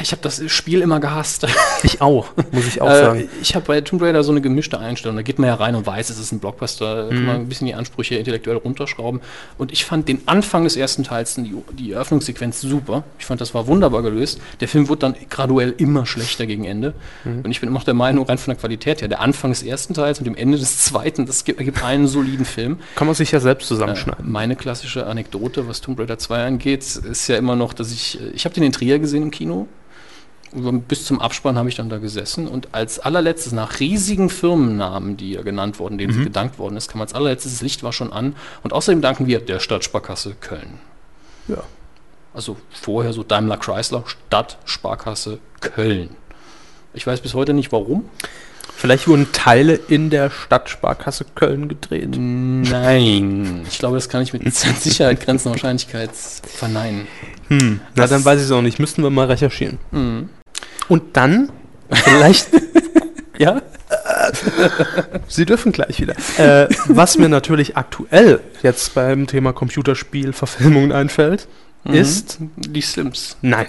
A: Ich habe das Spiel immer gehasst.
B: Ich auch, muss ich auch
A: Äh,
B: sagen.
A: Ich habe bei Tomb Raider so eine gemischte Einstellung. Da geht man ja rein und weiß, es ist ein Blockbuster. Da kann
B: Mhm.
A: man ein bisschen die Ansprüche intellektuell runterschrauben. Und ich fand den Anfang des ersten Teils, die, die Eröffnungssequenz, super. Ich fand, das war wunderbar gelöst. Der Film wurde dann graduell immer schlechter gegen Ende.
B: Mhm.
A: Und ich bin immer noch der Meinung, rein von der Qualität her, der Anfang des ersten Teils und dem Ende des zweiten, das gibt- ergibt einen soliden Film.
B: Kann man sich ja selbst
A: Äh,
B: zusammenschneiden.
A: Meine klassische Anekdote, was Tomb Raider 2 angeht, ist ja immer noch, dass ich, äh, ich habe den in Trier gesehen im Kino. Und Bis zum Abspann habe ich dann da gesessen und als allerletztes, nach riesigen Firmennamen, die ja genannt wurden, denen sie gedankt worden ist, kam als allerletztes, das Licht war schon an und außerdem danken wir der Stadtsparkasse Köln.
B: Ja.
A: Also vorher so Daimler Chrysler, Stadtsparkasse Köln. Ich weiß bis heute nicht warum.
B: Äh, Vielleicht wurden Teile in der Stadtsparkasse Köln gedreht.
A: Nein, ich glaube, das kann ich mit Sicherheit grenzender Wahrscheinlichkeit verneinen.
B: Hm. Na,
A: Das-
B: dann weiß ich es auch nicht. Müssten wir mal recherchieren.
A: Mhm.
B: Und dann vielleicht
A: Ja?
B: Sie dürfen gleich wieder. Äh, was mir natürlich aktuell jetzt beim Thema Computerspiel Verfilmungen einfällt, ist.
A: Mhm. Die Sims.
B: Nein,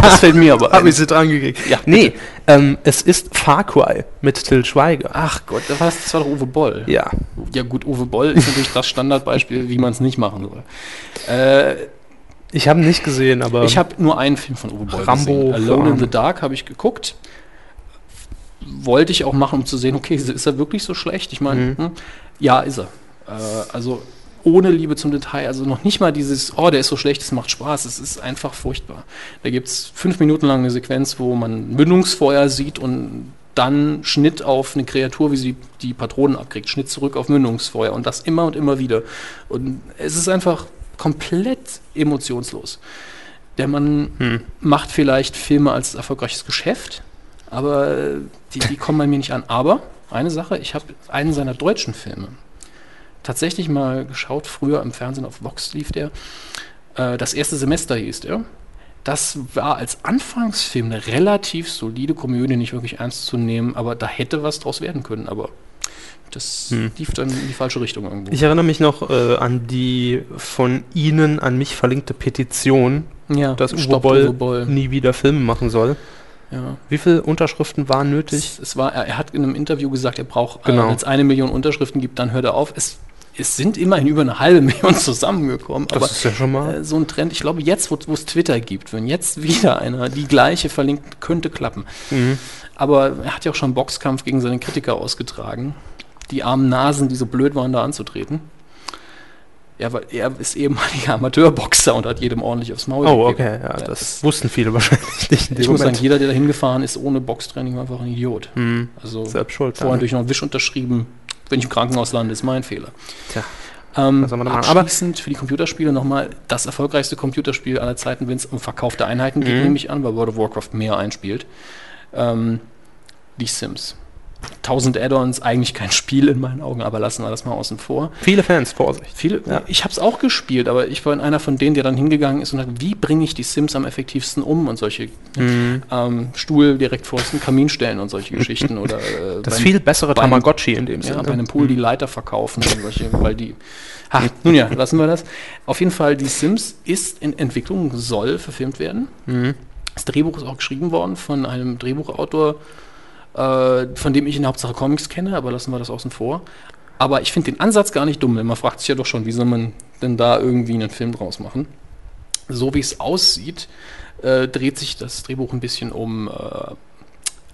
A: Das fällt mir aber
B: habe ich sie dran gekriegt.
A: Ja,
B: nee, ähm, es ist Far Cry mit Till Schweiger.
A: Ach Gott, das war, das war doch Uwe Boll.
B: Ah, Ja.
A: Ja gut, Uwe Boll ist natürlich das Standardbeispiel, wie man es nicht machen soll. Äh,
B: Ich habe nicht gesehen, aber.
A: ich habe nur einen Film von Uwe Boll
B: Rambo
A: gesehen. Alone in
B: Farm.
A: the Dark habe ich geguckt. Wollte ich auch machen, um zu sehen, okay, hm? ist er wirklich so schlecht? Ich meine,
B: Mhm.
A: hm, ja, ist er. Äh, also ohne Liebe zum Detail. Also noch nicht mal dieses, oh, der ist so schlecht, das macht Spaß. Es ist einfach furchtbar. Da gibt es fünf Minuten lang eine Sequenz, wo man ein Mündungsfeuer sieht und dann Schnitt auf eine Kreatur, wie sie die Patronen abkriegt. Schnitt zurück auf Mündungsfeuer und das immer und immer wieder. Und es ist einfach komplett emotionslos. Der Mann
B: Hm.
A: macht vielleicht Filme als erfolgreiches Geschäft, aber äh, die, die kommen bei mir nicht an. Aber eine Sache, ich habe einen seiner deutschen Filme tatsächlich mal geschaut, früher im Fernsehen auf Vox lief der. Äh, das erste Semester hieß der. Das war als Anfangsfilm eine relativ solide Komödie, nicht wirklich ernst zu nehmen, aber da hätte was draus werden können, aber das
B: Hm.
A: lief dann in die falsche Richtung irgendwo.
B: Ich erinnere mich noch äh, an die von Ihnen an mich verlinkte Petition,
A: ja,
B: dass Uwe
A: Stopp,
B: Boll-
A: Uwe Boll.
B: nie wieder Filme machen soll.
A: Ja.
B: Wie viele Unterschriften waren nötig?
A: Es, es war, er, er hat in einem Interview gesagt, er braucht,
B: Genau.
A: äh, wenn es eine Million Unterschriften gibt, dann hört er auf. Es, es sind immerhin über eine halbe Million zusammengekommen, aber
B: ist ja schon
A: äh, so ein Trend, ich glaube, jetzt, wo wo es Twitter gibt, wenn jetzt wieder einer die gleiche verlinkt, könnte klappen.
B: Mhm.
A: Aber er hat ja auch schon einen Boxkampf gegen seine Kritiker ausgetragen. Die armen Nasen, die so blöd waren, da anzutreten. Ja, weil er ist ehemaliger Amateurboxer und hat jedem ordentlich aufs Maul
B: Oh,
A: gegeben.
B: okay. Ja, das wussten viele wahrscheinlich nicht. in
A: Ich
B: dem
A: muss sagen,
B: Moment.
A: jeder, der da hingefahren ist, ohne Boxtraining, war einfach ein Idiot.
B: Hm,
A: Also,
B: Selbst schuld.
A: Vorher
B: ja.
A: natürlich noch einen Wisch unterschrieben. Wenn ich im Krankenhaus lande, ist mein Fehler.
B: Tja,
A: Ähm,
B: was soll man da machen? Aber-
A: abschließend für die Computerspiele nochmal das erfolgreichste Computerspiel aller Zeiten, wenn es um Verkauf der Einheiten geht,
B: Mhm.
A: nehme ich an, weil World of Warcraft mehr einspielt. Ähm, die Sims. 1000 Add-ons, eigentlich kein Spiel in meinen Augen, aber lassen wir das mal außen vor.
B: Viele Fans, Vorsicht.
A: Viele,
B: Ja.
A: Ich habe es auch gespielt, aber ich war einer von denen, der dann hingegangen ist und hat, wie bringe ich die Sims am effektivsten um und solche
B: Mhm.
A: ähm, Stuhl direkt vor den Kamin stellen und solche Geschichten oder äh,
B: Das
A: beim-
B: viel bessere
A: beim-
B: Tamagotchi in dem
A: ja,
B: Sinne.
A: bei einem Pool die Leiter verkaufen und solche, weil die. Ha, nun ja, lassen wir das. Auf jeden Fall, die Sims ist in Entwicklung, soll verfilmt werden.
B: Mhm.
A: Das Drehbuch ist auch geschrieben worden von einem Drehbuchautor, äh, von dem ich in der Hauptsache Comics kenne, aber lassen wir das außen vor. Aber ich finde den Ansatz gar nicht dumm, denn man fragt sich ja doch schon, wie soll man denn da irgendwie einen Film draus machen? So wie es aussieht, äh, dreht sich das Drehbuch ein bisschen um äh,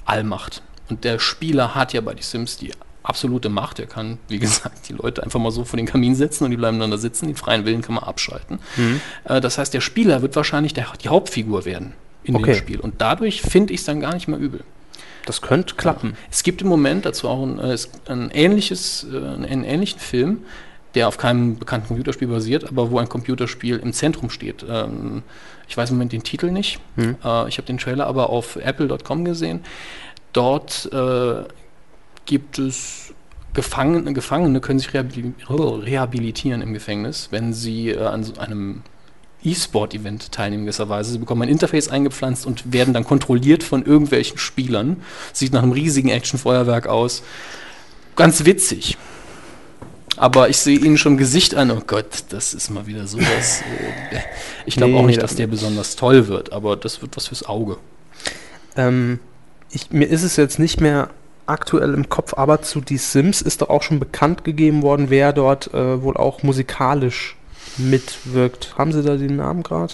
A: Allmacht. Und der Spieler hat ja bei die Sims die absolute Macht. Er kann, wie gesagt, die Leute einfach mal so vor den Kamin setzen und die bleiben dann da sitzen. Den freien Willen kann man abschalten.
B: Mhm.
A: Äh, das heißt, der Spieler wird wahrscheinlich der, die Hauptfigur werden in
B: Okay.
A: dem Spiel. Und dadurch finde ich es dann gar nicht mehr übel.
B: Das könnte klappen.
A: Es gibt im Moment dazu auch ein, äh, es- ein ähnliches, äh, einen ähnlichen Film, der auf keinem bekannten Computerspiel basiert, aber wo ein Computerspiel im Zentrum steht. Ähm, ich weiß im Moment den Titel nicht.
B: Mhm.
A: Äh, ich habe den Trailer aber auf apple.com gesehen. Dort äh, gibt es Gefangene, Gefangene können sich rehabil rehabilitieren im Gefängnis, wenn sie äh, an so einem E-Sport-Event teilnehmen gewisserweise. Sie bekommen ein Interface eingepflanzt und werden dann kontrolliert von irgendwelchen Spielern. Sieht nach einem riesigen Action-Feuerwerk aus. Ganz witzig. Aber ich sehe ihnen schon Gesicht an. Oh Gott, das ist mal wieder sowas. äh, Ich glaube
B: Nee,
A: auch nicht,
B: das
A: dass der besonders toll wird, aber das wird was fürs Auge.
B: Ähm, ich, mir ist es jetzt nicht mehr aktuell im Kopf, aber zu Die Sims ist doch auch schon bekannt gegeben worden, wer dort äh, wohl auch musikalisch mitwirkt. Haben Sie da den Namen gerade?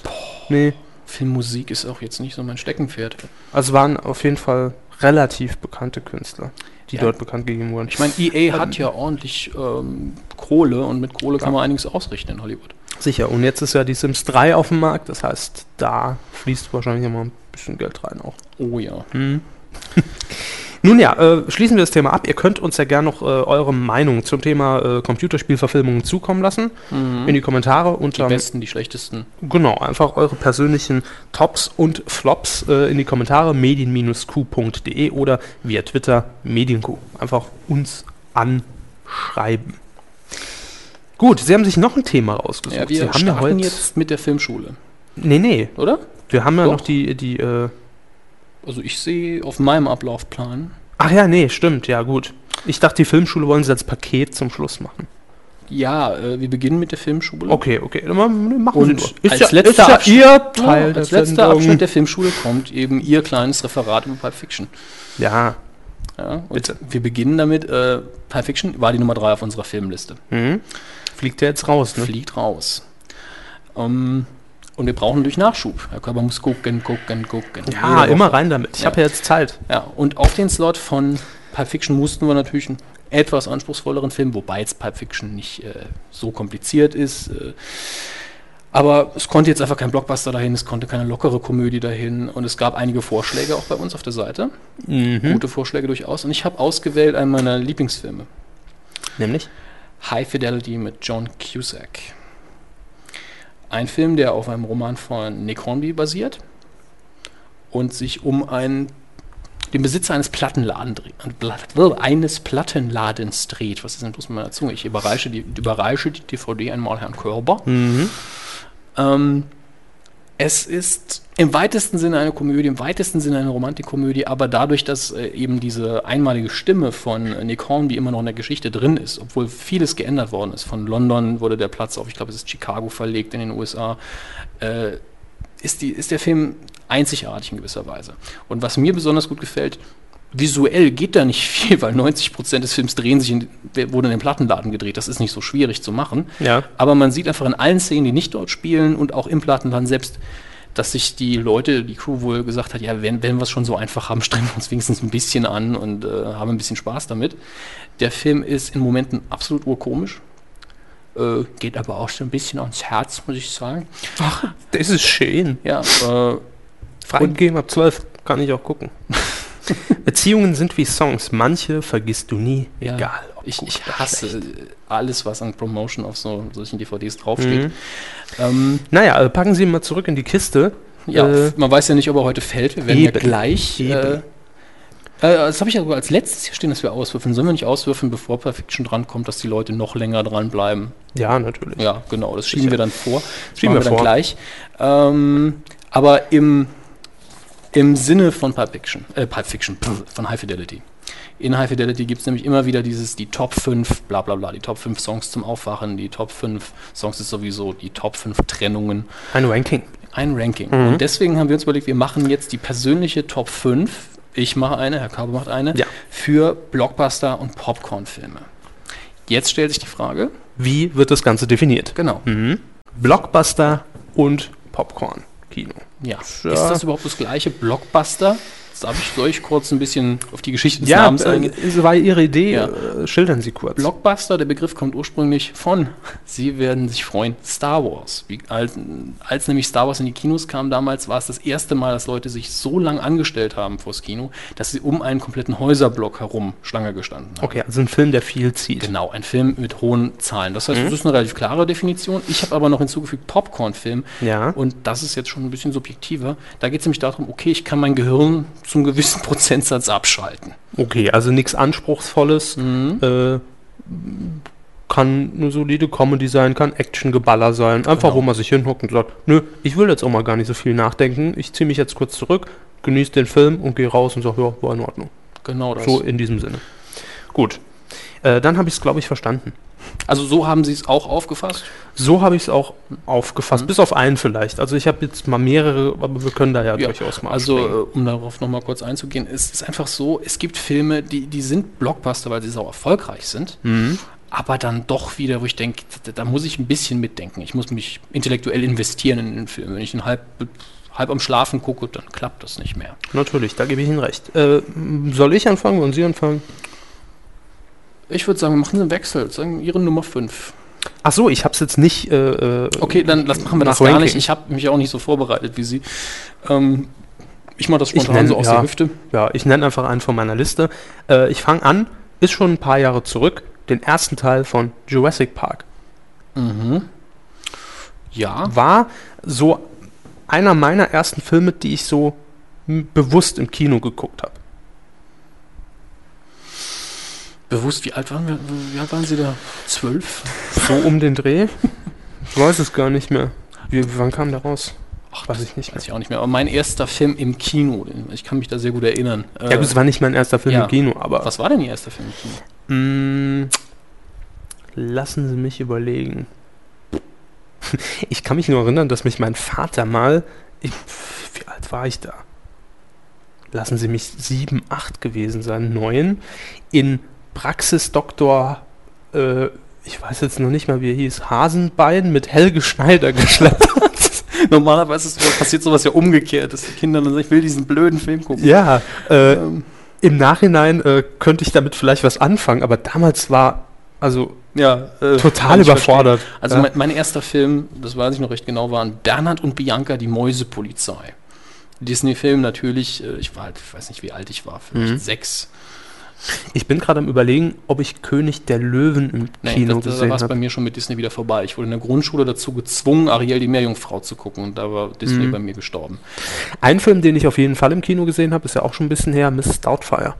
B: Nee.
A: Filmmusik ist auch jetzt nicht so mein Steckenpferd.
B: Also waren auf jeden Fall relativ bekannte Künstler, die
A: Ja.
B: dort bekannt gegeben wurden.
A: Ich meine, EA hat ja ordentlich ähm, Kohle und mit Kohle kann man einiges ausrichten in Hollywood.
B: Sicher, und jetzt ist ja die Sims 3 auf dem Markt, das heißt, da fließt wahrscheinlich immer ein bisschen Geld rein auch.
A: Oh ja.
B: Mhm. Nun ja, äh, schließen wir das Thema ab. Ihr könnt uns ja gerne noch äh, eure Meinung zum Thema äh, Computerspielverfilmungen zukommen lassen in die Kommentare und
A: Mhm. Die
B: dann
A: besten, die schlechtesten.
B: genau einfach eure persönlichen Tops und Flops äh, in die Kommentare medien-q.de oder via Twitter medienq. Einfach uns anschreiben. Gut, Sie haben sich noch ein Thema rausgesucht.
A: Ja, wir
B: Sie haben ja heute
A: jetzt mit der Filmschule,
B: Nee, nee,
A: oder?
B: wir haben ja
A: Doch.
B: noch die die äh,
A: Also ich sehe auf meinem Ablaufplan,
B: Ach ja, nee, stimmt, ja, gut. Ich dachte, die Filmschule wollen sie als Paket zum Schluss machen.
A: Mhm. ja, äh, wir beginnen mit der Filmschule.
B: Okay, okay, dann ma- machen
A: Und
B: sie nur.
A: als
B: ja,
A: letzter
B: ist ja
A: Abschnitt-
B: ihr
A: Ja,
B: Teil
A: als
B: der
A: letzter
B: Sendung.
A: Abschnitt der Filmschule kommt eben Ihr kleines Referat über Pulp Fiction.
B: Ja.
A: Ja, und
B: Bitte.
A: wir beginnen damit, äh, Pulp Fiction war die Nummer 3 auf unserer Filmliste.
B: Hm? Fliegt der jetzt raus, ne?
A: fliegt raus. Ähm, und wir brauchen durch Nachschub. Herr Körber muss gucken, gucken, gucken.
B: Ja,
A: Jede
B: immer rein damit. Ich
A: Ja.
B: habe ja jetzt Zeit.
A: Woche. Ja, und auf den Slot von Pulp Fiction mussten wir natürlich ein etwas anspruchsvolleren Film, wobei jetzt Pulp Fiction nicht äh, so kompliziert ist. Äh, aber es konnte jetzt einfach kein Blockbuster dahin, es konnte keine lockere Komödie dahin und es gab einige Vorschläge auch bei uns auf der Seite.
B: Hm?
A: Gute Vorschläge durchaus. Und ich habe ausgewählt einen meiner Lieblingsfilme.
B: Nämlich?
A: High Fidelity mit John Cusack. Ein Film, der auf einem Roman von Nick Hornby basiert und sich um einen, den Besitzer eines Plattenladen, dre- an- Blatt- eines Plattenladens dreht. Was ist denn bloß mit meiner Zunge? Ich überreiche die, überreiche die DVD einmal Herrn Körber. Ähm, es ist im weitesten Sinne eine Komödie, im weitesten Sinne eine Romantikkomödie, aber dadurch, dass äh, eben diese einmalige Stimme von äh, Nick Hornby immer noch in der Geschichte drin ist, obwohl vieles geändert worden ist. Von London wurde der Platz auf, ich glaube, es ist Chicago verlegt in den USA, äh, ist, die, ist der Film einzigartig in gewisser Weise. Und was mir besonders gut gefällt, visuell geht da nicht viel, weil 90% des Films drehen sich in, wurde in den Plattenladen gedreht. Das ist nicht so schwierig zu machen.
B: Ja.
A: Aber man sieht einfach in allen Szenen, die nicht dort spielen und auch im Plattenland selbst, dass sich die Leute, die Crew wohl gesagt hat, ja, wenn, wenn wir es schon so einfach haben, strengen wir uns wenigstens ein bisschen an und äh, haben ein bisschen Spaß damit. Der Film ist in Momenten absolut urkomisch. Äh, geht aber auch schon ein bisschen ans Herz, muss ich sagen.
B: Das ist schön.
A: Ja, äh,
B: Freigegeben ab 12 kann ich auch gucken. Beziehungen sind wie Songs. Manche vergisst du nie.
A: Ja.
B: Egal. ob
A: ich,
B: gut
A: ich
B: oder
A: hasse
B: schlecht.
A: alles, was an Promotion auf so, solchen DVDs draufsteht.
B: Mhm.
A: Ähm,
B: Naja, also packen Sie ihn mal zurück in die Kiste.
A: Ja,
B: Äh,
A: f- man weiß ja nicht, ob er heute fällt. Wir werden ja
B: eben,
A: gleich. Äh, äh,
B: eben.
A: das habe ich ja sogar als letztes hier stehen, dass wir auswürfeln. Sollen wir nicht auswürfeln, bevor Perfection drankommt, dass die Leute noch länger dranbleiben?
B: Ja, natürlich.
A: Ja, genau. Das schieben
B: Sicher.
A: wir dann vor. Das
B: Schieben
A: machen
B: wir
A: dann
B: vor.
A: gleich. Ähm, aber im, im Sinne von Pulp Fiction, äh, Pulp Fiction, pff, von High Fidelity. In High Fidelity gibt es nämlich immer wieder dieses, die Top 5, bla bla bla, die Top 5 Songs zum Aufwachen, die Top 5 Songs ist sowieso die Top 5 Trennungen
B: Ein Ranking.
A: ein Ranking.
B: Mhm.
A: Und deswegen haben wir uns überlegt, wir machen jetzt die persönliche Top 5. Ich mache eine, Herr Kabe macht eine,
B: Ja.
A: für Blockbuster und Popcorn-Filme. Jetzt stellt sich die Frage,
B: Wie wird das Ganze definiert?
A: genau,
B: Mhm. Blockbuster und Popcorn-Kino.
A: ja.
B: Ja.
A: ist das überhaupt das gleiche Blockbuster? Darf ich soll ich kurz ein bisschen auf die Geschichte des
B: Ja,
A: Namens
B: äh,
A: eingehen?
B: es war Ihre Idee.
A: Ja.
B: Äh, schildern Sie kurz.
A: Blockbuster, der Begriff kommt ursprünglich von, Sie werden sich freuen, Star Wars. Wie, als, als nämlich Star Wars in die Kinos kam damals, war es das erste Mal, dass Leute sich so lang angestellt haben vors Kino, dass sie um einen kompletten Häuserblock herum Schlange gestanden haben.
B: Okay, also ein Film, der viel zieht.
A: Genau, ein Film mit hohen Zahlen. Das heißt,
B: Mhm.
A: das ist eine relativ klare Definition. Ich habe aber noch hinzugefügt Popcorn-Film.
B: Ja.
A: Und das ist jetzt schon ein bisschen subjektiver. Da geht es nämlich darum, okay, ich kann mein Gehirn zum gewissen Prozentsatz abschalten.
B: Okay, also nichts Anspruchsvolles.
A: Mhm.
B: Äh, kann eine solide Comedy sein, kann Actiongeballer sein. Einfach,
A: Genau.
B: wo man sich hinhockt und sagt, nö, ich will jetzt auch mal gar nicht so viel nachdenken. Ich ziehe mich jetzt kurz zurück, genieße den Film und gehe raus und sage, ja, war in Ordnung.
A: Genau das.
B: So in diesem Sinne. Gut. Äh, dann habe ich es, glaube ich, verstanden.
A: Also so haben sie es auch aufgefasst.
B: So habe ich es auch aufgefasst, bis auf einen vielleicht. Also ich habe jetzt mal mehrere, aber wir können da ja,
A: Ja,
B: durchaus mal
A: also
B: abspringen.
A: äh, um darauf nochmal kurz einzugehen, es ist einfach so, es gibt Filme, die, die sind Blockbuster, weil sie sau erfolgreich sind,
B: äh, Mhm.
A: aber dann doch wieder, wo ich denke, da, da muss ich ein bisschen mitdenken. Ich muss mich intellektuell investieren in den Film. Wenn ich ihn halb, halb am Schlafen gucke, dann klappt das nicht mehr.
B: Natürlich, da gebe ich Ihnen recht. Äh, soll ich anfangen? Wollen Sie anfangen?
A: Ich würde sagen, wir machen einen Wechsel, sagen ihre Nummer 5.
B: Ach so, ich habe es jetzt nicht. Äh, äh,
A: Okay, dann das machen wir
B: Nach
A: das gar
B: Ranking.
A: nicht. Ich habe mich auch nicht so vorbereitet wie Sie. Ähm, ich mache das
B: Ich
A: spontan
B: nenn-
A: so aus
B: ja.
A: der Hüfte.
B: Ja, ich nenne einfach einen von meiner Liste. Äh, ich fange an, ist schon ein paar Jahre zurück, den ersten Teil von Jurassic Park.
A: Mhm. Ja,
B: War so einer meiner ersten Filme, die ich so m, bewusst im Kino geguckt habe.
A: bewusst, wie alt waren wir? Wie alt waren Sie da? Zwölf?
B: So um den Dreh. Ich weiß es gar nicht mehr. Wie, wann kam der raus? Ach, weiß ich nicht mehr.
A: Weiß ich auch nicht mehr. Aber mein erster Film im Kino, den- ich kann mich da sehr gut erinnern.
B: Ja gut, es war nicht mein erster Film
A: ja.
B: im Kino, aber...
A: was war denn Ihr erster Film im Kino?
B: Mm, Lassen Sie mich überlegen. Ich kann mich nur erinnern, dass mich mein Vater mal. Ich, wie alt war ich da? Lassen Sie mich sieben, acht gewesen sein, neun. In Praxisdoktor, äh, ich weiß jetzt noch nicht mal, wie er hieß, Hasenbein mit Helge Schneider geschleppt.
A: Normalerweise ist, sowas- passiert sowas ja umgekehrt, dass die Kinder dann sagen, ich will diesen blöden Film gucken.
B: ja, äh, Im Nachhinein äh, könnte ich damit vielleicht was anfangen, aber damals war, also
A: Ja, äh, kann
B: total
A: ich
B: überfordert.
A: verstehen. Also
B: ja.
A: mein, mein erster Film, das weiß ich noch recht genau, waren Bernhard und Bianca, die Mäusepolizei. Disney-Film natürlich, äh, ich war halt, ich weiß nicht, wie alt ich war, vielleicht
B: Mhm.
A: sechs.
B: Ich bin gerade am überlegen, ob ich König der Löwen im
A: Nee,
B: Kino
A: das, da
B: gesehen
A: war es bei
B: habe.
A: mir schon mit Disney wieder vorbei. Ich wurde in der Grundschule dazu gezwungen, Ariel die Meerjungfrau zu gucken und da war Disney
B: Mhm.
A: bei mir gestorben.
B: Ein Film, den ich auf jeden Fall im Kino gesehen habe, ist ja auch schon ein bisschen her, Miss Doubtfire.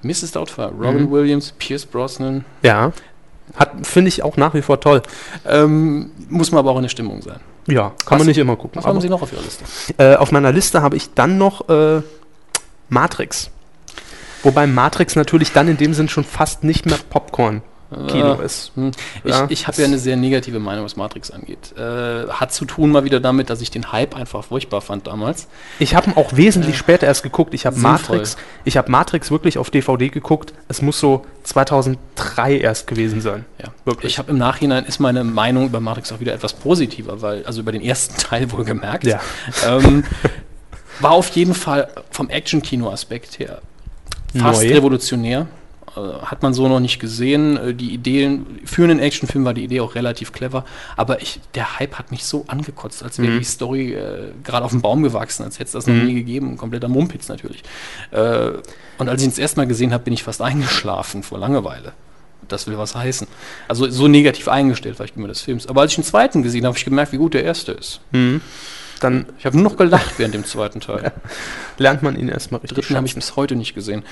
A: Mrs. Doubtfire,
B: Mhm.
A: Robin Williams, Pierce Brosnan.
B: Ja. Hat, finde ich auch nach wie vor toll.
A: Ähm, muss man aber auch in der Stimmung sein.
B: Ja, kann
A: Was-
B: man nicht immer gucken.
A: Was haben
B: aber-
A: Sie noch auf Ihrer Liste?
B: Äh, auf meiner Liste habe ich dann noch äh, Matrix. Wobei Matrix natürlich dann in dem Sinn schon fast nicht mehr Popcorn-Kino
A: Äh,
B: ist.
A: Hm. Ich,
B: Ja.
A: ich habe ja eine sehr negative Meinung, was Matrix angeht. Äh, hat zu tun mal wieder damit, dass ich den Hype einfach furchtbar fand damals.
B: Ich habe ihn auch wesentlich
A: Äh,
B: später erst geguckt. Ich habe
A: sinnvoll.
B: Matrix, ich habe Matrix wirklich auf DVD geguckt. Es muss so 2003 erst gewesen sein.
A: Ja.
B: Wirklich.
A: Ich habe im Nachhinein ist meine Meinung über Matrix auch wieder etwas positiver, weil, also über den ersten Teil wohl gemerkt.
B: Ja.
A: Ähm, war auf jeden Fall vom Action-Kino-Aspekt her fast
B: Neu.
A: revolutionär. Äh, Hat man so noch nicht gesehen. Äh, Die Ideen, für einen Actionfilm war die Idee auch relativ clever, aber ich, der Hype hat mich so angekotzt, als wäre
B: Mhm.
A: die Story äh, gerade auf dem Baum gewachsen, als hätte es das noch
B: Mhm.
A: nie gegeben. Ein Kompletter Mumpitz natürlich. Äh, und als ich ihn das erste Mal gesehen habe, bin ich fast eingeschlafen vor Langeweile. Das will was heißen. Also so negativ eingestellt war ich gegenüber des Films. Aber als ich den zweiten gesehen habe, habe ich gemerkt, wie gut der erste ist.
B: Mhm. Dann
A: Ich habe nur noch gelacht während dem zweiten Teil.
B: lernt man ihn erstmal
A: Den
B: richtig.
A: dritten habe ich
B: schätzen.
A: bis heute nicht gesehen.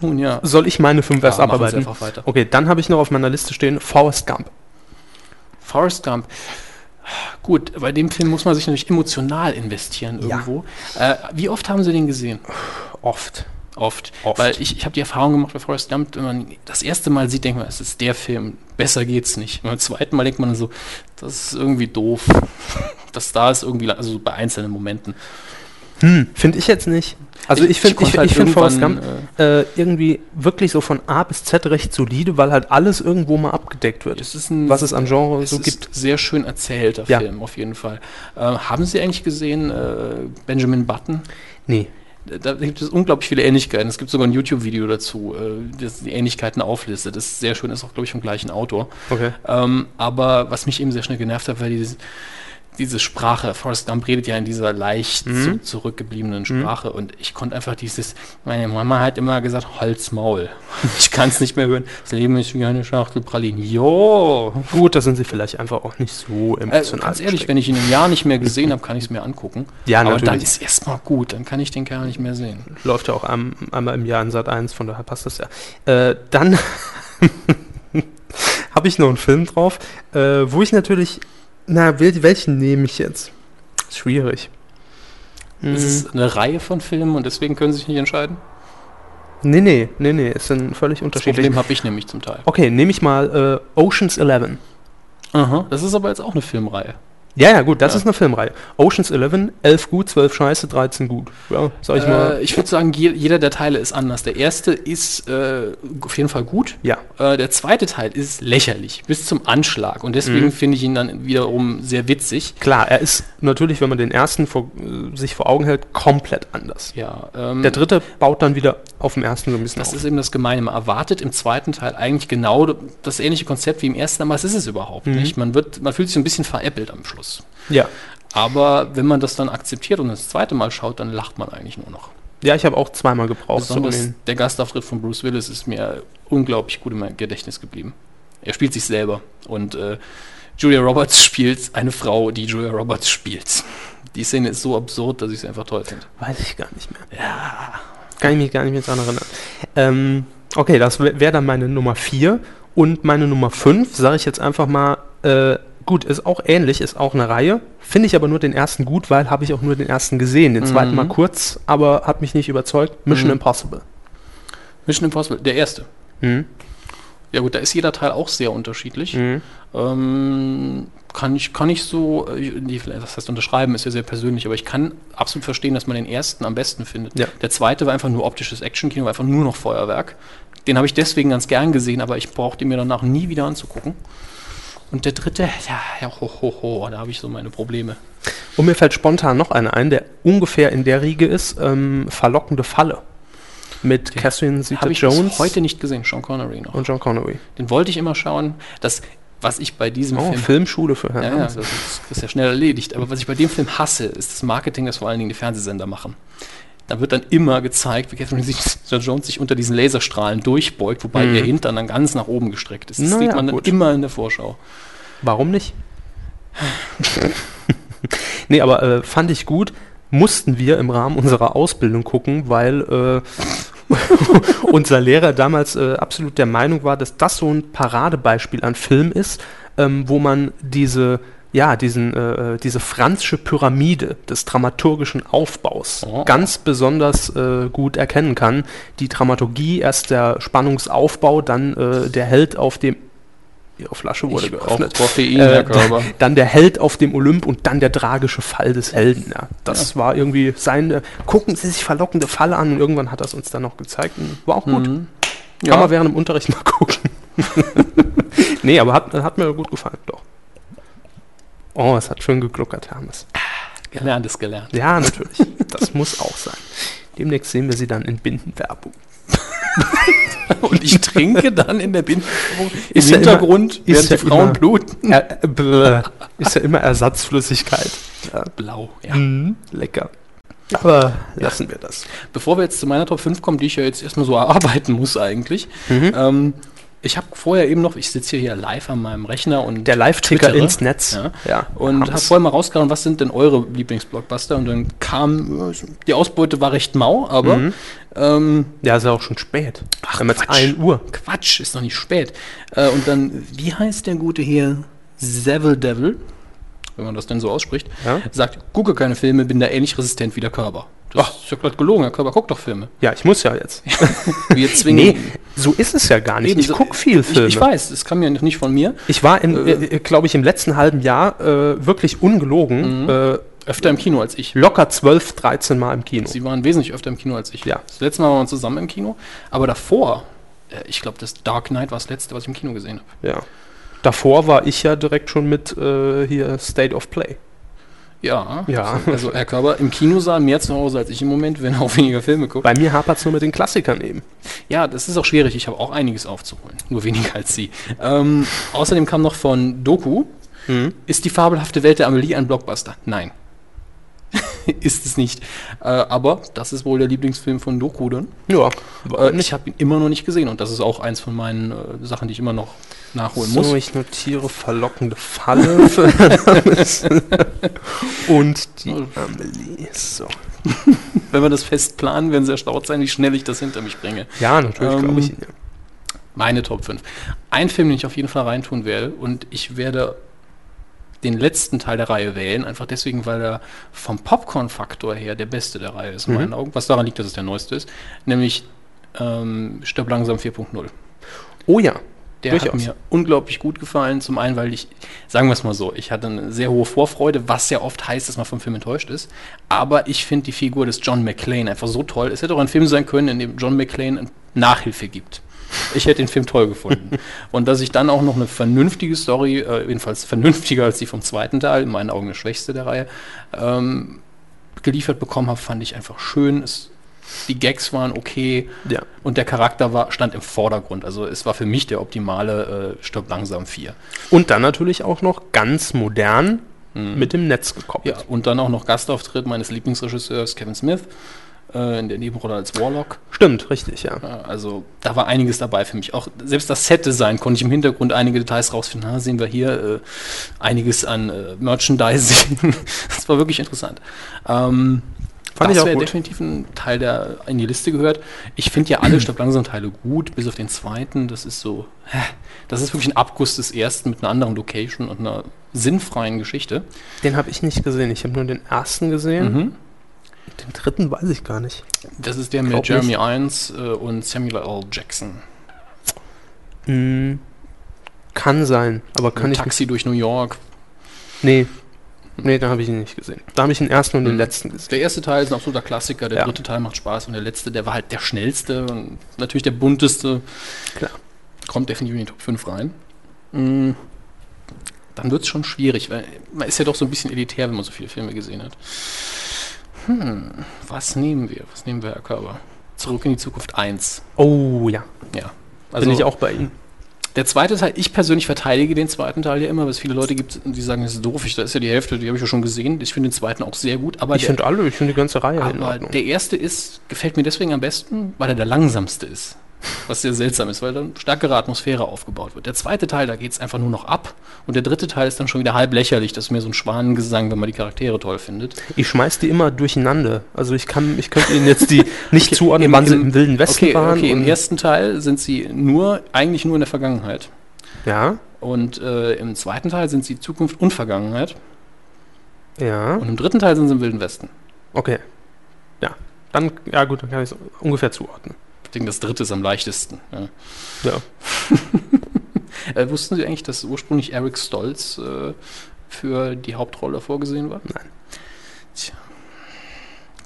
A: Nun ja.
B: Soll ich meine fünf erst
A: Ja, machen Sie
B: abarbeiten?
A: einfach weiter.
B: Okay, dann habe ich noch auf meiner Liste stehen Forrest Gump.
A: Forrest Gump. Gut, bei dem Film muss man sich natürlich emotional investieren
B: Ja.
A: irgendwo. Äh, wie oft haben Sie den gesehen?
B: Oft.
A: Oft.
B: Oft.
A: Weil ich, ich habe die Erfahrung gemacht bei Forrest Gump, wenn man ihn das erste Mal sieht, denkt man, es ist der Film, besser geht's nicht. Beim zweiten Mal denkt man so, das ist irgendwie doof. Das da ist irgendwie, la- also bei einzelnen Momenten.
B: Hm, finde ich jetzt nicht. Also ich finde ich,
A: konnte
B: ich,
A: halt
B: finde Forrest
A: irgendwann,
B: Gump äh, irgendwie wirklich so von A bis Z recht solide, weil halt alles irgendwo mal abgedeckt
A: Äh,
B: wird,
A: es ist ein,
B: was es an Genre
A: es
B: so
A: ist
B: gibt.
A: sehr schön erzählter
B: Ja.
A: Film, auf jeden Fall. Äh, haben Sie eigentlich gesehen, äh, Benjamin Button?
B: Nee.
A: Da gibt es unglaublich viele Ähnlichkeiten. Es gibt sogar ein YouTube-Video dazu, äh, das die Ähnlichkeiten auflistet. Das ist sehr schön, ist auch, glaube ich, vom gleichen Autor.
B: Okay.
A: Ähm, aber was mich eben sehr schnell genervt hat, war diese, diese Sprache. Forrest Gump redet ja in dieser leicht zu,
B: Mhm.
A: zurückgebliebenen Sprache und ich konnte einfach dieses, meine Mama hat immer gesagt, Holzmaul. Ich kann es nicht mehr hören. Das Leben ist wie eine Schachtel Pralinen. Jo!
B: Gut, da sind sie vielleicht einfach auch nicht so
A: Äh,
B: emotional.
A: ganz ehrlich,
B: gesteckt.
A: wenn ich ihn im Jahr nicht mehr gesehen habe, kann ich es mir angucken.
B: ja,
A: aber dann
B: natürlich.
A: ist erstmal gut, dann kann ich den Kerl nicht mehr sehen.
B: Läuft ja auch am, einmal im Jahr in Sat 1, von daher passt das ja. Äh, dann habe ich noch einen Film drauf, äh, wo ich natürlich. Na, wel- welchen nehme ich jetzt? Schwierig.
A: Es
B: Hm.
A: ist eine Reihe von Filmen und deswegen können sie sich nicht entscheiden.
B: Nee, nee, nee, nee, es sind völlig
A: Das
B: unterschiedlich.
A: Problem habe ich nämlich zum Teil.
B: Okay, nehme ich mal äh, Oceans 11.
A: Aha. Das ist aber jetzt auch eine Filmreihe.
B: Ja, ja, gut, das
A: Ja.
B: ist eine Filmreihe. Oceans 11, 11 gut, 12 scheiße, 13 gut. Ja, sag ich mal.
A: Äh, ich würde sagen, je, jeder der Teile ist anders. Der erste ist äh, auf jeden Fall gut.
B: Ja.
A: Äh, der zweite Teil ist lächerlich, bis zum Anschlag. Und deswegen
B: Mhm.
A: finde ich ihn dann wiederum sehr witzig.
B: Klar, er ist natürlich, wenn man den ersten vor, äh, sich vor Augen hält, komplett anders.
A: Ja, ähm,
B: Der dritte baut dann wieder auf dem ersten so ein bisschen
A: das
B: auf.
A: ist eben das Gemeine. Man erwartet im zweiten Teil eigentlich genau das ähnliche Konzept wie im ersten, aber es ist es überhaupt
B: Mhm.
A: nicht. Man, wird, man fühlt sich ein bisschen veräppelt am Schluss.
B: Ja,
A: Aber wenn man das dann akzeptiert und das zweite Mal schaut, dann lacht man eigentlich nur noch.
B: ja ich habe auch zweimal gebraucht. so
A: Besonders
B: den-
A: der Gastauftritt von Bruce Willis ist mir unglaublich gut im Gedächtnis geblieben. Er spielt sich selber und äh, Julia Roberts spielt eine Frau, die Julia Roberts spielt. Die Szene ist so absurd, dass ich sie einfach toll finde.
B: Weiß ich gar nicht mehr.
A: Ja.
B: Kann ich mich gar nicht mehr daran erinnern. Ähm, okay, das wäre dann meine Nummer 4. Und meine Nummer 5, sage ich jetzt einfach mal, äh, gut, ist auch ähnlich, ist auch eine Reihe. Finde ich aber nur den ersten gut, weil habe ich auch nur den ersten gesehen. Den zweiten
A: Mhm.
B: mal kurz, aber hat mich nicht überzeugt. Mission
A: Mhm.
B: Impossible.
A: Mission Impossible, der erste.
B: Mhm.
A: Ja gut, da ist jeder Teil auch sehr unterschiedlich.
B: Mhm.
A: Ähm, kann ich, kann ich so, äh, nee, vielleicht- das heißt unterschreiben, ist ja sehr persönlich, aber ich kann absolut verstehen, dass man den ersten am besten findet.
B: Ja.
A: Der zweite war einfach nur optisches Actionkino, war einfach nur noch Feuerwerk. Den habe ich deswegen ganz gern gesehen, aber ich brauchte ihn mir danach nie wieder anzugucken. Und der dritte, ja, ja ho, ho, ho, da habe ich so meine Probleme.
B: Und mir fällt spontan noch einer ein, der ungefähr in der Riege ist, ähm, verlockende Falle. mit Catherine
A: Habe ich bis
B: Zeta-Jones
A: heute nicht gesehen, Sean Connery noch.
B: und John Connery.
A: Den wollte ich immer schauen. Das, was ich bei diesem
B: Oh,
A: Film
B: Filmschule für Herrn
A: Ja, ja,
B: Adams.
A: das ist, ist ja schnell erledigt. Aber was ich bei dem Film hasse, ist das Marketing, das vor allen Dingen die Fernsehsender machen. Da wird dann immer gezeigt, wie Catherine Zeta Jones sich unter diesen Laserstrahlen durchbeugt, wobei
B: Mhm.
A: ihr Hintern dann ganz nach oben gestreckt ist. Das
B: Na
A: sieht
B: ja,
A: man dann
B: gut.
A: immer in der Vorschau.
B: Warum nicht? nee, aber äh, fand ich gut. Mussten wir im Rahmen unserer Ausbildung gucken, weil äh, unser Lehrer damals äh, absolut der Meinung war, dass das so ein Paradebeispiel an Film ist, ähm, wo man diese, ja, diesen, äh, diese franzsche Pyramide des dramaturgischen Aufbaus
A: Oh.
B: ganz besonders äh, gut erkennen kann. Die Dramaturgie, erst der Spannungsaufbau, dann äh, der Held auf dem Ihre Flasche wurde geöffnet.
A: Koffein,
B: Äh, dann der Held auf dem Olymp und dann der tragische Fall des Helden. Ja. Das war irgendwie sein, äh, gucken Sie sich verlockende Falle an und irgendwann hat das uns dann noch gezeigt und war auch gut.
A: Mhm.
B: Kann man
A: Ja,
B: während dem Unterricht mal gucken. nee, aber hat, hat mir gut gefallen, doch. Oh, es hat schön gegluckert, Hermes.
A: gelernt ist gelernt.
B: Ja, natürlich. Das muss auch sein. Demnächst sehen wir sie dann in Bindenwerbung.
A: Und ich trinke dann in der Binde. Im
B: Ist ja immer-
A: Hintergrund werden
B: ja
A: die Frauen
B: immer-
A: bluten.
B: Er, äh, bläh. ist ja immer Ersatzflüssigkeit. Ja.
A: Blau, ja.
B: Mhm, lecker. Aber lassen wir das.
A: Bevor wir jetzt zu meiner Top 5 kommen, die ich ja jetzt erstmal so erarbeiten muss eigentlich. Ähm, ich habe vorher eben noch, ich sitze hier live an meinem Rechner und
B: Der Live-Ticker
A: Twittere.
B: ins Netz.
A: Ja.
B: Ja.
A: Und habe vorher mal rausgehauen, was sind denn eure Lieblingsblockbuster? Und dann kam, äh, die Ausbeute war recht mau, aber ähm,
B: ja, ist ja auch schon spät.
A: Ach,
B: Wir haben jetzt
A: Quatsch.
B: 1 Uhr.
A: Quatsch, ist noch nicht spät. Äh, und dann, wie heißt der Gute hier? Seville Devil, wenn man das denn so ausspricht,
B: Ja.
A: sagt, gucke keine Filme, bin da ähnlich resistent wie der Körper. Das ist ja glatt gelogen, Herr Körper guckt doch Filme.
B: Ja, ich muss ja jetzt.
A: Wir zwingen.
B: Nee, so ist es ja gar nicht.
A: Eben,
B: Ich
A: so-
B: gucke viel
A: ich,
B: Filme.
A: ich weiß, es kam ja nicht von mir.
B: Ich war, äh, glaube ich, im letzten halben Jahr äh, wirklich ungelogen
A: Mhm.
B: äh,
A: Öfter im Kino als ich.
B: locker 12, 13 Mal im Kino.
A: Sie waren wesentlich öfter im Kino als ich.
B: Ja.
A: Das letzte Mal waren wir zusammen im Kino, aber davor, äh, ich glaube, das Dark Knight war das letzte, was ich im Kino gesehen habe.
B: Ja. Davor war ich ja direkt schon mit äh, hier State of Play.
A: Ja.
B: Ja.
A: Also Herr Körber im Kinosaal mehr zu Hause als ich im Moment, wenn er auch weniger Filme guckt.
B: Bei mir hapert es nur mit den Klassikern eben.
A: Ja, das ist auch schwierig. Ich habe auch einiges aufzuholen. Nur weniger als Sie. Ähm, außerdem kam noch von Doku, ist die fabelhafte Welt der Amelie ein Blockbuster? Nein. ist es nicht. Äh, aber das ist wohl der Lieblingsfilm von Doku dann.
B: Ja.
A: Äh, ich habe ihn immer noch nicht gesehen und das ist auch eins von meinen äh, Sachen, die ich immer noch nachholen muss.
B: So, ich notiere verlockende Falle für Hermes. und die Amelie. So.
A: Wenn wir das fest planen, werden sie erstaunt sein, wie schnell ich das hinter mich bringe.
B: Ja, natürlich
A: Ähm,
B: glaube ich. ihn, Ja.
A: Meine Top 5. Ein Film, den ich auf jeden Fall reintun werde und ich werde den letzten Teil der Reihe wählen, einfach deswegen, weil er vom Popcorn-Faktor her der beste der Reihe ist, in meinen Augen. Was daran liegt, dass es der neueste ist, nämlich ähm, Stirb langsam 4.0.
B: Oh ja.
A: Der hat
B: Durchaus.
A: mir unglaublich gut gefallen. Zum einen, weil ich, sagen wir es mal so, ich hatte eine sehr hohe Vorfreude, was ja oft heißt, dass man vom Film enttäuscht ist. Aber ich finde die Figur des John McClane einfach so toll. Es hätte auch ein Film sein können, in dem John McClane Nachhilfe gibt. Ich hätte den Film toll gefunden. Und dass ich dann auch noch eine vernünftige Story, äh, jedenfalls vernünftiger als die vom zweiten Teil, in meinen Augen die schwächste der Reihe, ähm, geliefert bekommen habe, fand ich einfach schön. Es, die Gags waren okay.
B: Ja.
A: Und der Charakter war, stand im Vordergrund. Also es war für mich der optimale äh, Stopp langsam 4.
B: Und dann natürlich auch noch ganz modern mit dem Netz gekoppelt.
A: Ja, und dann auch noch Gastauftritt meines Lieblingsregisseurs Kevin Smith äh, in der Nebenrolle als Warlock.
B: Stimmt, richtig, ja.
A: Ja, also da war einiges dabei für mich. Auch selbst das Set-Design konnte ich im Hintergrund einige Details rausfinden. Ha, sehen wir hier äh, einiges an äh, Merchandising. das war wirklich interessant. Ähm,
B: Fand
A: das
B: ich auch
A: wäre
B: gut.
A: definitiv ein Teil, der in die Liste gehört. Ich finde ja alle Stopp langsam Teile gut, bis auf den zweiten. Das ist so, hä, das ist wirklich ein Abguss des ersten mit einer anderen Location und einer sinnfreien Geschichte. Mhm.
B: Den habe ich nicht gesehen. Ich habe nur den ersten gesehen. Den dritten weiß ich gar nicht.
A: Das ist der mit
B: Glaub
A: Jeremy Irons äh, und Samuel L. Jackson.
B: Hm. Kann sein, aber kann ich
A: Taxi durch New York.
B: nicht. Nee. Nee, da habe ich ihn nicht gesehen. Da habe ich den ersten und den
A: Mhm.
B: letzten gesehen.
A: Der erste Teil ist ein absoluter Klassiker, der
B: Ja.
A: dritte Teil macht Spaß und der letzte, der war halt der schnellste und natürlich der bunteste.
B: Klar.
A: Kommt definitiv in die Top 5 rein. Mm, Dann wird es schon schwierig, weil man ist ja doch so ein bisschen elitär, wenn man so viele Filme gesehen hat. Hm, was nehmen wir? Was nehmen wir, Herr Körber? Zurück in die Zukunft 1.
B: Oh ja,
A: Ja.
B: bin ich auch bei Ihnen.
A: Der zweite Teil, ich persönlich verteidige den zweiten Teil ja immer, weil es viele Leute gibt, die sagen, das ist doof, ich, da ist ja die Hälfte, die habe ich ja schon gesehen. Ich finde den zweiten auch sehr gut, aber,
B: Ich
A: der,
B: finde alle, ich finde die ganze Reihe in
A: aber
B: Ordnung.
A: der erste ist, gefällt mir deswegen am besten, weil er der langsamste ist. Was sehr seltsam ist, weil dann stärkere Atmosphäre aufgebaut wird. Der zweite Teil, da geht es einfach nur noch ab. Und der dritte Teil ist dann schon wieder halb lächerlich. Das ist mehr so ein Schwanengesang, wenn man die Charaktere toll findet.
B: Ich schmeiß die immer durcheinander. Also ich kann, ich könnte Ihnen jetzt die nicht zuordnen,
A: im-
B: wann sie
A: im-
B: im Wilden Westen
A: Okay,
B: waren.
A: okay im
B: und-
A: ersten Teil sind sie nur, eigentlich nur in der Vergangenheit.
B: ja,
A: Und äh, im zweiten Teil sind sie Zukunft und Vergangenheit.
B: ja,
A: Und im dritten Teil sind sie im Wilden Westen.
B: okay. Ja, dann, ja gut, dann kann ich es ungefähr zuordnen.
A: Ich denke, das dritte ist am leichtesten. Ja.
B: Ja.
A: Äh, wussten Sie eigentlich, dass ursprünglich Eric Stolz äh, für die Hauptrolle vorgesehen war?
B: Nein.
A: Tja.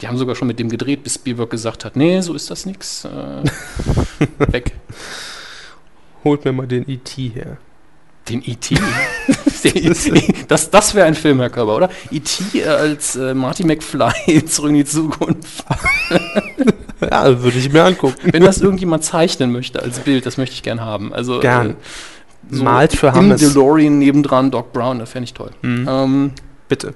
A: Die haben sogar schon mit dem gedreht, bis Spielberg gesagt hat, nee, so ist das nix. Äh, weg.
B: Holt mir mal den IT her.
A: Den E.T. Den- E das das wäre ein Film, Herr Körber, oder? E.T. als äh, Marty McFly zurück in die Zukunft.
B: Ja, würde ich mir angucken.
A: Wenn das irgendjemand zeichnen möchte als Bild, das möchte ich gern haben. Also,
B: Gern.
A: Äh, so
B: Malt für
A: Im
B: Hammes.
A: DeLorean nebendran Doc Brown, das fände ich toll.
B: Mhm.
A: Ähm,
B: Bitte.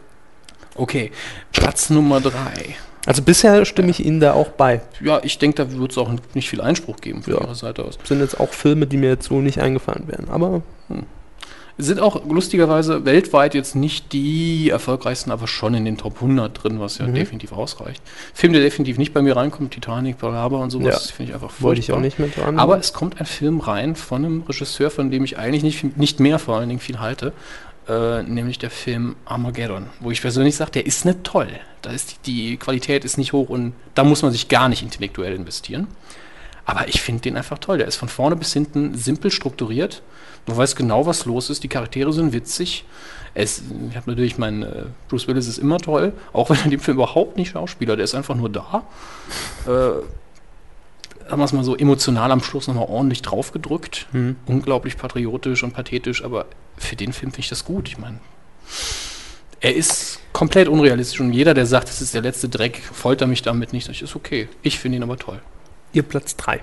A: okay, Platz Nummer drei.
B: Also bisher stimme ich Ihnen da auch bei.
A: Ja, ich denke, da wird es auch nicht viel Einspruch geben von
B: Ja.
A: Ihrer Seite aus.
B: Sind jetzt auch Filme, die mir jetzt so nicht eingefallen wären. Aber
A: Sind auch lustigerweise weltweit jetzt nicht die erfolgreichsten, aber schon in den Top 100 drin, was ja
B: Mhm.
A: definitiv ausreicht. Film, der definitiv nicht bei mir reinkommt, Titanic, Palabra und sowas,
B: Ja.
A: finde ich einfach
B: wollte ich
A: furchtbar.
B: auch nicht mehr dran.
A: Aber es kommt ein Film rein von einem Regisseur, von dem ich eigentlich nicht, nicht mehr vor allen Dingen viel halte, äh, nämlich der Film Armageddon, wo ich persönlich sage, der ist nicht toll. Da ist die, die Qualität ist nicht hoch und da muss man sich gar nicht intellektuell investieren. Aber ich finde den einfach toll. Der ist von vorne bis hinten simpel strukturiert. Du weißt genau, was los ist. Die Charaktere sind witzig. Es, ich habe natürlich meinen äh, Bruce Willis ist immer toll, auch wenn er in dem Film überhaupt nicht Schauspieler, der ist einfach nur da. Äh, sagen wir es mal so, emotional am Schluss nochmal ordentlich draufgedrückt.
B: Hm.
A: Unglaublich patriotisch und pathetisch, aber für den Film finde ich das gut. Ich meine, er ist komplett unrealistisch und jeder, der sagt, das ist der letzte Dreck, folter mich damit nicht, das ist okay. Ich finde ihn aber toll.
B: Ihr Platz 3.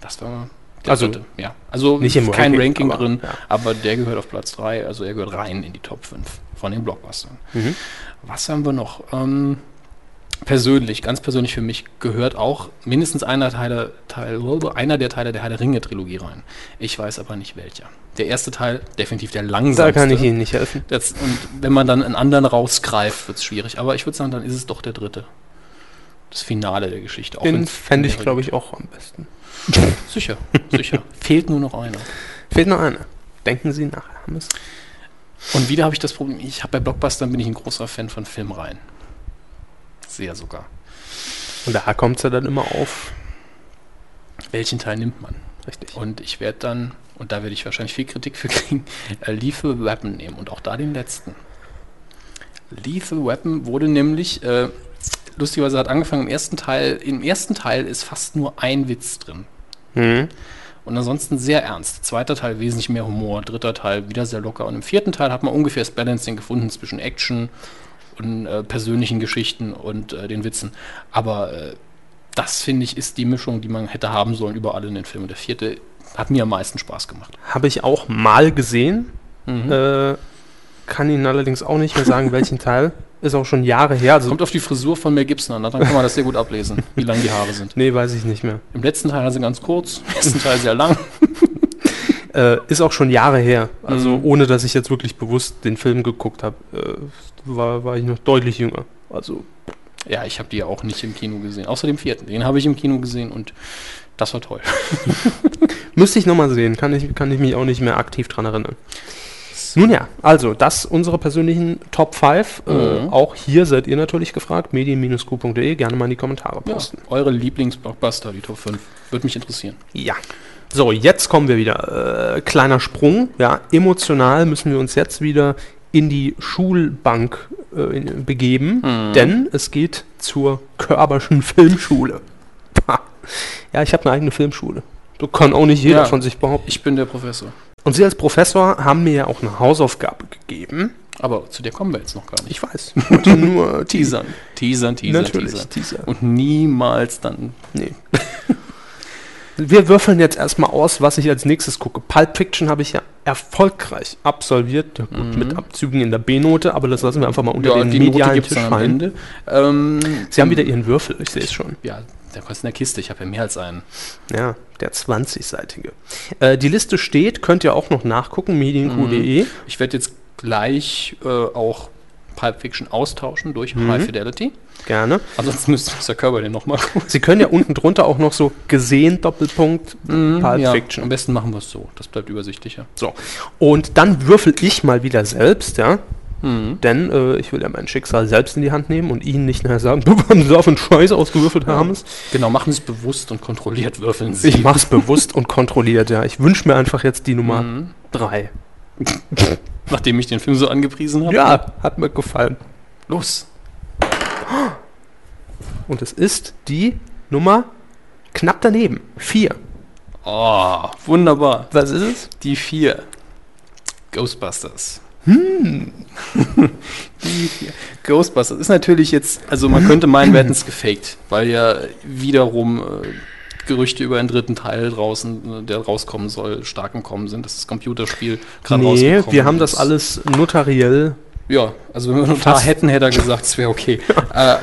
A: Das war der
B: Also,
A: dritte, ja. Also
B: nicht im
A: kein
B: Ranking,
A: Ranking,
B: aber-
A: drin,
B: ja.
A: aber der gehört auf Platz 3, also er gehört rein in die Top 5 von den Blockbustern.
B: Mhm.
A: Was haben wir noch? Ähm, persönlich, ganz persönlich für mich gehört auch mindestens einer, Teile, Teil, einer der Teile der Herr der Ringe-Trilogie rein. Ich weiß aber nicht welcher. Der erste Teil, definitiv der
B: Da
A: langsamste.
B: kann ich Ihnen nicht helfen.
A: das, und wenn man dann einen anderen rausgreift, wird es schwierig. Aber ich würde sagen, dann ist es doch der dritte. Das Finale der Geschichte. Auch
B: Den
A: wenn's
B: fände ich,
A: mehrere
B: glaube ich, auch am besten.
A: Sicher, sicher. Fehlt nur noch einer.
B: Fehlt noch einer. Denken Sie nach, Hammes.
A: Und wieder habe ich das Problem, ich habe bei Blockbustern bin ich ein großer Fan von Filmreihen. Sehr sogar.
B: Und da kommt es ja dann immer auf.
A: Welchen Teil nimmt man?
B: Richtig.
A: Und ich werde dann, und da werde ich wahrscheinlich viel Kritik für kriegen, äh, Lethal Weapon nehmen und auch da den letzten. Lethal Weapon wurde nämlich, äh, lustigerweise hat angefangen im ersten Teil, im ersten Teil ist fast nur ein Witz drin.
B: Mhm.
A: Und ansonsten sehr ernst. Zweiter Teil wesentlich mehr Humor, dritter Teil wieder sehr locker. Und im vierten Teil hat man ungefähr das Balancing gefunden zwischen Action und äh, persönlichen Geschichten und äh, den Witzen. Aber äh, das, finde ich, ist die Mischung, die man hätte haben sollen überall in den Filmen. Der vierte hat mir am meisten Spaß gemacht.
B: Habe ich auch mal gesehen.
A: Äh,
B: Äh, kann Ihnen allerdings auch nicht mehr sagen, welchen Teil. Ist auch schon Jahre her. Also,
A: Kommt auf die Frisur von Mel Gibson an, dann kann man das sehr gut ablesen, wie lang die Haare sind.
B: nee, weiß ich nicht mehr.
A: Im letzten Teil sind ganz kurz, im ersten Teil sehr lang.
B: Äh, ist auch schon Jahre her. Also
A: Mhm.
B: ohne, dass ich jetzt wirklich bewusst den Film geguckt habe. Äh, war, war ich noch deutlich jünger. Also
A: Ja, ich habe die ja auch nicht im Kino gesehen, außer dem vierten. Den habe ich im Kino gesehen und das war toll.
B: müsste ich nochmal sehen. Kann ich, kann ich mich auch nicht mehr aktiv dran erinnern. Nun ja, also das unsere persönlichen Top 5. Äh,
A: Mhm.
B: auch hier seid ihr natürlich gefragt. medien-q.de gerne mal in die Kommentare
A: Ja,
B: posten.
A: eure Lieblingsblockbuster, die Top 5. Würde mich interessieren.
B: Ja. So, jetzt kommen wir wieder. Äh, kleiner Sprung. Ja, emotional müssen wir uns jetzt wieder in die Schulbank äh, in, begeben,
A: Hm. Mhm.
B: denn es geht zur Körberschen Filmschule. Pah. Ja, ich habe eine eigene Filmschule. So kann auch nicht jeder
A: Ja.
B: von sich behaupten.
A: Ich bin der Professor.
B: Und Sie als Professor haben mir ja auch eine Hausaufgabe gegeben.
A: Aber zu der kommen wir jetzt noch gar nicht.
B: Ich weiß. Wollte nur
A: Teasern. Teasern, teasern,
B: Natürlich.
A: teasern.
B: Teaser.
A: Und niemals dann.
B: Nee. Wir würfeln jetzt erstmal aus, was ich als nächstes gucke. Pulp Fiction habe ich ja erfolgreich absolviert. Ja, gut,
A: Mhm.
B: mit Abzügen in der B-Note, aber das lassen wir einfach mal unter den medialen
A: gibt's
B: Tisch
A: dann am
B: fallen.
A: Ende. Ähm,
B: Sie haben wieder ihren Würfel, ich sehe es schon.
A: ja, der kostet in der Kiste. Ich habe ja mehr als einen.
B: Ja, der 20-seitige. Äh, die Liste steht, könnt ihr auch noch nachgucken, medienq.de.
A: Ich werde jetzt gleich äh, auch Pulp Fiction austauschen durch
B: Mhm.
A: High Fidelity.
B: Gerne.
A: Ansonsten müsste Mr. Körber den nochmal gucken.
B: Sie können ja unten drunter auch noch so gesehen, Doppelpunkt, Pulp
A: Mhm, Ja,
B: Fiction.
A: Am besten machen wir es so. Das bleibt übersichtlicher.
B: So. Und dann würfel ich mal wieder selbst, ja.
A: Mhm.
B: Denn äh, ich will ja mein Schicksal selbst in die Hand nehmen und Ihnen nicht nachher sagen, du haben so auf einen Scheiß ausgewürfelt haben.
A: Genau, machen Sie es bewusst und kontrolliert würfeln Sie.
B: Ich mache es bewusst und kontrolliert, ja. Ich wünsche mir einfach jetzt die Nummer 3.
A: Nachdem ich den Film so angepriesen habe.
B: Ja, hat mir gefallen.
A: Los.
B: Und es ist die Nummer knapp daneben. 4.
A: Oh, wunderbar.
B: Was ist es?
A: Die vier. Hm. Ghostbusters. Die vier. Ghostbusters ist natürlich jetzt, also man könnte meinen, wir hätten es gefaked, weil ja wiederum äh, Gerüchte über einen dritten Teil draußen, äh, der rauskommen soll, stark im Kommen sind, dass das Computerspiel gerade
B: Nee,
A: rausgekommen
B: wir haben das
A: ist.
B: alles notariell.
A: Ja, also wenn wir noch ein paar
B: Fast.
A: hätten, hätte er gesagt, es wäre okay. äh,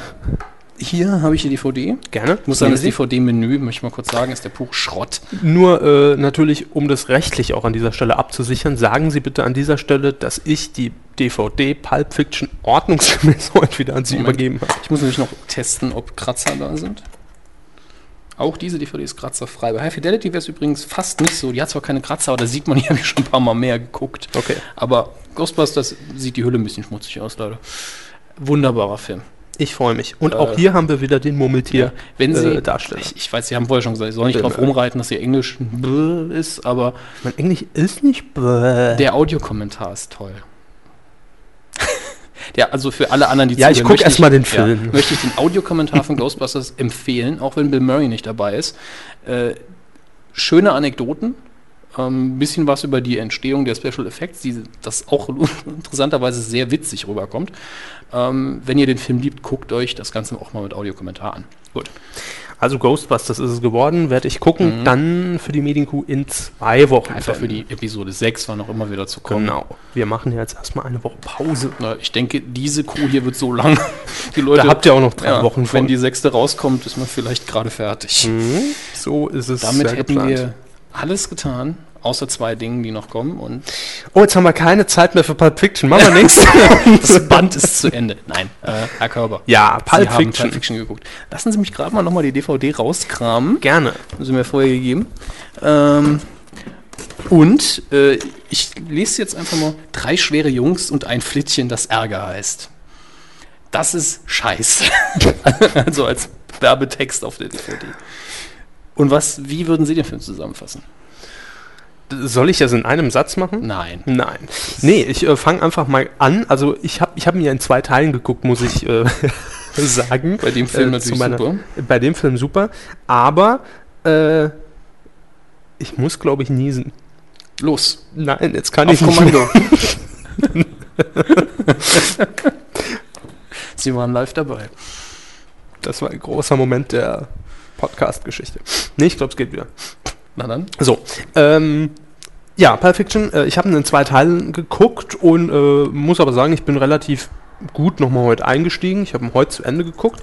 A: hier habe ich die DVD.
B: Gerne.
A: Muss sagen, das DVD-Menü, möchte ich mal kurz sagen, ist der Puch Schrott.
B: Nur äh, natürlich, um das rechtlich auch an dieser Stelle abzusichern, sagen Sie bitte an dieser Stelle, dass ich die DVD Pulp Fiction ordnungsgemäß heute wieder an Sie
A: Moment.
B: übergeben habe.
A: Ich muss nämlich noch testen, ob Kratzer da sind. Auch diese DVD ist kratzerfrei. Bei High Fidelity wäre es übrigens fast nicht so. Die hat zwar keine Kratzer, aber da sieht man, die habe ich schon ein paar Mal mehr geguckt.
B: Okay.
A: Aber Ghostbusters sieht die Hülle ein bisschen schmutzig aus, leider. Wunderbarer Film.
B: Ich freue mich. Und auch
A: Äh,
B: hier haben wir wieder den Murmeltier.
A: Wenn Sie,
B: äh, Darsteller.
A: Ich, ich weiß, Sie haben vorher schon gesagt, ich soll nicht
B: Filme.
A: drauf rumreiten, dass Ihr Englisch bläh ist, aber
B: Mein Englisch ist nicht. bläh.
A: Der Audiokommentar ist toll. Der, also für alle anderen, die
B: Ja, ich
A: zuhören,
B: guck
A: möchte
B: erst mal den
A: ja,
B: Film.
A: möchte ich den Audiokommentar von Ghostbusters empfehlen, auch wenn Bill Murray nicht dabei ist. Äh, schöne Anekdoten, ein ähm, bisschen was über die Entstehung der Special Effects, die das auch interessanterweise sehr witzig rüberkommt. Ähm, wenn ihr den Film liebt, guckt euch das Ganze auch mal mit Audiokommentar an. Gut.
B: Also Ghostbusters ist es geworden, werde ich gucken. Dann für die Medienkuh in zwei Wochen.
A: Mhm. Einfach für
B: dann.
A: die Episode 6, wann auch immer wir dazu kommen.
B: Genau. Wir machen jetzt erstmal eine Woche Pause.
A: Na, ich denke, diese Crew hier wird so lang. Die Leute,
B: Da habt ihr auch noch drei
A: Ja,
B: Wochen
A: Wenn
B: von. Hm?
A: die sechste rauskommt, ist man vielleicht gerade fertig.
B: So ist es.
A: Damit
B: ja
A: hätten
B: geplant.
A: wir alles getan, außer zwei Dingen, die noch kommen. Und
B: Oh, jetzt haben wir keine Zeit mehr für Pulp Fiction. Machen wir nichts.
A: das Band ist zu Ende. Nein, äh, Herr Körber.
B: Ja, Pulp
A: Sie haben
B: Fiction.
A: Pulp Fiction geguckt. Lassen Sie mich gerade mal nochmal die DVD rauskramen.
B: Gerne.
A: Haben Sie mir vorher gegeben. Ähm, und äh, ich lese jetzt einfach mal drei schwere Jungs und ein Flittchen, das Ärger heißt. Das ist Scheiß. also als Werbetext auf der DVD. Und was, wie würden Sie den Film zusammenfassen?
B: Soll ich das in einem Satz machen?
A: Nein.
B: Nein. Nee, ich äh, fange einfach mal an. Also ich habe ich hab ihn ja in zwei Teilen geguckt, muss ich äh, sagen.
A: Bei dem Film
B: Äh, zu
A: natürlich super.
B: Bei dem Film super. Aber äh, ich muss, glaube ich, niesen.
A: Los.
B: Nein, jetzt kann
A: Auf
B: ich Ah, nicht
A: Kommando. Sie waren live dabei.
B: Das war ein großer Moment der Podcast-Geschichte. Nee, ich glaube, es geht wieder.
A: Na dann.
B: So, ähm, ja, Pulp Fiction, äh, ich habe ihn in zwei Teilen geguckt und äh, muss aber sagen, ich bin relativ gut nochmal heute eingestiegen. Ich habe ihn heute zu Ende geguckt,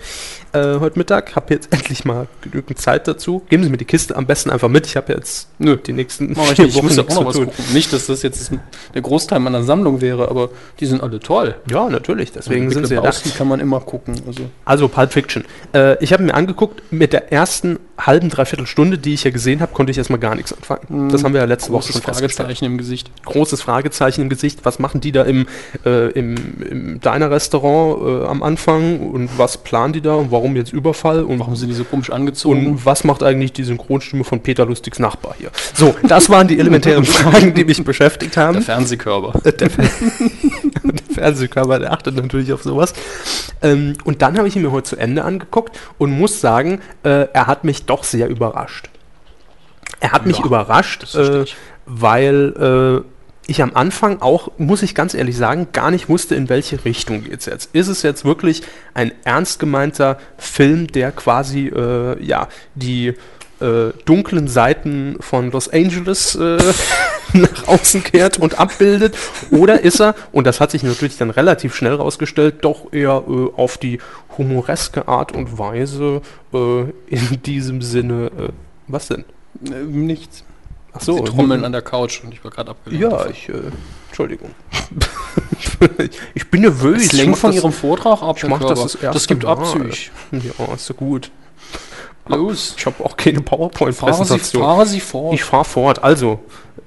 B: äh, heute Mittag. Habe jetzt endlich mal genügend Zeit dazu. Geben Sie mir die Kiste am besten einfach mit. Ich habe jetzt
A: Nö.
B: die nächsten
A: Mach ich nicht. Ich muss ja auch
B: nichts
A: noch
B: zu
A: was
B: tun.
A: gucken. Nicht, dass das jetzt der Großteil meiner Sammlung wäre, aber die sind alle toll.
B: Ja, natürlich, deswegen sind sie ja da.
A: Die kann man immer gucken. Also.
B: Also Pulp Fiction. Äh, ich habe mir angeguckt, mit der ersten halben, dreiviertel Stunde, die ich ja gesehen habe, konnte ich erstmal gar nichts anfangen. Das haben wir ja letzte
A: Mhm.
B: Woche
A: Großes
B: schon festgestellt.
A: Fragezeichen im Gesicht.
B: großes Fragezeichen im Gesicht, was machen die da im, äh, im, im Diner-Restaurant äh, am Anfang und was planen die da und warum jetzt Überfall und,
A: Warum sind die so komisch angezogen?
B: und was macht eigentlich die Synchronstimme von Peter Lustigs Nachbar hier? So, das waren die elementären Fragen, die mich beschäftigt haben.
A: Fernsehkörper.
B: Äh, Der, Fer der Fernsehkörper, der achtet natürlich auf sowas. Ähm, und dann habe ich ihn mir heute zu Ende angeguckt und muss sagen, äh, er hat mich doch sehr überrascht. Er hat mich
A: Ja,
B: überrascht,
A: verstehe
B: äh,
A: ich.
B: weil äh, ich am Anfang auch, muss ich ganz ehrlich sagen, gar nicht wusste, in welche Richtung geht's jetzt. Ist es jetzt wirklich ein ernst gemeinter Film, der quasi, äh, ja, die äh, dunklen Seiten von Los Angeles äh, nach außen kehrt und abbildet? Oder ist er, und das hat sich natürlich dann relativ schnell rausgestellt, doch eher äh, auf die humoreske Art und Weise äh, in diesem Sinne, äh, was denn?
A: Äh, nichts.
B: Ach
A: Sie trommeln an der Couch und ich war gerade abgelenkt.
B: Ja,
A: davon.
B: ich, äh, Entschuldigung. ich bin nervös.
A: Sie
B: ich
A: lenkt
B: mach
A: von
B: das-
A: ihrem Vortrag ab.
B: ich
A: Herr
B: mach das
A: Körber.
B: das erste
A: das gibt
B: Mal.
A: Abzüge.
B: Ja, ist so gut.
A: Los.
B: Ich habe auch keine
A: Fahren Sie,
B: PowerPoint-Präsentation.
A: fahren Sie fort.
B: Ich fahre fort, also.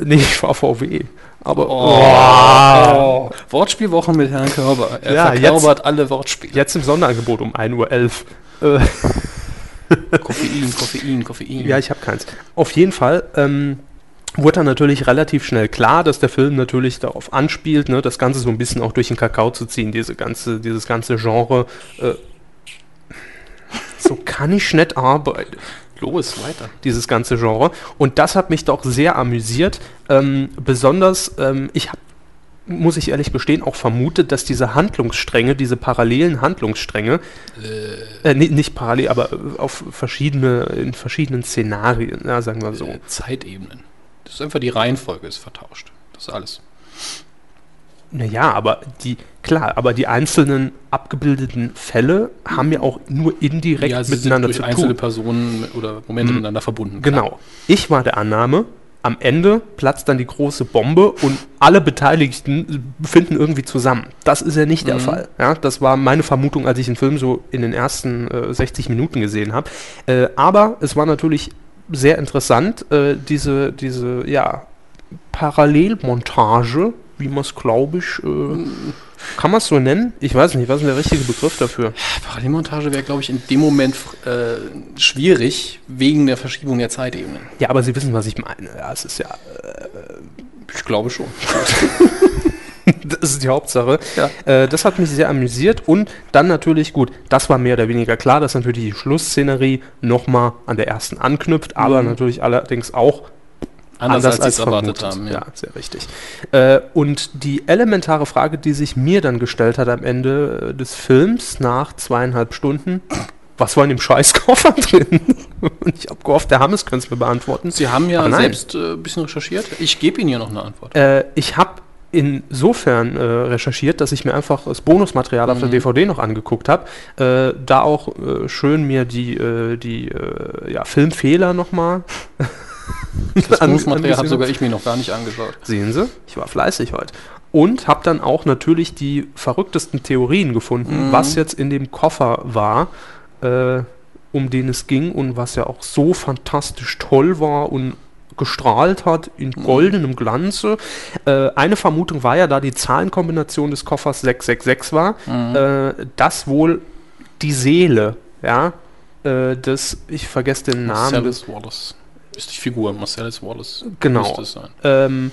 B: Nee, ich fahre VW. Aber
A: Oh. Wortspielwoche mit Herrn Körber. Er
B: Ja,
A: verkörpert alle Wortspiele.
B: jetzt im Sonderangebot um 1.11 Uhr. Äh,
A: Koffein, Koffein, Koffein.
B: Ja, ich habe keins. Auf jeden Fall ähm, wurde dann natürlich relativ schnell klar, dass der Film natürlich darauf anspielt, ne, das Ganze so ein bisschen auch durch den Kakao zu ziehen, diese ganze, dieses ganze Genre. Äh, so kann ich nicht arbeiten
A: los, weiter.
B: dieses ganze Genre. Und das hat mich doch sehr amüsiert. Ähm, besonders, ähm, ich habe, muss ich ehrlich gestehen, auch vermutet, dass diese Handlungsstränge, diese parallelen Handlungsstränge, äh, ni- nicht parallel, aber äh, auf verschiedene, in verschiedenen Szenarien, ja, sagen wir so.
A: Äh, Zeitebenen. Das ist einfach die Reihenfolge ist vertauscht. Das ist alles.
B: Naja, aber die, klar, aber die einzelnen abgebildeten Fälle haben ja auch nur indirekt
A: ja, sie
B: miteinander
A: sind durch
B: zu tun. Mhm.
A: einzelne Personen oder Momente miteinander verbunden.
B: Genau. Ich war der Annahme, am Ende platzt dann die große Bombe und alle Beteiligten finden irgendwie zusammen. Das ist ja nicht der Fall. Ja, das war meine Vermutung, als ich den Film so in den ersten äh, 60 Minuten gesehen habe. Äh, aber es war natürlich sehr interessant, äh, diese, diese ja, Parallelmontage, wie man es, glaube ich, äh, kann man es so nennen? Ich weiß nicht, was ist denn der richtige Begriff dafür?
A: Parallelmontage wäre, glaube ich, in dem Moment äh, schwierig, wegen der Verschiebung der Zeitebenen.
B: Ja, aber Sie wissen, was ich meine. Ja, es ist ja
A: Ich glaube schon.
B: Das ist die Hauptsache.
A: Ja.
B: Äh, das hat mich sehr amüsiert und dann natürlich, gut, das war mehr oder weniger klar, dass natürlich die Schlussszenerie nochmal an der ersten anknüpft, aber natürlich allerdings auch
A: Mhm. Anders, als, sie es
B: vermutet.
A: erwartet haben.
B: Ja. sehr richtig. Äh, und die elementare Frage, die sich mir dann gestellt hat am Ende äh, des Films nach zweieinhalb Stunden, was war in dem Scheißkoffer drin? und ich habe gehofft, der Hammes könnte es mir beantworten.
A: Sie haben
B: Aber
A: ja
B: nein.
A: selbst äh, ein bisschen recherchiert. Ich gebe Ihnen ja noch eine Antwort.
B: Äh, ich habe insofern äh, recherchiert, dass ich mir einfach das Bonusmaterial auf der
A: Mhm.
B: DVD noch angeguckt habe. Äh, da auch äh, schön mir die, äh, die äh, ja, Filmfehler nochmal.
A: Das
B: an-
A: Bonusmaterial habe
B: angesehen
A: sogar ich mir noch gar nicht angeschaut.
B: Sehen Sie, ich war fleißig heute. Und habe dann auch natürlich die verrücktesten Theorien gefunden, was jetzt in dem Koffer war, äh, um den es ging und was ja auch so fantastisch toll war und gestrahlt hat in goldenem Glanze. Äh, eine Vermutung war ja, da die Zahlenkombination des Koffers 666 war,
A: Mhm.
B: äh, dass wohl die Seele, ja, äh, des, ich vergesse den Namen des
A: Marcellus Wallace. Ist die Figur, Marcellus Wallace.
B: Genau.
A: Müsste es sein.
B: ähm,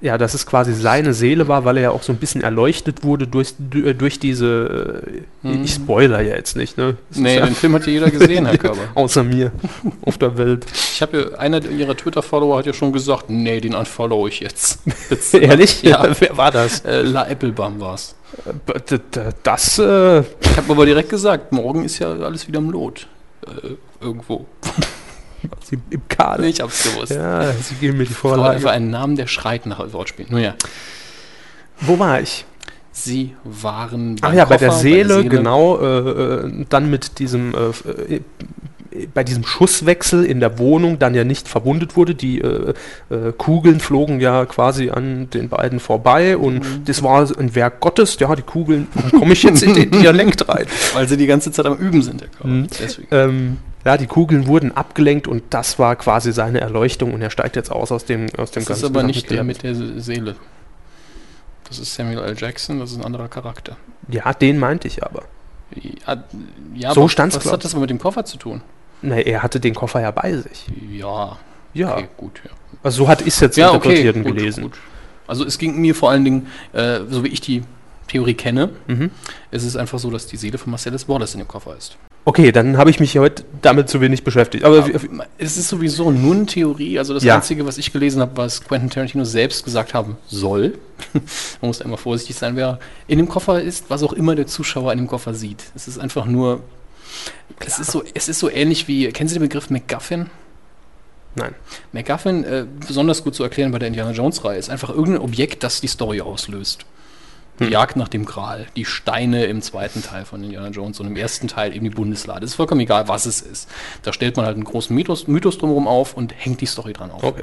B: ja, dass es quasi seine Seele war, weil er ja auch so ein bisschen erleuchtet wurde durch, dü- durch diese. Äh,
A: Mhm.
B: Ich spoiler ja jetzt nicht, ne? Das ist
A: Nee,
B: ja
A: den Film hat ja jeder gesehen, Herr Körber.
B: außer mir auf der Welt.
A: Ich habe ja, einer ihrer Twitter-Follower hat ja schon gesagt, nee, den unfollow ich jetzt. Witz.
B: Ehrlich?
A: Ja.
B: Wer war das?
A: äh, La Applebaum war's.
B: B- d- d- Das, äh,
A: Ich habe aber direkt gesagt, morgen ist ja alles wieder im Lot. Äh, irgendwo.
B: sie- im Kader.
A: Nee, ich hab's gewusst.
B: Ja, sie geben mir die
A: Aber
B: Vorlage.
A: einfach einen Namen, der schreit nach Wortspielen. Nun ja,
B: Wo war ich?
A: sie waren
B: Ach
A: beim
B: ja, bei der,
A: Koffer,
B: Seele, genau. Äh, äh, dann mit diesem, äh, f- äh, äh, bei diesem Schusswechsel in der Wohnung dann ja nicht verwundet wurde. Die äh, äh, Kugeln flogen ja quasi an den beiden vorbei und
A: Mhm.
B: das war ein Werk Gottes. Ja, die Kugeln, warum komme ich jetzt in den Dialekt rein?
A: Weil sie die ganze Zeit am Üben sind, Herr Körber.
B: Mhm.
A: Deswegen.
B: Ähm, ja, die Kugeln wurden abgelenkt und das war quasi seine Erleuchtung und er steigt jetzt aus aus dem aus dem
A: Das ist
B: ganzen
A: aber nicht der
B: Sachen-
A: mit der Se- Seele. Das ist Samuel L. Jackson, das ist ein anderer Charakter.
B: Ja, den meinte ich aber.
A: Ja, ja,
B: So
A: aber
B: stand's,
A: Was
B: glaub
A: hat das aber mit dem Koffer zu tun?
B: Na, er hatte den Koffer ja bei sich.
A: Ja,
B: Ja,
A: okay, gut. Ja,
B: also so hat ich es jetzt
A: ja
B: interpretiert und
A: gut,
B: gelesen.
A: Gut. Also es ging mir vor allen Dingen, äh, so wie ich die Theorie kenne,
B: Mhm.
A: es ist einfach so, dass die Seele von Marcellus Wallace in dem Koffer ist.
B: Okay, dann habe ich mich heute damit zu wenig beschäftigt. Aber wie-
A: Äh, Es ist sowieso nur eine Theorie. Also das
B: Ja.
A: Einzige, was ich gelesen habe, was Quentin Tarantino selbst gesagt haben soll, man muss einmal vorsichtig sein, wer in dem Koffer ist, was auch immer der Zuschauer in dem Koffer sieht. Es ist einfach nur, es ist, so, es ist so ähnlich wie, kennen Sie den Begriff MacGuffin?
B: Nein.
A: MacGuffin, äh, besonders gut zu erklären bei der Indiana Jones-Reihe, ist einfach irgendein Objekt, das die Story auslöst. Die
B: Hm.
A: Jagd nach dem Gral, die Steine im zweiten Teil von Indiana Jones und im ersten Teil eben die Bundeslade. Ist vollkommen egal, was es ist. Da stellt man halt einen großen Mythos, Mythos drumherum auf und hängt die Story dran auf.
B: Okay.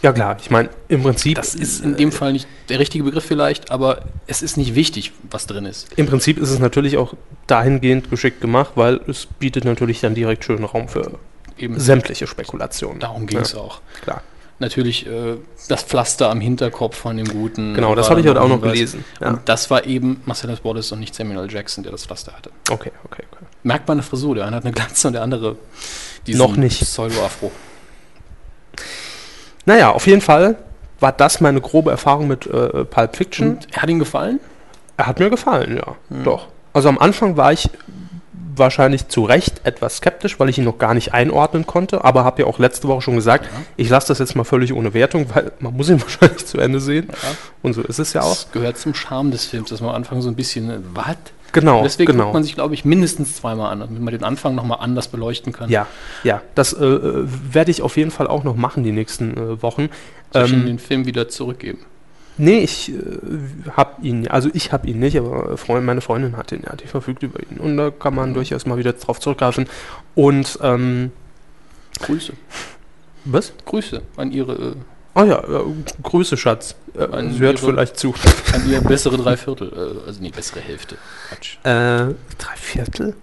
B: Ja klar, ich meine, im Prinzip
A: Das ist in dem Fall nicht der richtige Begriff vielleicht, aber es ist nicht wichtig, was drin ist.
B: im Prinzip ist es natürlich auch dahingehend geschickt gemacht, weil es bietet natürlich dann direkt schön Raum für
A: Eben
B: sämtliche Spekulationen.
A: darum ging es auch.
B: Klar.
A: Natürlich äh, das Pflaster am Hinterkopf von dem guten.
B: Genau, das
A: war
B: habe ich
A: dann
B: heute auch noch
A: ein Hinweis.
B: gelesen. Ja.
A: Und das war eben Marcellus Wallace und nicht Samuel L. Jackson, der das Pflaster hatte.
B: Okay, okay, okay.
A: Merkt man eine Frisur, der eine hat eine Glatze und der andere diesen
B: Noch nicht.
A: Pseudo-Afro.
B: Naja, auf jeden Fall war das meine grobe Erfahrung mit äh, Pulp Fiction.
A: Und Hat ihm gefallen?
B: Er hat mir gefallen, ja.
A: Mhm.
B: Doch. Also am Anfang war ich wahrscheinlich zu Recht etwas skeptisch, weil ich ihn noch gar nicht einordnen konnte, aber habe ja auch letzte Woche schon gesagt, ich lasse das jetzt mal völlig ohne Wertung, weil man muss ihn wahrscheinlich zu Ende sehen. Und so ist es ja auch.
A: Das gehört zum Charme des Films, dass man am Anfang so ein bisschen, äh, was?
B: Genau,
A: Deswegen
B: genau.
A: guckt man sich, glaube ich, mindestens zweimal an, damit man den Anfang nochmal anders beleuchten kann.
B: ja, ja, das äh, äh, werde ich auf jeden Fall auch noch machen die nächsten äh, Wochen.
A: Zwischen
B: Ähm,
A: den Film wieder zurückgeben.
B: nee, ich äh, habe ihn, also ich habe ihn nicht, aber äh, Freund, meine Freundin hat ihn, ja, die verfügt über ihn und da kann man durchaus mal wieder drauf zurückgreifen. Und, ähm,
A: Grüße.
B: was?
A: Grüße an ihre,
B: Ah ja, äh, Grüße, Schatz. Äh,
A: An
B: sie hört
A: ihre-
B: vielleicht zu.
A: äh, an ihre bessere Dreiviertel, äh, also nee, bessere Hälfte. Quatsch.
B: Äh, drei Viertel?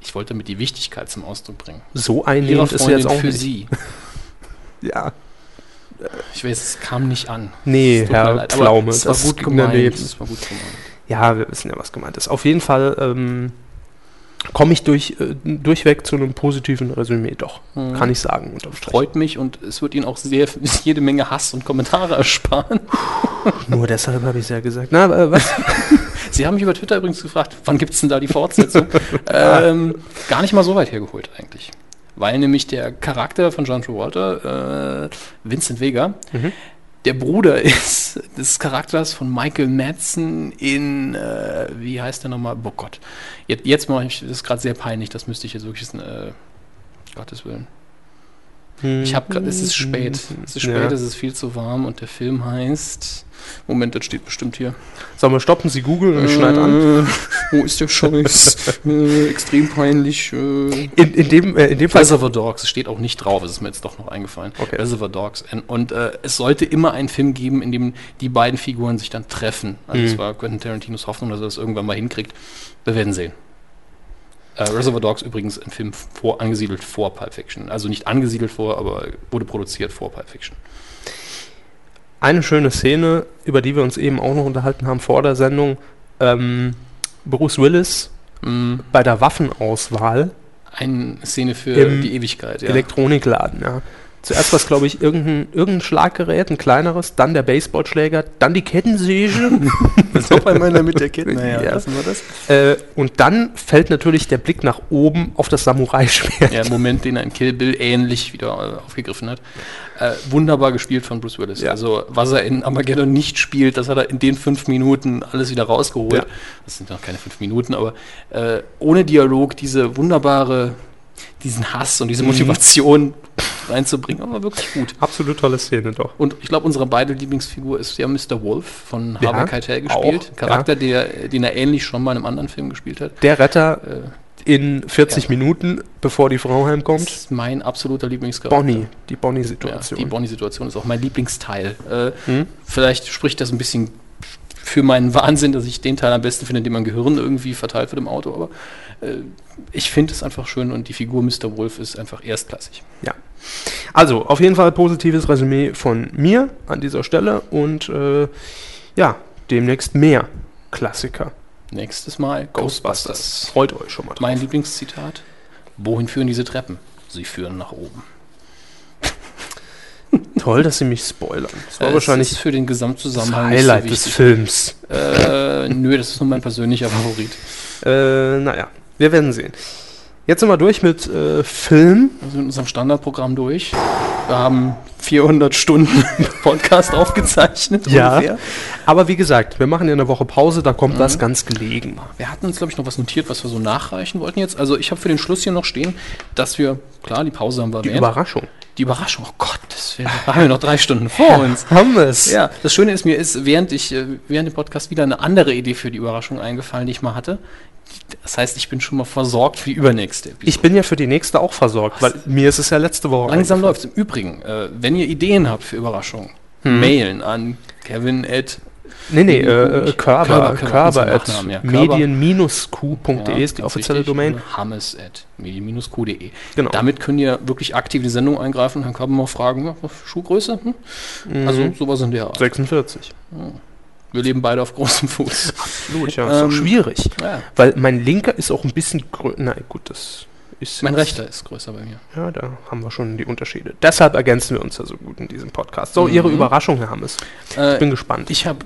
A: Ich wollte damit die Wichtigkeit zum Ausdruck bringen.
B: So einlegend ist sie jetzt auch
A: für
B: nicht.
A: sie.
B: Ja.
A: Ich weiß, es kam nicht an. Es
B: Nee,
A: tut mir
B: Herr
A: leid, aber
B: Pflaume,
A: es war gut
B: ging
A: gemeint.
B: daneben.
A: Es war gut gemeint.
B: Ja, wir wissen ja, was gemeint ist. Auf jeden Fall ähm, komme ich durch, äh, durchweg zu einem positiven Resümee, doch.
A: Mhm.
B: Kann ich sagen. unterm Strich.
A: Freut mich und es wird Ihnen auch sehr jede Menge Hass und Kommentare ersparen.
B: Nur deshalb habe ich es ja gesagt. Na, äh, was?
A: Sie haben mich über Twitter übrigens gefragt, wann gibt es denn da die Fortsetzung? ähm, gar nicht mal so weit hergeholt eigentlich. Weil nämlich der Charakter von John Travolta, äh, Vincent Vega,
B: Mhm.
A: der Bruder ist des Charakters von Michael Madsen in, äh, wie heißt der nochmal? Oh Gott. Jetzt, jetzt mache ich, das ist gerade sehr peinlich, das müsste ich jetzt wirklich, äh, Gottes Willen.
B: Hm.
A: Ich habe gerade, es ist spät. Es ist spät,
B: Ja.
A: es ist viel zu warm und der Film heißt. Moment, das steht bestimmt hier.
B: Sollen wir stoppen? Sie googeln und ich schneid
A: Äh,
B: an.
A: Wo ist der Scheiß? äh, extrem peinlich. Äh.
B: In, in, dem, äh, in dem Fall.
A: Reservoir Dogs, es steht auch nicht drauf, es ist mir jetzt doch noch eingefallen.
B: Okay.
A: Reservoir Dogs. Und, und äh, es sollte immer einen Film geben, in dem die beiden Figuren sich dann treffen. Also
B: Mhm.
A: es war Quentin Tarantinos Hoffnung, dass er das irgendwann mal hinkriegt. Wir werden sehen. Äh, Reservoir Dogs übrigens ein Film vor, angesiedelt vor Pulp Fiction. Also nicht angesiedelt vor, aber wurde produziert vor Pulp Fiction.
B: Eine schöne Szene, über die wir uns eben auch noch unterhalten haben vor der Sendung. Ähm, Bruce Willis
A: Mhm.
B: bei der Waffenauswahl,
A: Eine Szene für
B: Im
A: die Ewigkeit, ja.
B: Elektronikladen, ja. Zuerst war es, glaube ich, irgendein, irgendein Schlaggerät, ein kleineres, dann der Baseballschläger, dann die Kettensäge.
A: Noch einmal in der Mitte der Kette.
B: Naja,
A: lassen wir das.
B: äh, und dann fällt natürlich der Blick nach oben auf das Samurai-Schwert.
A: Ja, Moment, den er in Kill Bill ähnlich wieder äh, aufgegriffen hat. Äh, wunderbar gespielt von Bruce Willis.
B: Ja.
A: Also, was er in Armageddon nicht spielt, das hat er in den fünf Minuten alles wieder rausgeholt.
B: Ja.
A: Das sind noch keine fünf Minuten, aber äh, ohne Dialog diese wunderbare, diesen Hass und diese
B: Mhm.
A: Motivation reinzubringen, aber wirklich gut.
B: Absolut tolle Szene, doch.
A: Und ich glaube, unsere beide Lieblingsfigur ist ja Mr. Wolf von
B: Ja,
A: Harvey Keitel gespielt.
B: auch,
A: Charakter, der, den er ähnlich schon mal in einem anderen Film gespielt hat.
B: Der Retter
A: Äh,
B: in 40 Minuten, bevor die Frau heimkommt.
A: ist mein absoluter Lieblingscharakter.
B: Bonnie, die
A: Ja, die
B: Bonnie-Situation.
A: Bonnie-Situation ist auch mein Lieblingsteil. Äh,
B: Hm?
A: Vielleicht spricht das ein bisschen für meinen Wahnsinn, dass ich den Teil am besten finde, in dem mein Gehirn irgendwie verteilt wird im Auto, aber äh, ich finde es einfach schön und die Figur Mr. Wolf ist einfach erstklassig.
B: Also, auf jeden Fall positives Resümee von mir an dieser Stelle und äh, ja, demnächst mehr Klassiker.
A: Nächstes Mal Ghostbusters.
B: Freut euch schon mal drauf.
A: Mein Lieblingszitat: Wohin führen diese Treppen? Sie führen nach oben.
B: Toll, dass sie mich spoilern. Das war
A: Äh,
B: wahrscheinlich
A: es ist für den
B: das
A: Gesamtzusammenhang
B: Highlight
A: nicht
B: des
A: so wichtig.
B: Films.
A: Äh, nö, das ist nur mein persönlicher Favorit.
B: Äh, naja, wir werden sehen. Jetzt sind wir durch mit äh, Film.
A: Wir sind mit unserem Standardprogramm durch. Wir haben 400 Stunden Podcast aufgezeichnet
B: Ja. Aber wie gesagt, wir machen ja eine Woche Pause, da
A: Mhm.
B: kommt das ganz gelegen.
A: Wir hatten uns, glaube ich, noch was notiert, was wir so nachreichen wollten jetzt. Also ich habe für den Schluss hier noch stehen, dass wir, klar, die Pause haben wir
B: Die Überraschung.
A: die Überraschung, oh Gott, das wir haben wir noch drei Stunden vor uns.
B: Haben wir es.
A: Ja, das Schöne ist, mir ist während ich äh, während dem Podcast wieder eine andere Idee für die Überraschung eingefallen, die ich mal hatte. Das heißt, ich bin schon mal versorgt für die übernächste Episode.
B: Ich bin ja für die nächste auch versorgt, weil mir ist es ja letzte Woche.
A: Langsam läuft es. Im Übrigen, äh, wenn ihr Ideen habt für Überraschungen,
B: Hm.
A: mailen an kevin at
B: Nee, nee, äh, äh, Körber,
A: Körber, Körber,
B: Körber
A: mit
B: at
A: Nachnamen, ja. Körber.
B: medien-q.de ist die
A: ganz
B: offizielle
A: richtig,
B: Domain.
A: oder Hammes at medien-q.de.
B: Genau.
A: Damit könnt ihr wirklich aktiv in die Sendung eingreifen. Dann kann man mal fragen, ja, was für Schuhgröße? Hm?
B: Mhm.
A: Also sowas in der Art.
B: 46.
A: Wir leben beide auf großem Fuß.
B: Absolut, ja. Ist doch
A: Ähm,
B: schwierig.
A: ja.
B: Weil mein linker ist auch ein bisschen größer. Nein, gut, das ist.
A: Mein
B: jetzt-
A: Rechter ist größer bei mir.
B: Ja, da haben wir schon die Unterschiede. Deshalb ergänzen wir uns ja so gut in diesem Podcast. So, Ihre Überraschung, Herr Hammes. Ich
A: Mhm. Äh,
B: bin gespannt.
A: ich habe,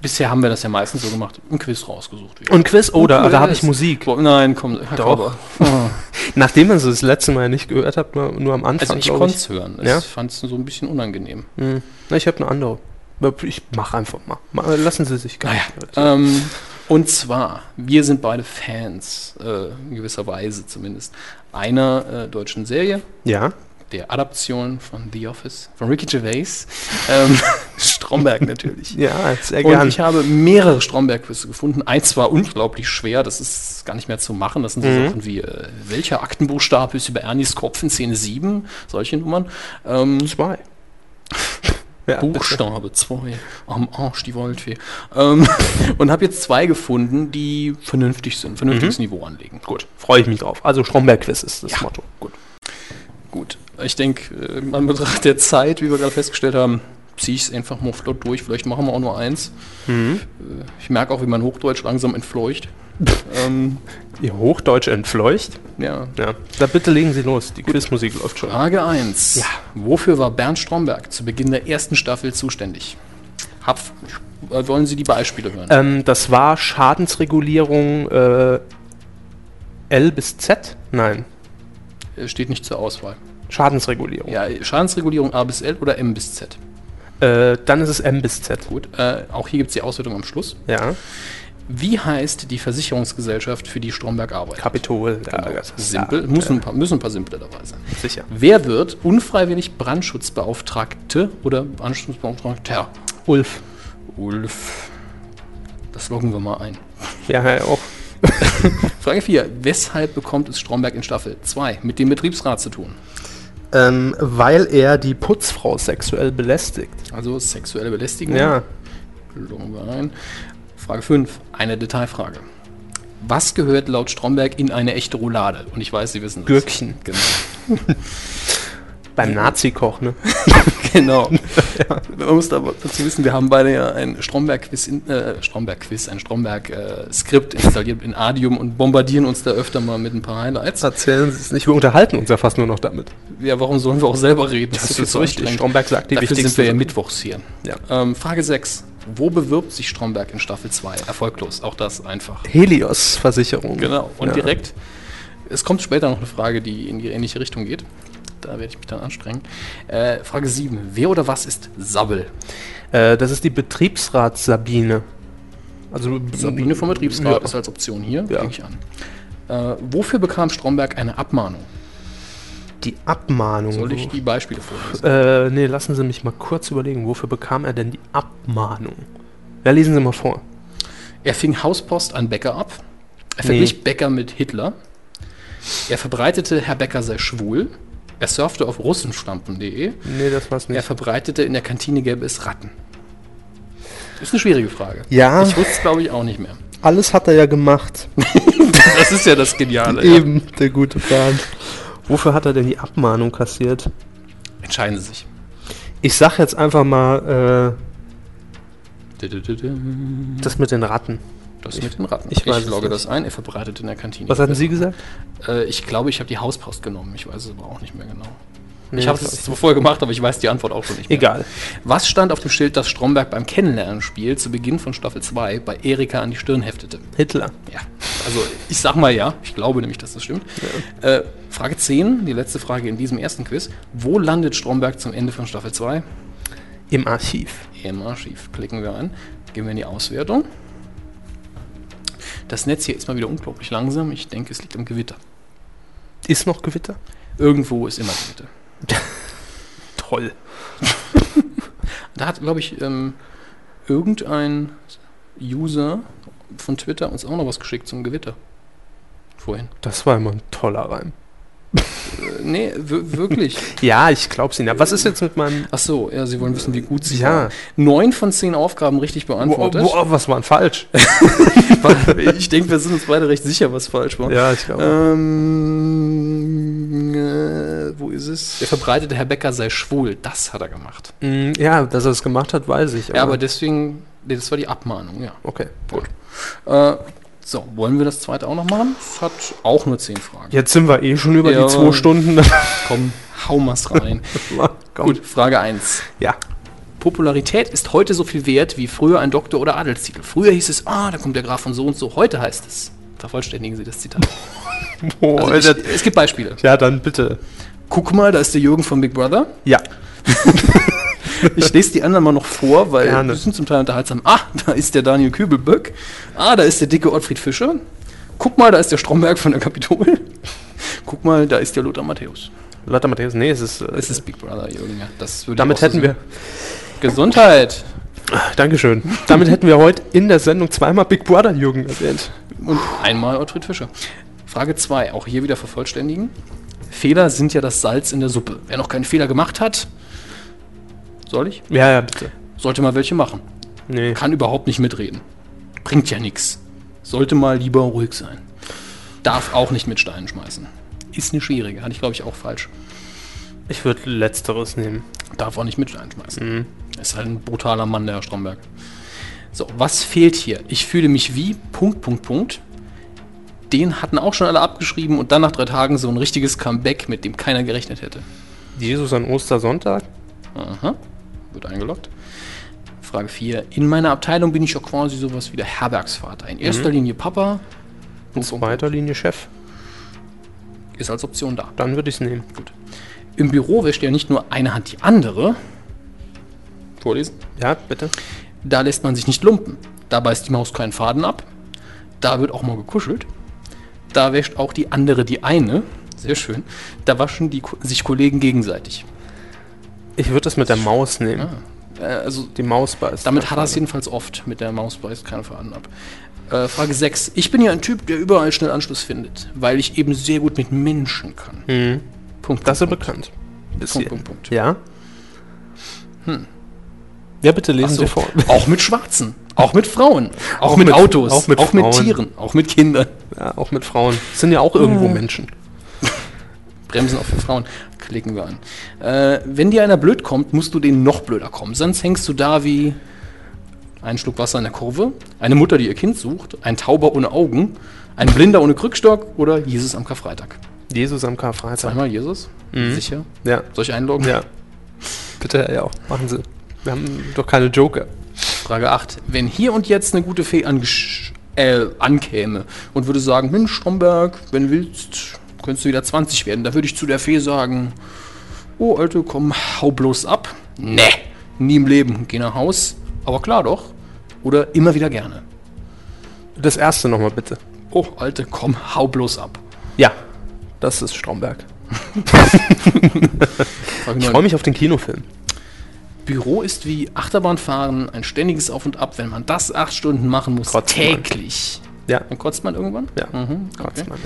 A: bisher haben wir das ja meistens so gemacht, ein Quiz rausgesucht. wie-
B: Und Quiz, oder?
A: Quiz.
B: da habe ich Musik.
A: Nein, komm, Herr
B: Doch.
A: Körber.
B: Nachdem man es das letzte Mal nicht gehört hat, nur nur am Anfang.
A: Also ich
B: glaub
A: konnte es hören. Ich
B: Ja?
A: fand es so ein bisschen unangenehm.
B: Hm. Na, ich habe eine andere. Ich mache einfach mal. Ma- Lassen Sie sich gar nicht.
A: Ähm, und zwar, wir sind beide Fans, äh, in gewisser Weise zumindest, einer äh, deutschen Serie,
B: Ja.
A: der Adaption von The Office, von Ricky Gervais, ähm, Stromberg natürlich.
B: Ja, sehr
A: Und
B: gern.
A: ich habe mehrere Stromberg-Quizze gefunden. Eins war unglaublich schwer, das ist gar nicht mehr zu machen. Das sind so
B: Mhm.
A: Sachen wie, äh, welcher Aktenbuchstabe ist über Ernies Kopf in Szene 7? Solche Nummern. Ähm,
B: zwei. ja,
A: Buchstabe 2 am Arsch, die Waldfee. Ähm, und habe jetzt zwei gefunden, die vernünftig sind, vernünftiges
B: Mhm.
A: Niveau anlegen. Gut.
B: Freue ich mich drauf. Also Stromberg-Quiz ist das Motto. Gut.
A: Gut. Ich denke, äh, in Anbetracht der Zeit, wie wir gerade festgestellt haben, ziehe ich es einfach mal flott durch. Vielleicht machen wir auch nur eins.
B: Hm.
A: Äh, Ich merke auch, wie mein Hochdeutsch langsam entfleucht. ähm,
B: Ihr Hochdeutsch entfleucht.
A: ja.
B: Ja. Da bitte legen Sie los. Die Quizmusik läuft schon.
A: Frage 1.
B: Ja.
A: Wofür war Bernd Stromberg zu Beginn der ersten Staffel zuständig? Hapf. Äh, Wollen Sie die Beispiele hören?
B: Ähm, das war Schadensregulierung äh, L bis Z? Nein.
A: Äh, Steht nicht zur Auswahl.
B: Schadensregulierung.
A: Ja, Schadensregulierung A bis L oder M bis Z?
B: Äh, dann ist es M bis Z.
A: Gut, äh, auch hier gibt es die Auswertung am Schluss.
B: Ja.
A: Wie heißt die Versicherungsgesellschaft, für die Stromberg arbeitet?
B: Kapitol. Ja,
A: Genau.
B: das ist-
A: Simpel, muss ein paar, müssen ein paar simple dabei sein.
B: Ja, sicher.
A: Wer wird unfreiwillig Brandschutzbeauftragte oder Brandschutzbeauftragter?
B: Ulf.
A: Ulf. Das loggen wir mal ein.
B: Ja, ja, auch.
A: Frage 4. Weshalb bekommt es Stromberg in Staffel 2 mit dem Betriebsrat zu tun?
B: Ähm, weil er die Putzfrau sexuell belästigt.
A: Also sexuelle Belästigung.
B: Ja.
A: Loggen wir ein. Frage 5. Eine Detailfrage. Was gehört laut Stromberg in eine echte Roulade? Und ich weiß, Sie wissen es.
B: Gürkchen.
A: Genau.
B: Beim Nazikoch, ne?
A: Genau. Man muss aber dazu wissen, wir haben beide ja ein Stromberg-Quiz, in- äh, Stromberg-Quiz, ein Stromberg-Skript äh, installiert in Adium und bombardieren uns da öfter mal mit ein paar Highlights.
B: Erzählen Sie es nicht. Wir unterhalten uns ja fast nur noch damit.
A: Ja, warum sollen wir auch selber reden? Das, viel zu anstrengend.
B: Stromberg sagt die
A: Dafür
B: wichtigsten
A: sind wir ja
B: Sachen.
A: mittwochs hier.
B: Ja.
A: Ähm, Frage 6. Wo bewirbt sich Stromberg in Staffel 2? Erfolglos, auch das einfach.
B: Helios-Versicherung.
A: Genau. Und
B: ja.
A: direkt, es kommt später noch eine Frage, die in die ähnliche Richtung geht. Da werde ich mich dann anstrengen. Äh, Frage 7. Wer oder was ist Sabbel?
B: Äh, das ist die Betriebsrat-Sabine. Also
A: Sabine vom Betriebsrat
B: Ja.
A: ist als Option hier,
B: Ja.
A: ja. ich an. Äh, wofür bekam Stromberg eine Abmahnung?
B: Die Abmahnung.
A: Soll ich die Beispiele vorlesen?
B: Äh, nee, lassen Sie mich mal kurz überlegen, wofür bekam er denn die Abmahnung? Ja, lesen Sie mal vor.
A: Er fing Hauspost an Becker ab. Er
B: Nee.
A: verglich Becker mit Hitler. Er verbreitete, Herr Becker sei schwul. Er surfte auf russenschlampen.de.
B: Nee, das war's
A: Er verbreitete, in der Kantine gäbe es Ratten. Ist eine schwierige Frage.
B: Ja,
A: Ich wusste es, glaube ich, auch nicht mehr.
B: alles hat er ja gemacht.
A: Das ist ja das Geniale. Ja.
B: Eben, der gute Plan. Wofür hat er denn die Abmahnung kassiert?
A: Entscheiden Sie sich.
B: Ich sag jetzt einfach mal äh, das mit den Ratten.
A: Das mit den Ratten.
B: ich weiß es
A: logge
B: nicht.
A: das ein. Er verbreitet in der Kantine.
B: Was hatten Sie gesagt?
A: Äh, ich glaube, ich habe die Hauspost genommen. Ich weiß es aber auch nicht mehr genau.
B: Nee,
A: ich habe
B: das
A: es vorher gemacht, aber ich weiß die Antwort auch schon nicht mehr.
B: Egal.
A: Was stand auf dem Schild, das Stromberg beim Kennenlernenspiel zu Beginn von Staffel 2 bei Erika an die Stirn heftete?
B: Hitler.
A: Ja, Also ich sag mal ja, ich glaube nämlich, dass das stimmt. Äh, Frage 10, die letzte Frage in diesem ersten Quiz. Wo landet Stromberg zum Ende von Staffel 2?
B: Im Archiv.
A: Im Archiv klicken wir an, gehen wir in die Auswertung. Das Netz hier ist mal wieder unglaublich langsam. Ich denke, es liegt am Gewitter.
B: Ist noch Gewitter?
A: Irgendwo ist immer Gewitter.
B: Toll.
A: Da hat, glaube ich, ähm, irgendein User von Twitter uns auch noch was geschickt zum Gewitter. Vorhin.
B: Das war immer ein toller Reim.
A: Äh, nee, wir- wirklich.
B: Ja, ich glaub's Ihnen. Aber was ist jetzt mit meinem...
A: Ach so, ja, Sie wollen wissen, wie gut Sie
B: Ja.
A: waren. Neun von zehn Aufgaben richtig beantwortet.
B: Wow, wow, was war denn falsch?
A: Ich denke, wir sind uns beide recht sicher, was falsch war.
B: ja, ich glaube.
A: Ähm, äh, wo ist es? Der verbreitete Herr Becker sei schwul. Das hat er gemacht.
B: Mm, Ja, dass er es gemacht hat, weiß ich.
A: Ja, aber deswegen, nee, das war die Abmahnung, ja.
B: okay.
A: Gut. Äh, so, wollen wir das zweite auch noch machen? Es hat auch nur zehn Fragen.
B: Jetzt sind wir eh schon über
A: Ja.
B: die zwei Stunden.
A: Komm, hau mal's rein.
B: Gut.
A: Gut, Frage 1.
B: Ja.
A: Popularität ist heute so viel wert wie früher ein Doktor- oder Adelstitel. Früher hieß es, ah, da kommt der Graf von so und so. Heute heißt es. Vervollständigen Sie das Zitat.
B: Oh,
A: Also
B: Alter.
A: ich, es gibt Beispiele.
B: ja, dann bitte.
A: Guck mal, da ist der Jürgen von Big Brother.
B: Ja.
A: Ich lese die anderen mal noch vor, weil
B: Gerne.
A: die sind zum Teil unterhaltsam. Ah, da ist der Daniel Kübelböck. Ah, da ist der dicke Ottfried Fischer. Guck mal, da ist der Stromberg von der Kapitol. Guck mal, da ist der Lothar Matthäus.
B: Lotta Matthäus, nee, es ist. Äh,
A: Es ist Big Brother, Jürgen. Ja. Das würde ich auch
B: damit
A: so
B: hätten wir.
A: sehen. Gesundheit.
B: Dankeschön. Damit hätten wir heute in der Sendung zweimal Big Brother Jürgen erwähnt.
A: Und einmal Ottfried Fischer. Frage 2, auch hier wieder vervollständigen. Fehler sind ja das Salz in der Suppe. Wer noch keinen Fehler gemacht hat, soll ich?
B: Ja, ja, bitte.
A: Sollte mal welche machen.
B: Nee.
A: Kann überhaupt nicht mitreden. Bringt ja nichts. Sollte mal lieber ruhig sein. Darf auch nicht mit Steinen schmeißen. Ist eine schwierige. Hatte ich, glaube ich, auch falsch.
B: Ich würde Letzteres nehmen.
A: Darf auch nicht mit Steinen schmeißen. Ist halt ein brutaler Mann, der Herr Stromberg. So, was fehlt hier? Ich fühle mich wie. Punkt, Punkt, Punkt. Den hatten auch schon alle abgeschrieben und dann nach drei Tagen so ein richtiges Comeback, mit dem keiner gerechnet hätte.
B: Jesus an Ostersonntag?
A: Aha, wird eingeloggt. Frage 4. In meiner Abteilung bin ich ja quasi sowas wie der Herbergsvater. In erster Linie Papa.
B: In zweiter Linie Chef.
A: Ist als Option da.
B: Dann würde ich es nehmen.
A: Im Büro wäscht ja nicht nur eine Hand die andere. Vorlesen.
B: Ja, bitte.
A: Da lässt man sich nicht lumpen. Da beißt die Maus keinen Faden ab. Da wird auch mal gekuschelt. Da wäscht auch die andere die eine. Sehr schön. Da waschen die, Ko- sich Kollegen gegenseitig.
B: Ich würde das mit der Maus nehmen.
A: Äh, also
B: Die Maus beißt.
A: Damit hat er es jedenfalls oft. Mit der Maus beißt keine Faden ab. Äh, Frage 6. Ich bin ja ein Typ, der überall schnell Anschluss findet, weil ich eben sehr gut mit Menschen kann.
B: Mhm.
A: Punkt.
B: Das ist
A: Punkt,
B: bekannt. Bis
A: Punkt,
B: hier.
A: Punkt, Punkt.
B: Ja? Ja, bitte lesen
A: So.
B: Sie vor.
A: Auch mit Schwarzen. Auch mit Frauen. Auch, mit,
B: mit-
A: Autos.
B: auch mit Frauen.
A: Tieren. Auch mit Kindern.
B: Ja, auch mit Frauen. Das sind ja auch irgendwo Menschen.
A: Bremsen auch für Frauen. Klicken wir an. Äh, wenn dir einer blöd kommt, musst du denen noch blöder kommen. Sonst hängst du da wie ein Schluck Wasser in der Kurve, eine Mutter, die ihr Kind sucht, ein Tauber ohne Augen, ein Blinder ohne Krückstock oder Jesus am Karfreitag.
B: Jesus am Karfreitag.
A: Einmal Jesus? Sicher?
B: Ja.
A: Soll ich einloggen?
B: Ja. Bitte, ja, machen Sie. Wir haben doch keine Joker.
A: Frage 8. Wenn hier und jetzt eine gute Fee angesch- äh, ankäme und würde sagen, Mensch, Stromberg, wenn willst, könntest du wieder 20 werden. Da würde ich zu der Fee sagen, oh Alte, komm, hau bloß ab. Nee, nie im Leben. Geh nach Haus. Aber klar doch. Oder immer wieder gerne.
B: Das erste nochmal bitte.
A: Oh Alte, komm, hau bloß ab.
B: Ja. Das ist Stromberg.
A: Frage
B: Ich
A: 9.
B: freue mich auf den Kinofilm.
A: Büro ist wie Achterbahnfahren, ein ständiges Auf und Ab. Wenn man das acht Stunden machen muss,
B: Kotzt man.
A: täglich.
B: Ja.
A: Dann kotzt man irgendwann?
B: Ja.
A: Mhm, okay.
B: Kratzmann,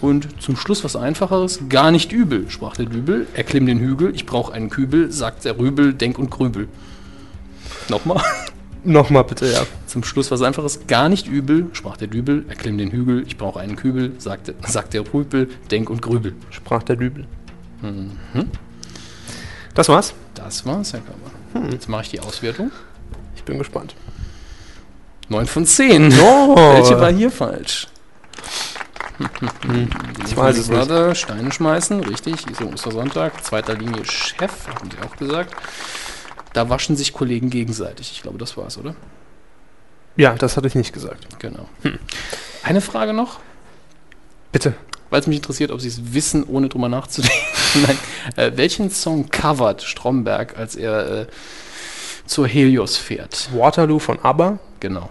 A: Und zum Schluss was Einfacheres. Gar nicht übel, sprach der Dübel. Erklimm den Hügel, ich brauche einen Kübel, sagt der Rübel, denk und grübel. Nochmal.
B: ja. Nochmal bitte, ja.
A: Zum Schluss was Einfaches. Gar nicht übel, sprach der Dübel. Erklimm den Hügel, ich brauche einen Kübel, sagt, sagt der Rübel, denk und grübel.
B: Sprach der Dübel. Mhm. Das war's.
A: Das war's, Herr Körber. Jetzt mache ich die Auswertung.
B: Ich bin gespannt.
A: 9 von 10.
B: No.
A: Welche war hier falsch?
B: Ich weiß es nicht.
A: Brother, Hm. Steine schmeißen, richtig, ist Ostersonntag. Zweiter Linie Chef, haben sie auch gesagt. Da waschen sich Kollegen gegenseitig. Ich glaube, das war's, oder?
B: Ja, das hatte ich nicht gesagt.
A: Genau. Eine Frage noch,
B: Bitte.
A: weil es mich interessiert, ob Sie es wissen, ohne drüber nachzudenken. Nein. Äh, welchen Song covert Stromberg, als er äh, zur Helios fährt?
B: Waterloo von ABBA.
A: Genau.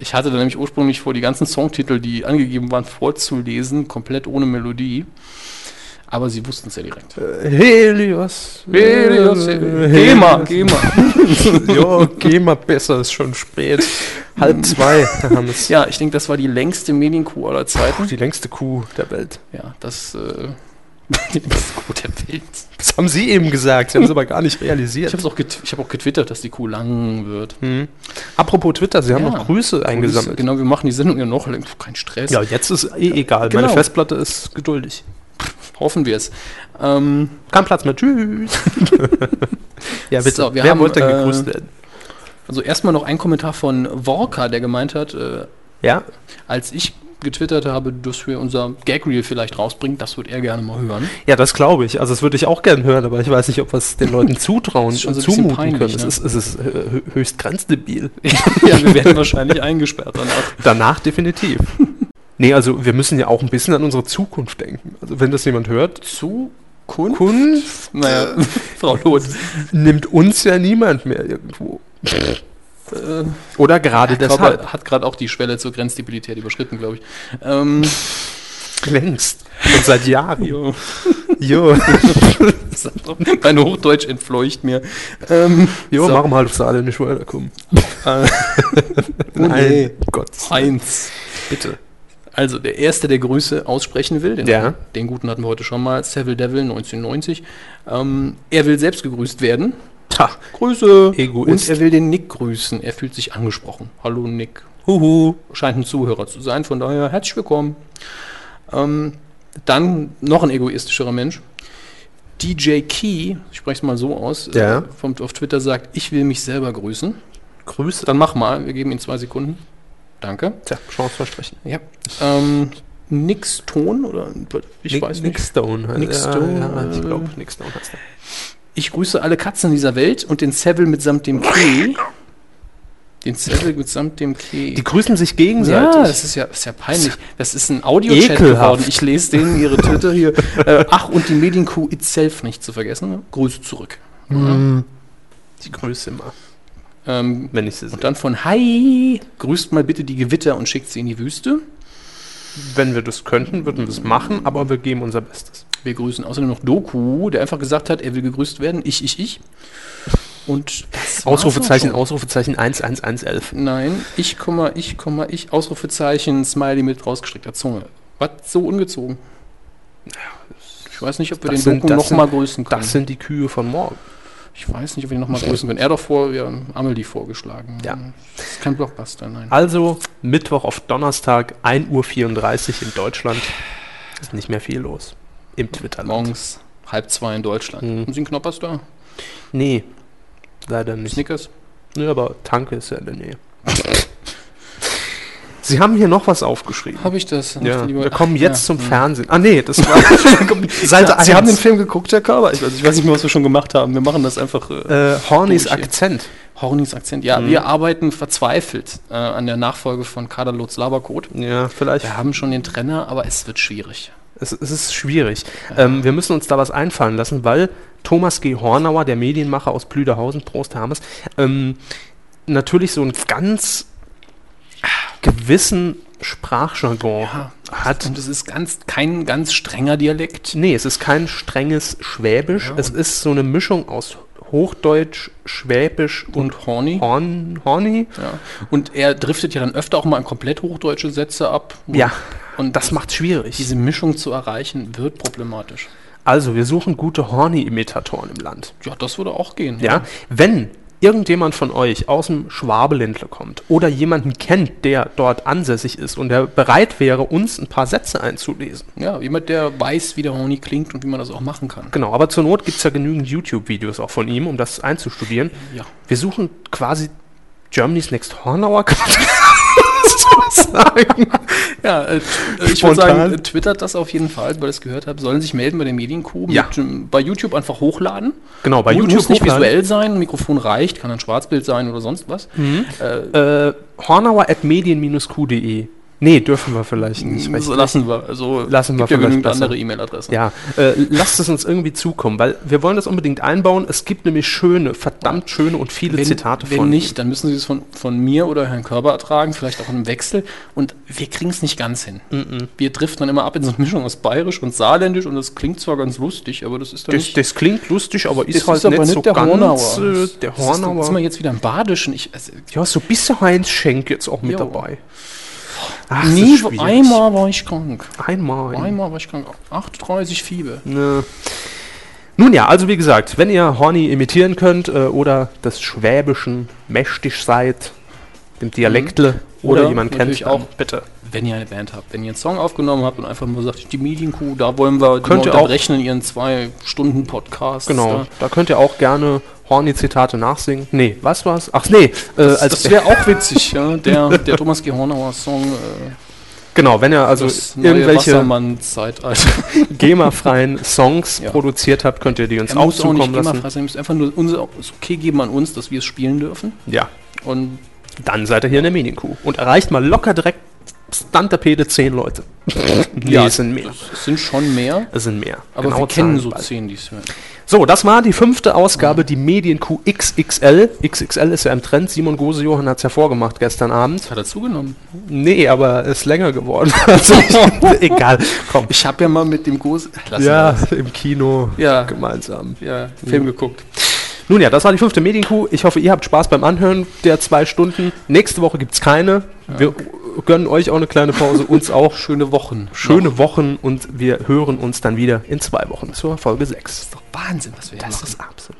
A: Ich hatte da nämlich ursprünglich vor, die ganzen Songtitel, die angegeben waren, vorzulesen, komplett ohne Melodie. Aber Sie wussten es ja direkt.
B: Äh, Helios. Äh,
A: GEMA, GEMA.
B: Jo, geh mal besser, ist schon spät. Halb zwei. Da haben es
A: Ja, ich denke, das war die längste Medienkuh aller Zeiten.
B: die längste Kuh der Welt.
A: Ja, das äh, die längste Kuh der Welt.
B: Das haben Sie eben gesagt. Sie haben es aber gar nicht
A: Ich
B: realisiert.
A: habe auch, getw ich hab auch getwittert, dass die Kuh lang wird.
B: Hm. Apropos Twitter, Sie haben
A: Ja.
B: noch Grüße eingesammelt.
A: Genau, wir machen die Sendung ja noch länger. Puh, Kein Stress.
B: Ja, jetzt ist eh egal.
A: Genau.
B: Meine Festplatte ist geduldig.
A: Hoffen wir es. Ähm,
B: Kein Platz mehr. Tschüss. ja, bitte.
A: So, wir
B: Wer
A: haben,
B: wollte denn
A: äh,
B: gegrüßt werden?
A: also erstmal noch ein Kommentar von Walker, der gemeint hat, äh,
B: Ja,
A: als ich getwittert habe, dass wir unser Gag-Reel vielleicht rausbringen, das würde er gerne mal hören.
B: ja, das glaube ich. Also das würde ich auch gerne hören, aber ich weiß nicht, ob wir es den Leuten zutrauen
A: Ist schon so
B: und
A: ein bisschen
B: zumuten
A: peinlich,
B: können. Es
A: ne?
B: ist, es ist äh, hö- höchst grenzdebil.
A: ja, wir werden wahrscheinlich eingesperrt danach.
B: Danach definitiv. nee, also wir müssen ja auch ein bisschen an unsere Zukunft denken. Also wenn das jemand hört,
A: Zukunft?
B: Kunst
A: Naja, Frau Loth.
B: nimmt uns ja niemand mehr irgendwo.
A: Äh,
B: Oder gerade deshalb.
A: Körper hat gerade auch die Schwelle zur Grenzstabilität überschritten, glaube ich. Ähm,
B: Längst. Und seit Jahren.
A: jo.
B: Jo,
A: Mein Hochdeutsch entfleucht mir. Ähm,
B: jo
A: So.
B: machen wir halt auf alle nicht weiterkommen.
A: Oh nee.
B: Gott.
A: Heinz.
B: Bitte.
A: Also der Erste, der Grüße aussprechen will, den,
B: Ja.
A: den guten hatten wir heute schon mal, Seville Devil 1990. Ähm, er will selbst gegrüßt werden.
B: Ta.
A: Grüße.
B: Egoist.
A: Und er will den Nick grüßen. Er fühlt sich angesprochen. Hallo Nick.
B: Huhu.
A: scheint ein Zuhörer zu sein, von daher herzlich willkommen. Ähm, dann noch ein egoistischerer Mensch. DJ Key, ich spreche es mal so aus, äh,
B: Ja.
A: vom, auf Twitter sagt, ich will mich selber grüßen.
B: Grüße.
A: Dann mach mal, wir geben ihm zwei Sekunden. Danke.
B: Tja, Chanceversprechen.
A: Ja. Ähm, nix Ton oder ich
B: Nick-
A: weiß
B: Nick
A: nicht.
B: Stone. heißt-
A: Nick
B: ja,
A: Stone. Mhm.
B: Ja, ich glaube, Nick Stone heißt er.
A: Ich grüße alle Katzen dieser Welt und den Seville mitsamt dem Key. Den Seville mitsamt dem Key.
B: Die grüßen sich
A: Ja,
B: gegenseitig.
A: das ist ja, das ist ja peinlich. Das ist ein Audio-Chat
B: Ekelhaft.
A: geworden. Ich lese denen ihre Twitter hier. Äh, ach, und die Medienkuh itself nicht zu vergessen. Grüße zurück.
B: Mhm. Die grüße immer,
A: Ähm,
B: wenn ich sie sehe.
A: und dann von Hi, grüßt mal bitte die Gewitter und schickt sie in die Wüste.
B: Wenn wir das könnten, würden wir es machen, aber wir geben unser Bestes.
A: Wir grüßen außerdem noch Doku, der einfach gesagt hat, er will gegrüßt werden. Ich, ich, ich. Und das war's auch
B: Ausrufezeichen,
A: schon.
B: Ausrufezeichen 11111.
A: Nein, ich, Komma, ich, Komma, ich, Ausrufezeichen, Smiley mit rausgestreckter Zunge. Was so ungezogen. Ich weiß nicht, ob wir
B: Das
A: den
B: sind-
A: Doku
B: das sind-
A: nochmal grüßen können.
B: Das sind die Kühe von morgen.
A: Ich weiß nicht, ob wir ihn nochmal grüßen können. Er hat doch vor, wir haben Amelie vorgeschlagen.
B: Ja.
A: Das ist kein Blockbuster, nein.
B: Also Mittwoch auf Donnerstag, 1.34 Uhr in Deutschland. Ist nicht mehr viel los. Im Twitter.
A: Morgens halb zwei in Deutschland.
B: Mhm.
A: Und sind Knoppers da?
B: Nee, leider nicht.
A: Snickers?
B: Nö, aber Tanke ist ja in der Nähe. Sie haben hier noch was aufgeschrieben.
A: Habe ich das? Hab ich
B: Ja,
A: die lieber-
B: wir kommen
A: Ach,
B: jetzt
A: ja. Mhm.
B: zum Fernsehen. Ah nee, das war Seite
A: Sie haben den
B: eins.
A: Film geguckt, Herr Körber? Ich weiß, ich weiß nicht mehr, was wir schon gemacht haben. Wir machen das einfach. Äh, Mhm.
B: äh, Hornys
A: Durch hier.
B: Akzent.
A: Hornys Akzent. Ja, wir arbeiten verzweifelt äh, an der Nachfolge von Kaderlotz Laberkot.
B: Ja, vielleicht.
A: Wir haben schon den Trenner, aber es wird schwierig.
B: Es, es ist schwierig. Ähm, wir müssen uns da was einfallen lassen, weil Thomas G. Hornauer, der Medienmacher aus Plüderhausen, Prost Hermes, ähm, natürlich so einen ganz gewissen Sprachjargon
A: Ja,
B: hat.
A: Und es ist ganz kein ganz strenger Dialekt.
B: Nee, es ist kein strenges Schwäbisch.
A: Ja,
B: es ist so eine Mischung aus Hochdeutsch, Schwäbisch und
A: Und Horny.
B: Horn, Horny.
A: Ja. Und er driftet ja dann öfter auch mal in komplett hochdeutsche Sätze ab. Und
B: Ja,
A: Und
B: das macht schwierig.
A: diese Mischung zu erreichen, wird problematisch.
B: Also, wir suchen gute Horny-Imitatoren im Land.
A: Ja, das würde auch gehen.
B: Ja, wenn irgendjemand von euch aus dem Schwabeländle kommt oder jemanden kennt, der dort ansässig ist und der bereit wäre, uns ein paar Sätze einzulesen.
A: Ja, jemand, der weiß, wie der Horny klingt und wie man das auch machen kann.
B: Genau, aber zur Not gibt es ja genügend YouTube-Videos auch von ihm, um das einzustudieren.
A: Ja.
B: Wir suchen quasi Germany's Next Hornauer, kann man das so sagen.
A: Ja, äh, t- äh, ich
B: Spontan.
A: würde sagen, äh, twittert das auf jeden Fall, weil ich es gehört habe. Sollen sich melden bei der Medienkuh.
B: Ja.
A: Mit, ähm, bei YouTube einfach hochladen.
B: Genau, bei
A: Mu-
B: YouTube
A: muss nicht
B: hochladen.
A: visuell sein. Ein Mikrofon reicht,
B: Mhm.
A: kann ein Schwarzbild sein oder sonst was.
B: Äh, Hornauer at medien-q.de Nee, dürfen wir vielleicht nicht.
A: Das
B: rechtlich.
A: lassen wir. Also
B: Lassen wir
A: gibt ja
B: vielleicht
A: genügend
B: besser.
A: andere E-Mail-Adressen.
B: Ja, äh, lasst es uns irgendwie zukommen, weil wir wollen das unbedingt einbauen. Es gibt nämlich schöne, verdammt schöne und viele
A: Wenn,
B: Zitate
A: wenn
B: von ihm.
A: nicht, dann müssen Sie es von, von mir oder Herrn Körber ertragen, vielleicht auch im Wechsel. Und wir kriegen es nicht ganz hin. Wir driften dann immer ab in so eine Mischung aus Bayerisch und Saarländisch und das klingt zwar ganz lustig, aber das ist dann
B: Das,
A: nicht.
B: das klingt lustig, aber ist
A: das
B: halt
A: ist aber
B: nicht so
A: der
B: ganz
A: Hornauer.
B: äh,
A: Das
B: der
A: ist- Jetzt sind wir
B: Hornauer.
A: jetzt wieder im Badischen. Ich, also,
B: Ja, so ein bisschen Heinz Schenk jetzt auch
A: Jo.
B: mit dabei. Ach, das
A: nie,
B: ist schwierig.
A: einmal war ich krank.
B: Einmal.
A: Einmal war ich krank. 38 Fieber.
B: Ne. Nun ja, also wie gesagt, wenn ihr Horny imitieren könnt äh, oder des Schwäbischen mächtig seid, dem Dialektle oder,
A: Mhm. Oder
B: jemand
A: natürlich
B: kennt, dann
A: auch-
B: bitte.
A: Wenn ihr eine Band habt, wenn ihr einen Song aufgenommen habt und einfach mal sagt, die Medienkuh, da wollen wir,
B: Könnt
A: die
B: ihr
A: wir
B: auch-
A: unterbrechen in ihren zwei Stunden Podcast.
B: Genau,
A: Da.
B: da könnt ihr auch gerne Horny-Zitate nachsingen. Nee, was war's? Ach nee, äh,
A: Das,
B: als
A: das wäre auch witzig, ja. Der, der Thomas G. Hornauer Song, äh,
B: genau, wenn ihr also
A: das neue
B: irgendwelche
A: Wassermann-Zeitalter.
B: GEMA-freien Songs
A: Ja.
B: produziert habt, könnt ihr die uns
A: Er
B: auch
A: muss auch nicht
B: zukommen
A: immer
B: lassen.
A: frei sein, er muss einfach nur unser das Okay geben an uns, dass wir es spielen dürfen.
B: Ja,
A: Und
B: dann seid ihr hier in der Medienkuh und erreicht mal locker direkt Stuntapede 10 Leute. nee,
A: Ja.
B: es sind mehr.
A: es sind schon mehr,
B: Es sind mehr.
A: aber
B: Genaue
A: wir kennen
B: Zahlen also
A: so
B: bald.
A: zehn, die es werden.
B: So, das war die fünfte Ausgabe, die Medienkuh XXL. XXL ist ja im Trend. Simon Gose Johann hat es ja vorgemacht gestern Abend.
A: Hat er zugenommen?
B: Nee, aber ist länger geworden. Also, egal. Komm.
A: Ich habe ja mal mit dem Groß... Lassen
B: ja, im Kino
A: wir das. ja,
B: gemeinsam.
A: ja, Film geguckt.
B: Nun ja, das war die fünfte Medienkuh. Ich hoffe, ihr habt Spaß beim Anhören der zwei Stunden. Nächste Woche gibt's keine. Wir gönnen euch auch eine kleine Pause, uns auch.
A: Schöne Wochen.
B: Schöne Wochen und wir hören uns dann wieder in zwei Wochen zur Folge 6.
A: Wahnsinn, was wir hier
B: Das
A: machen.
B: ist absolut.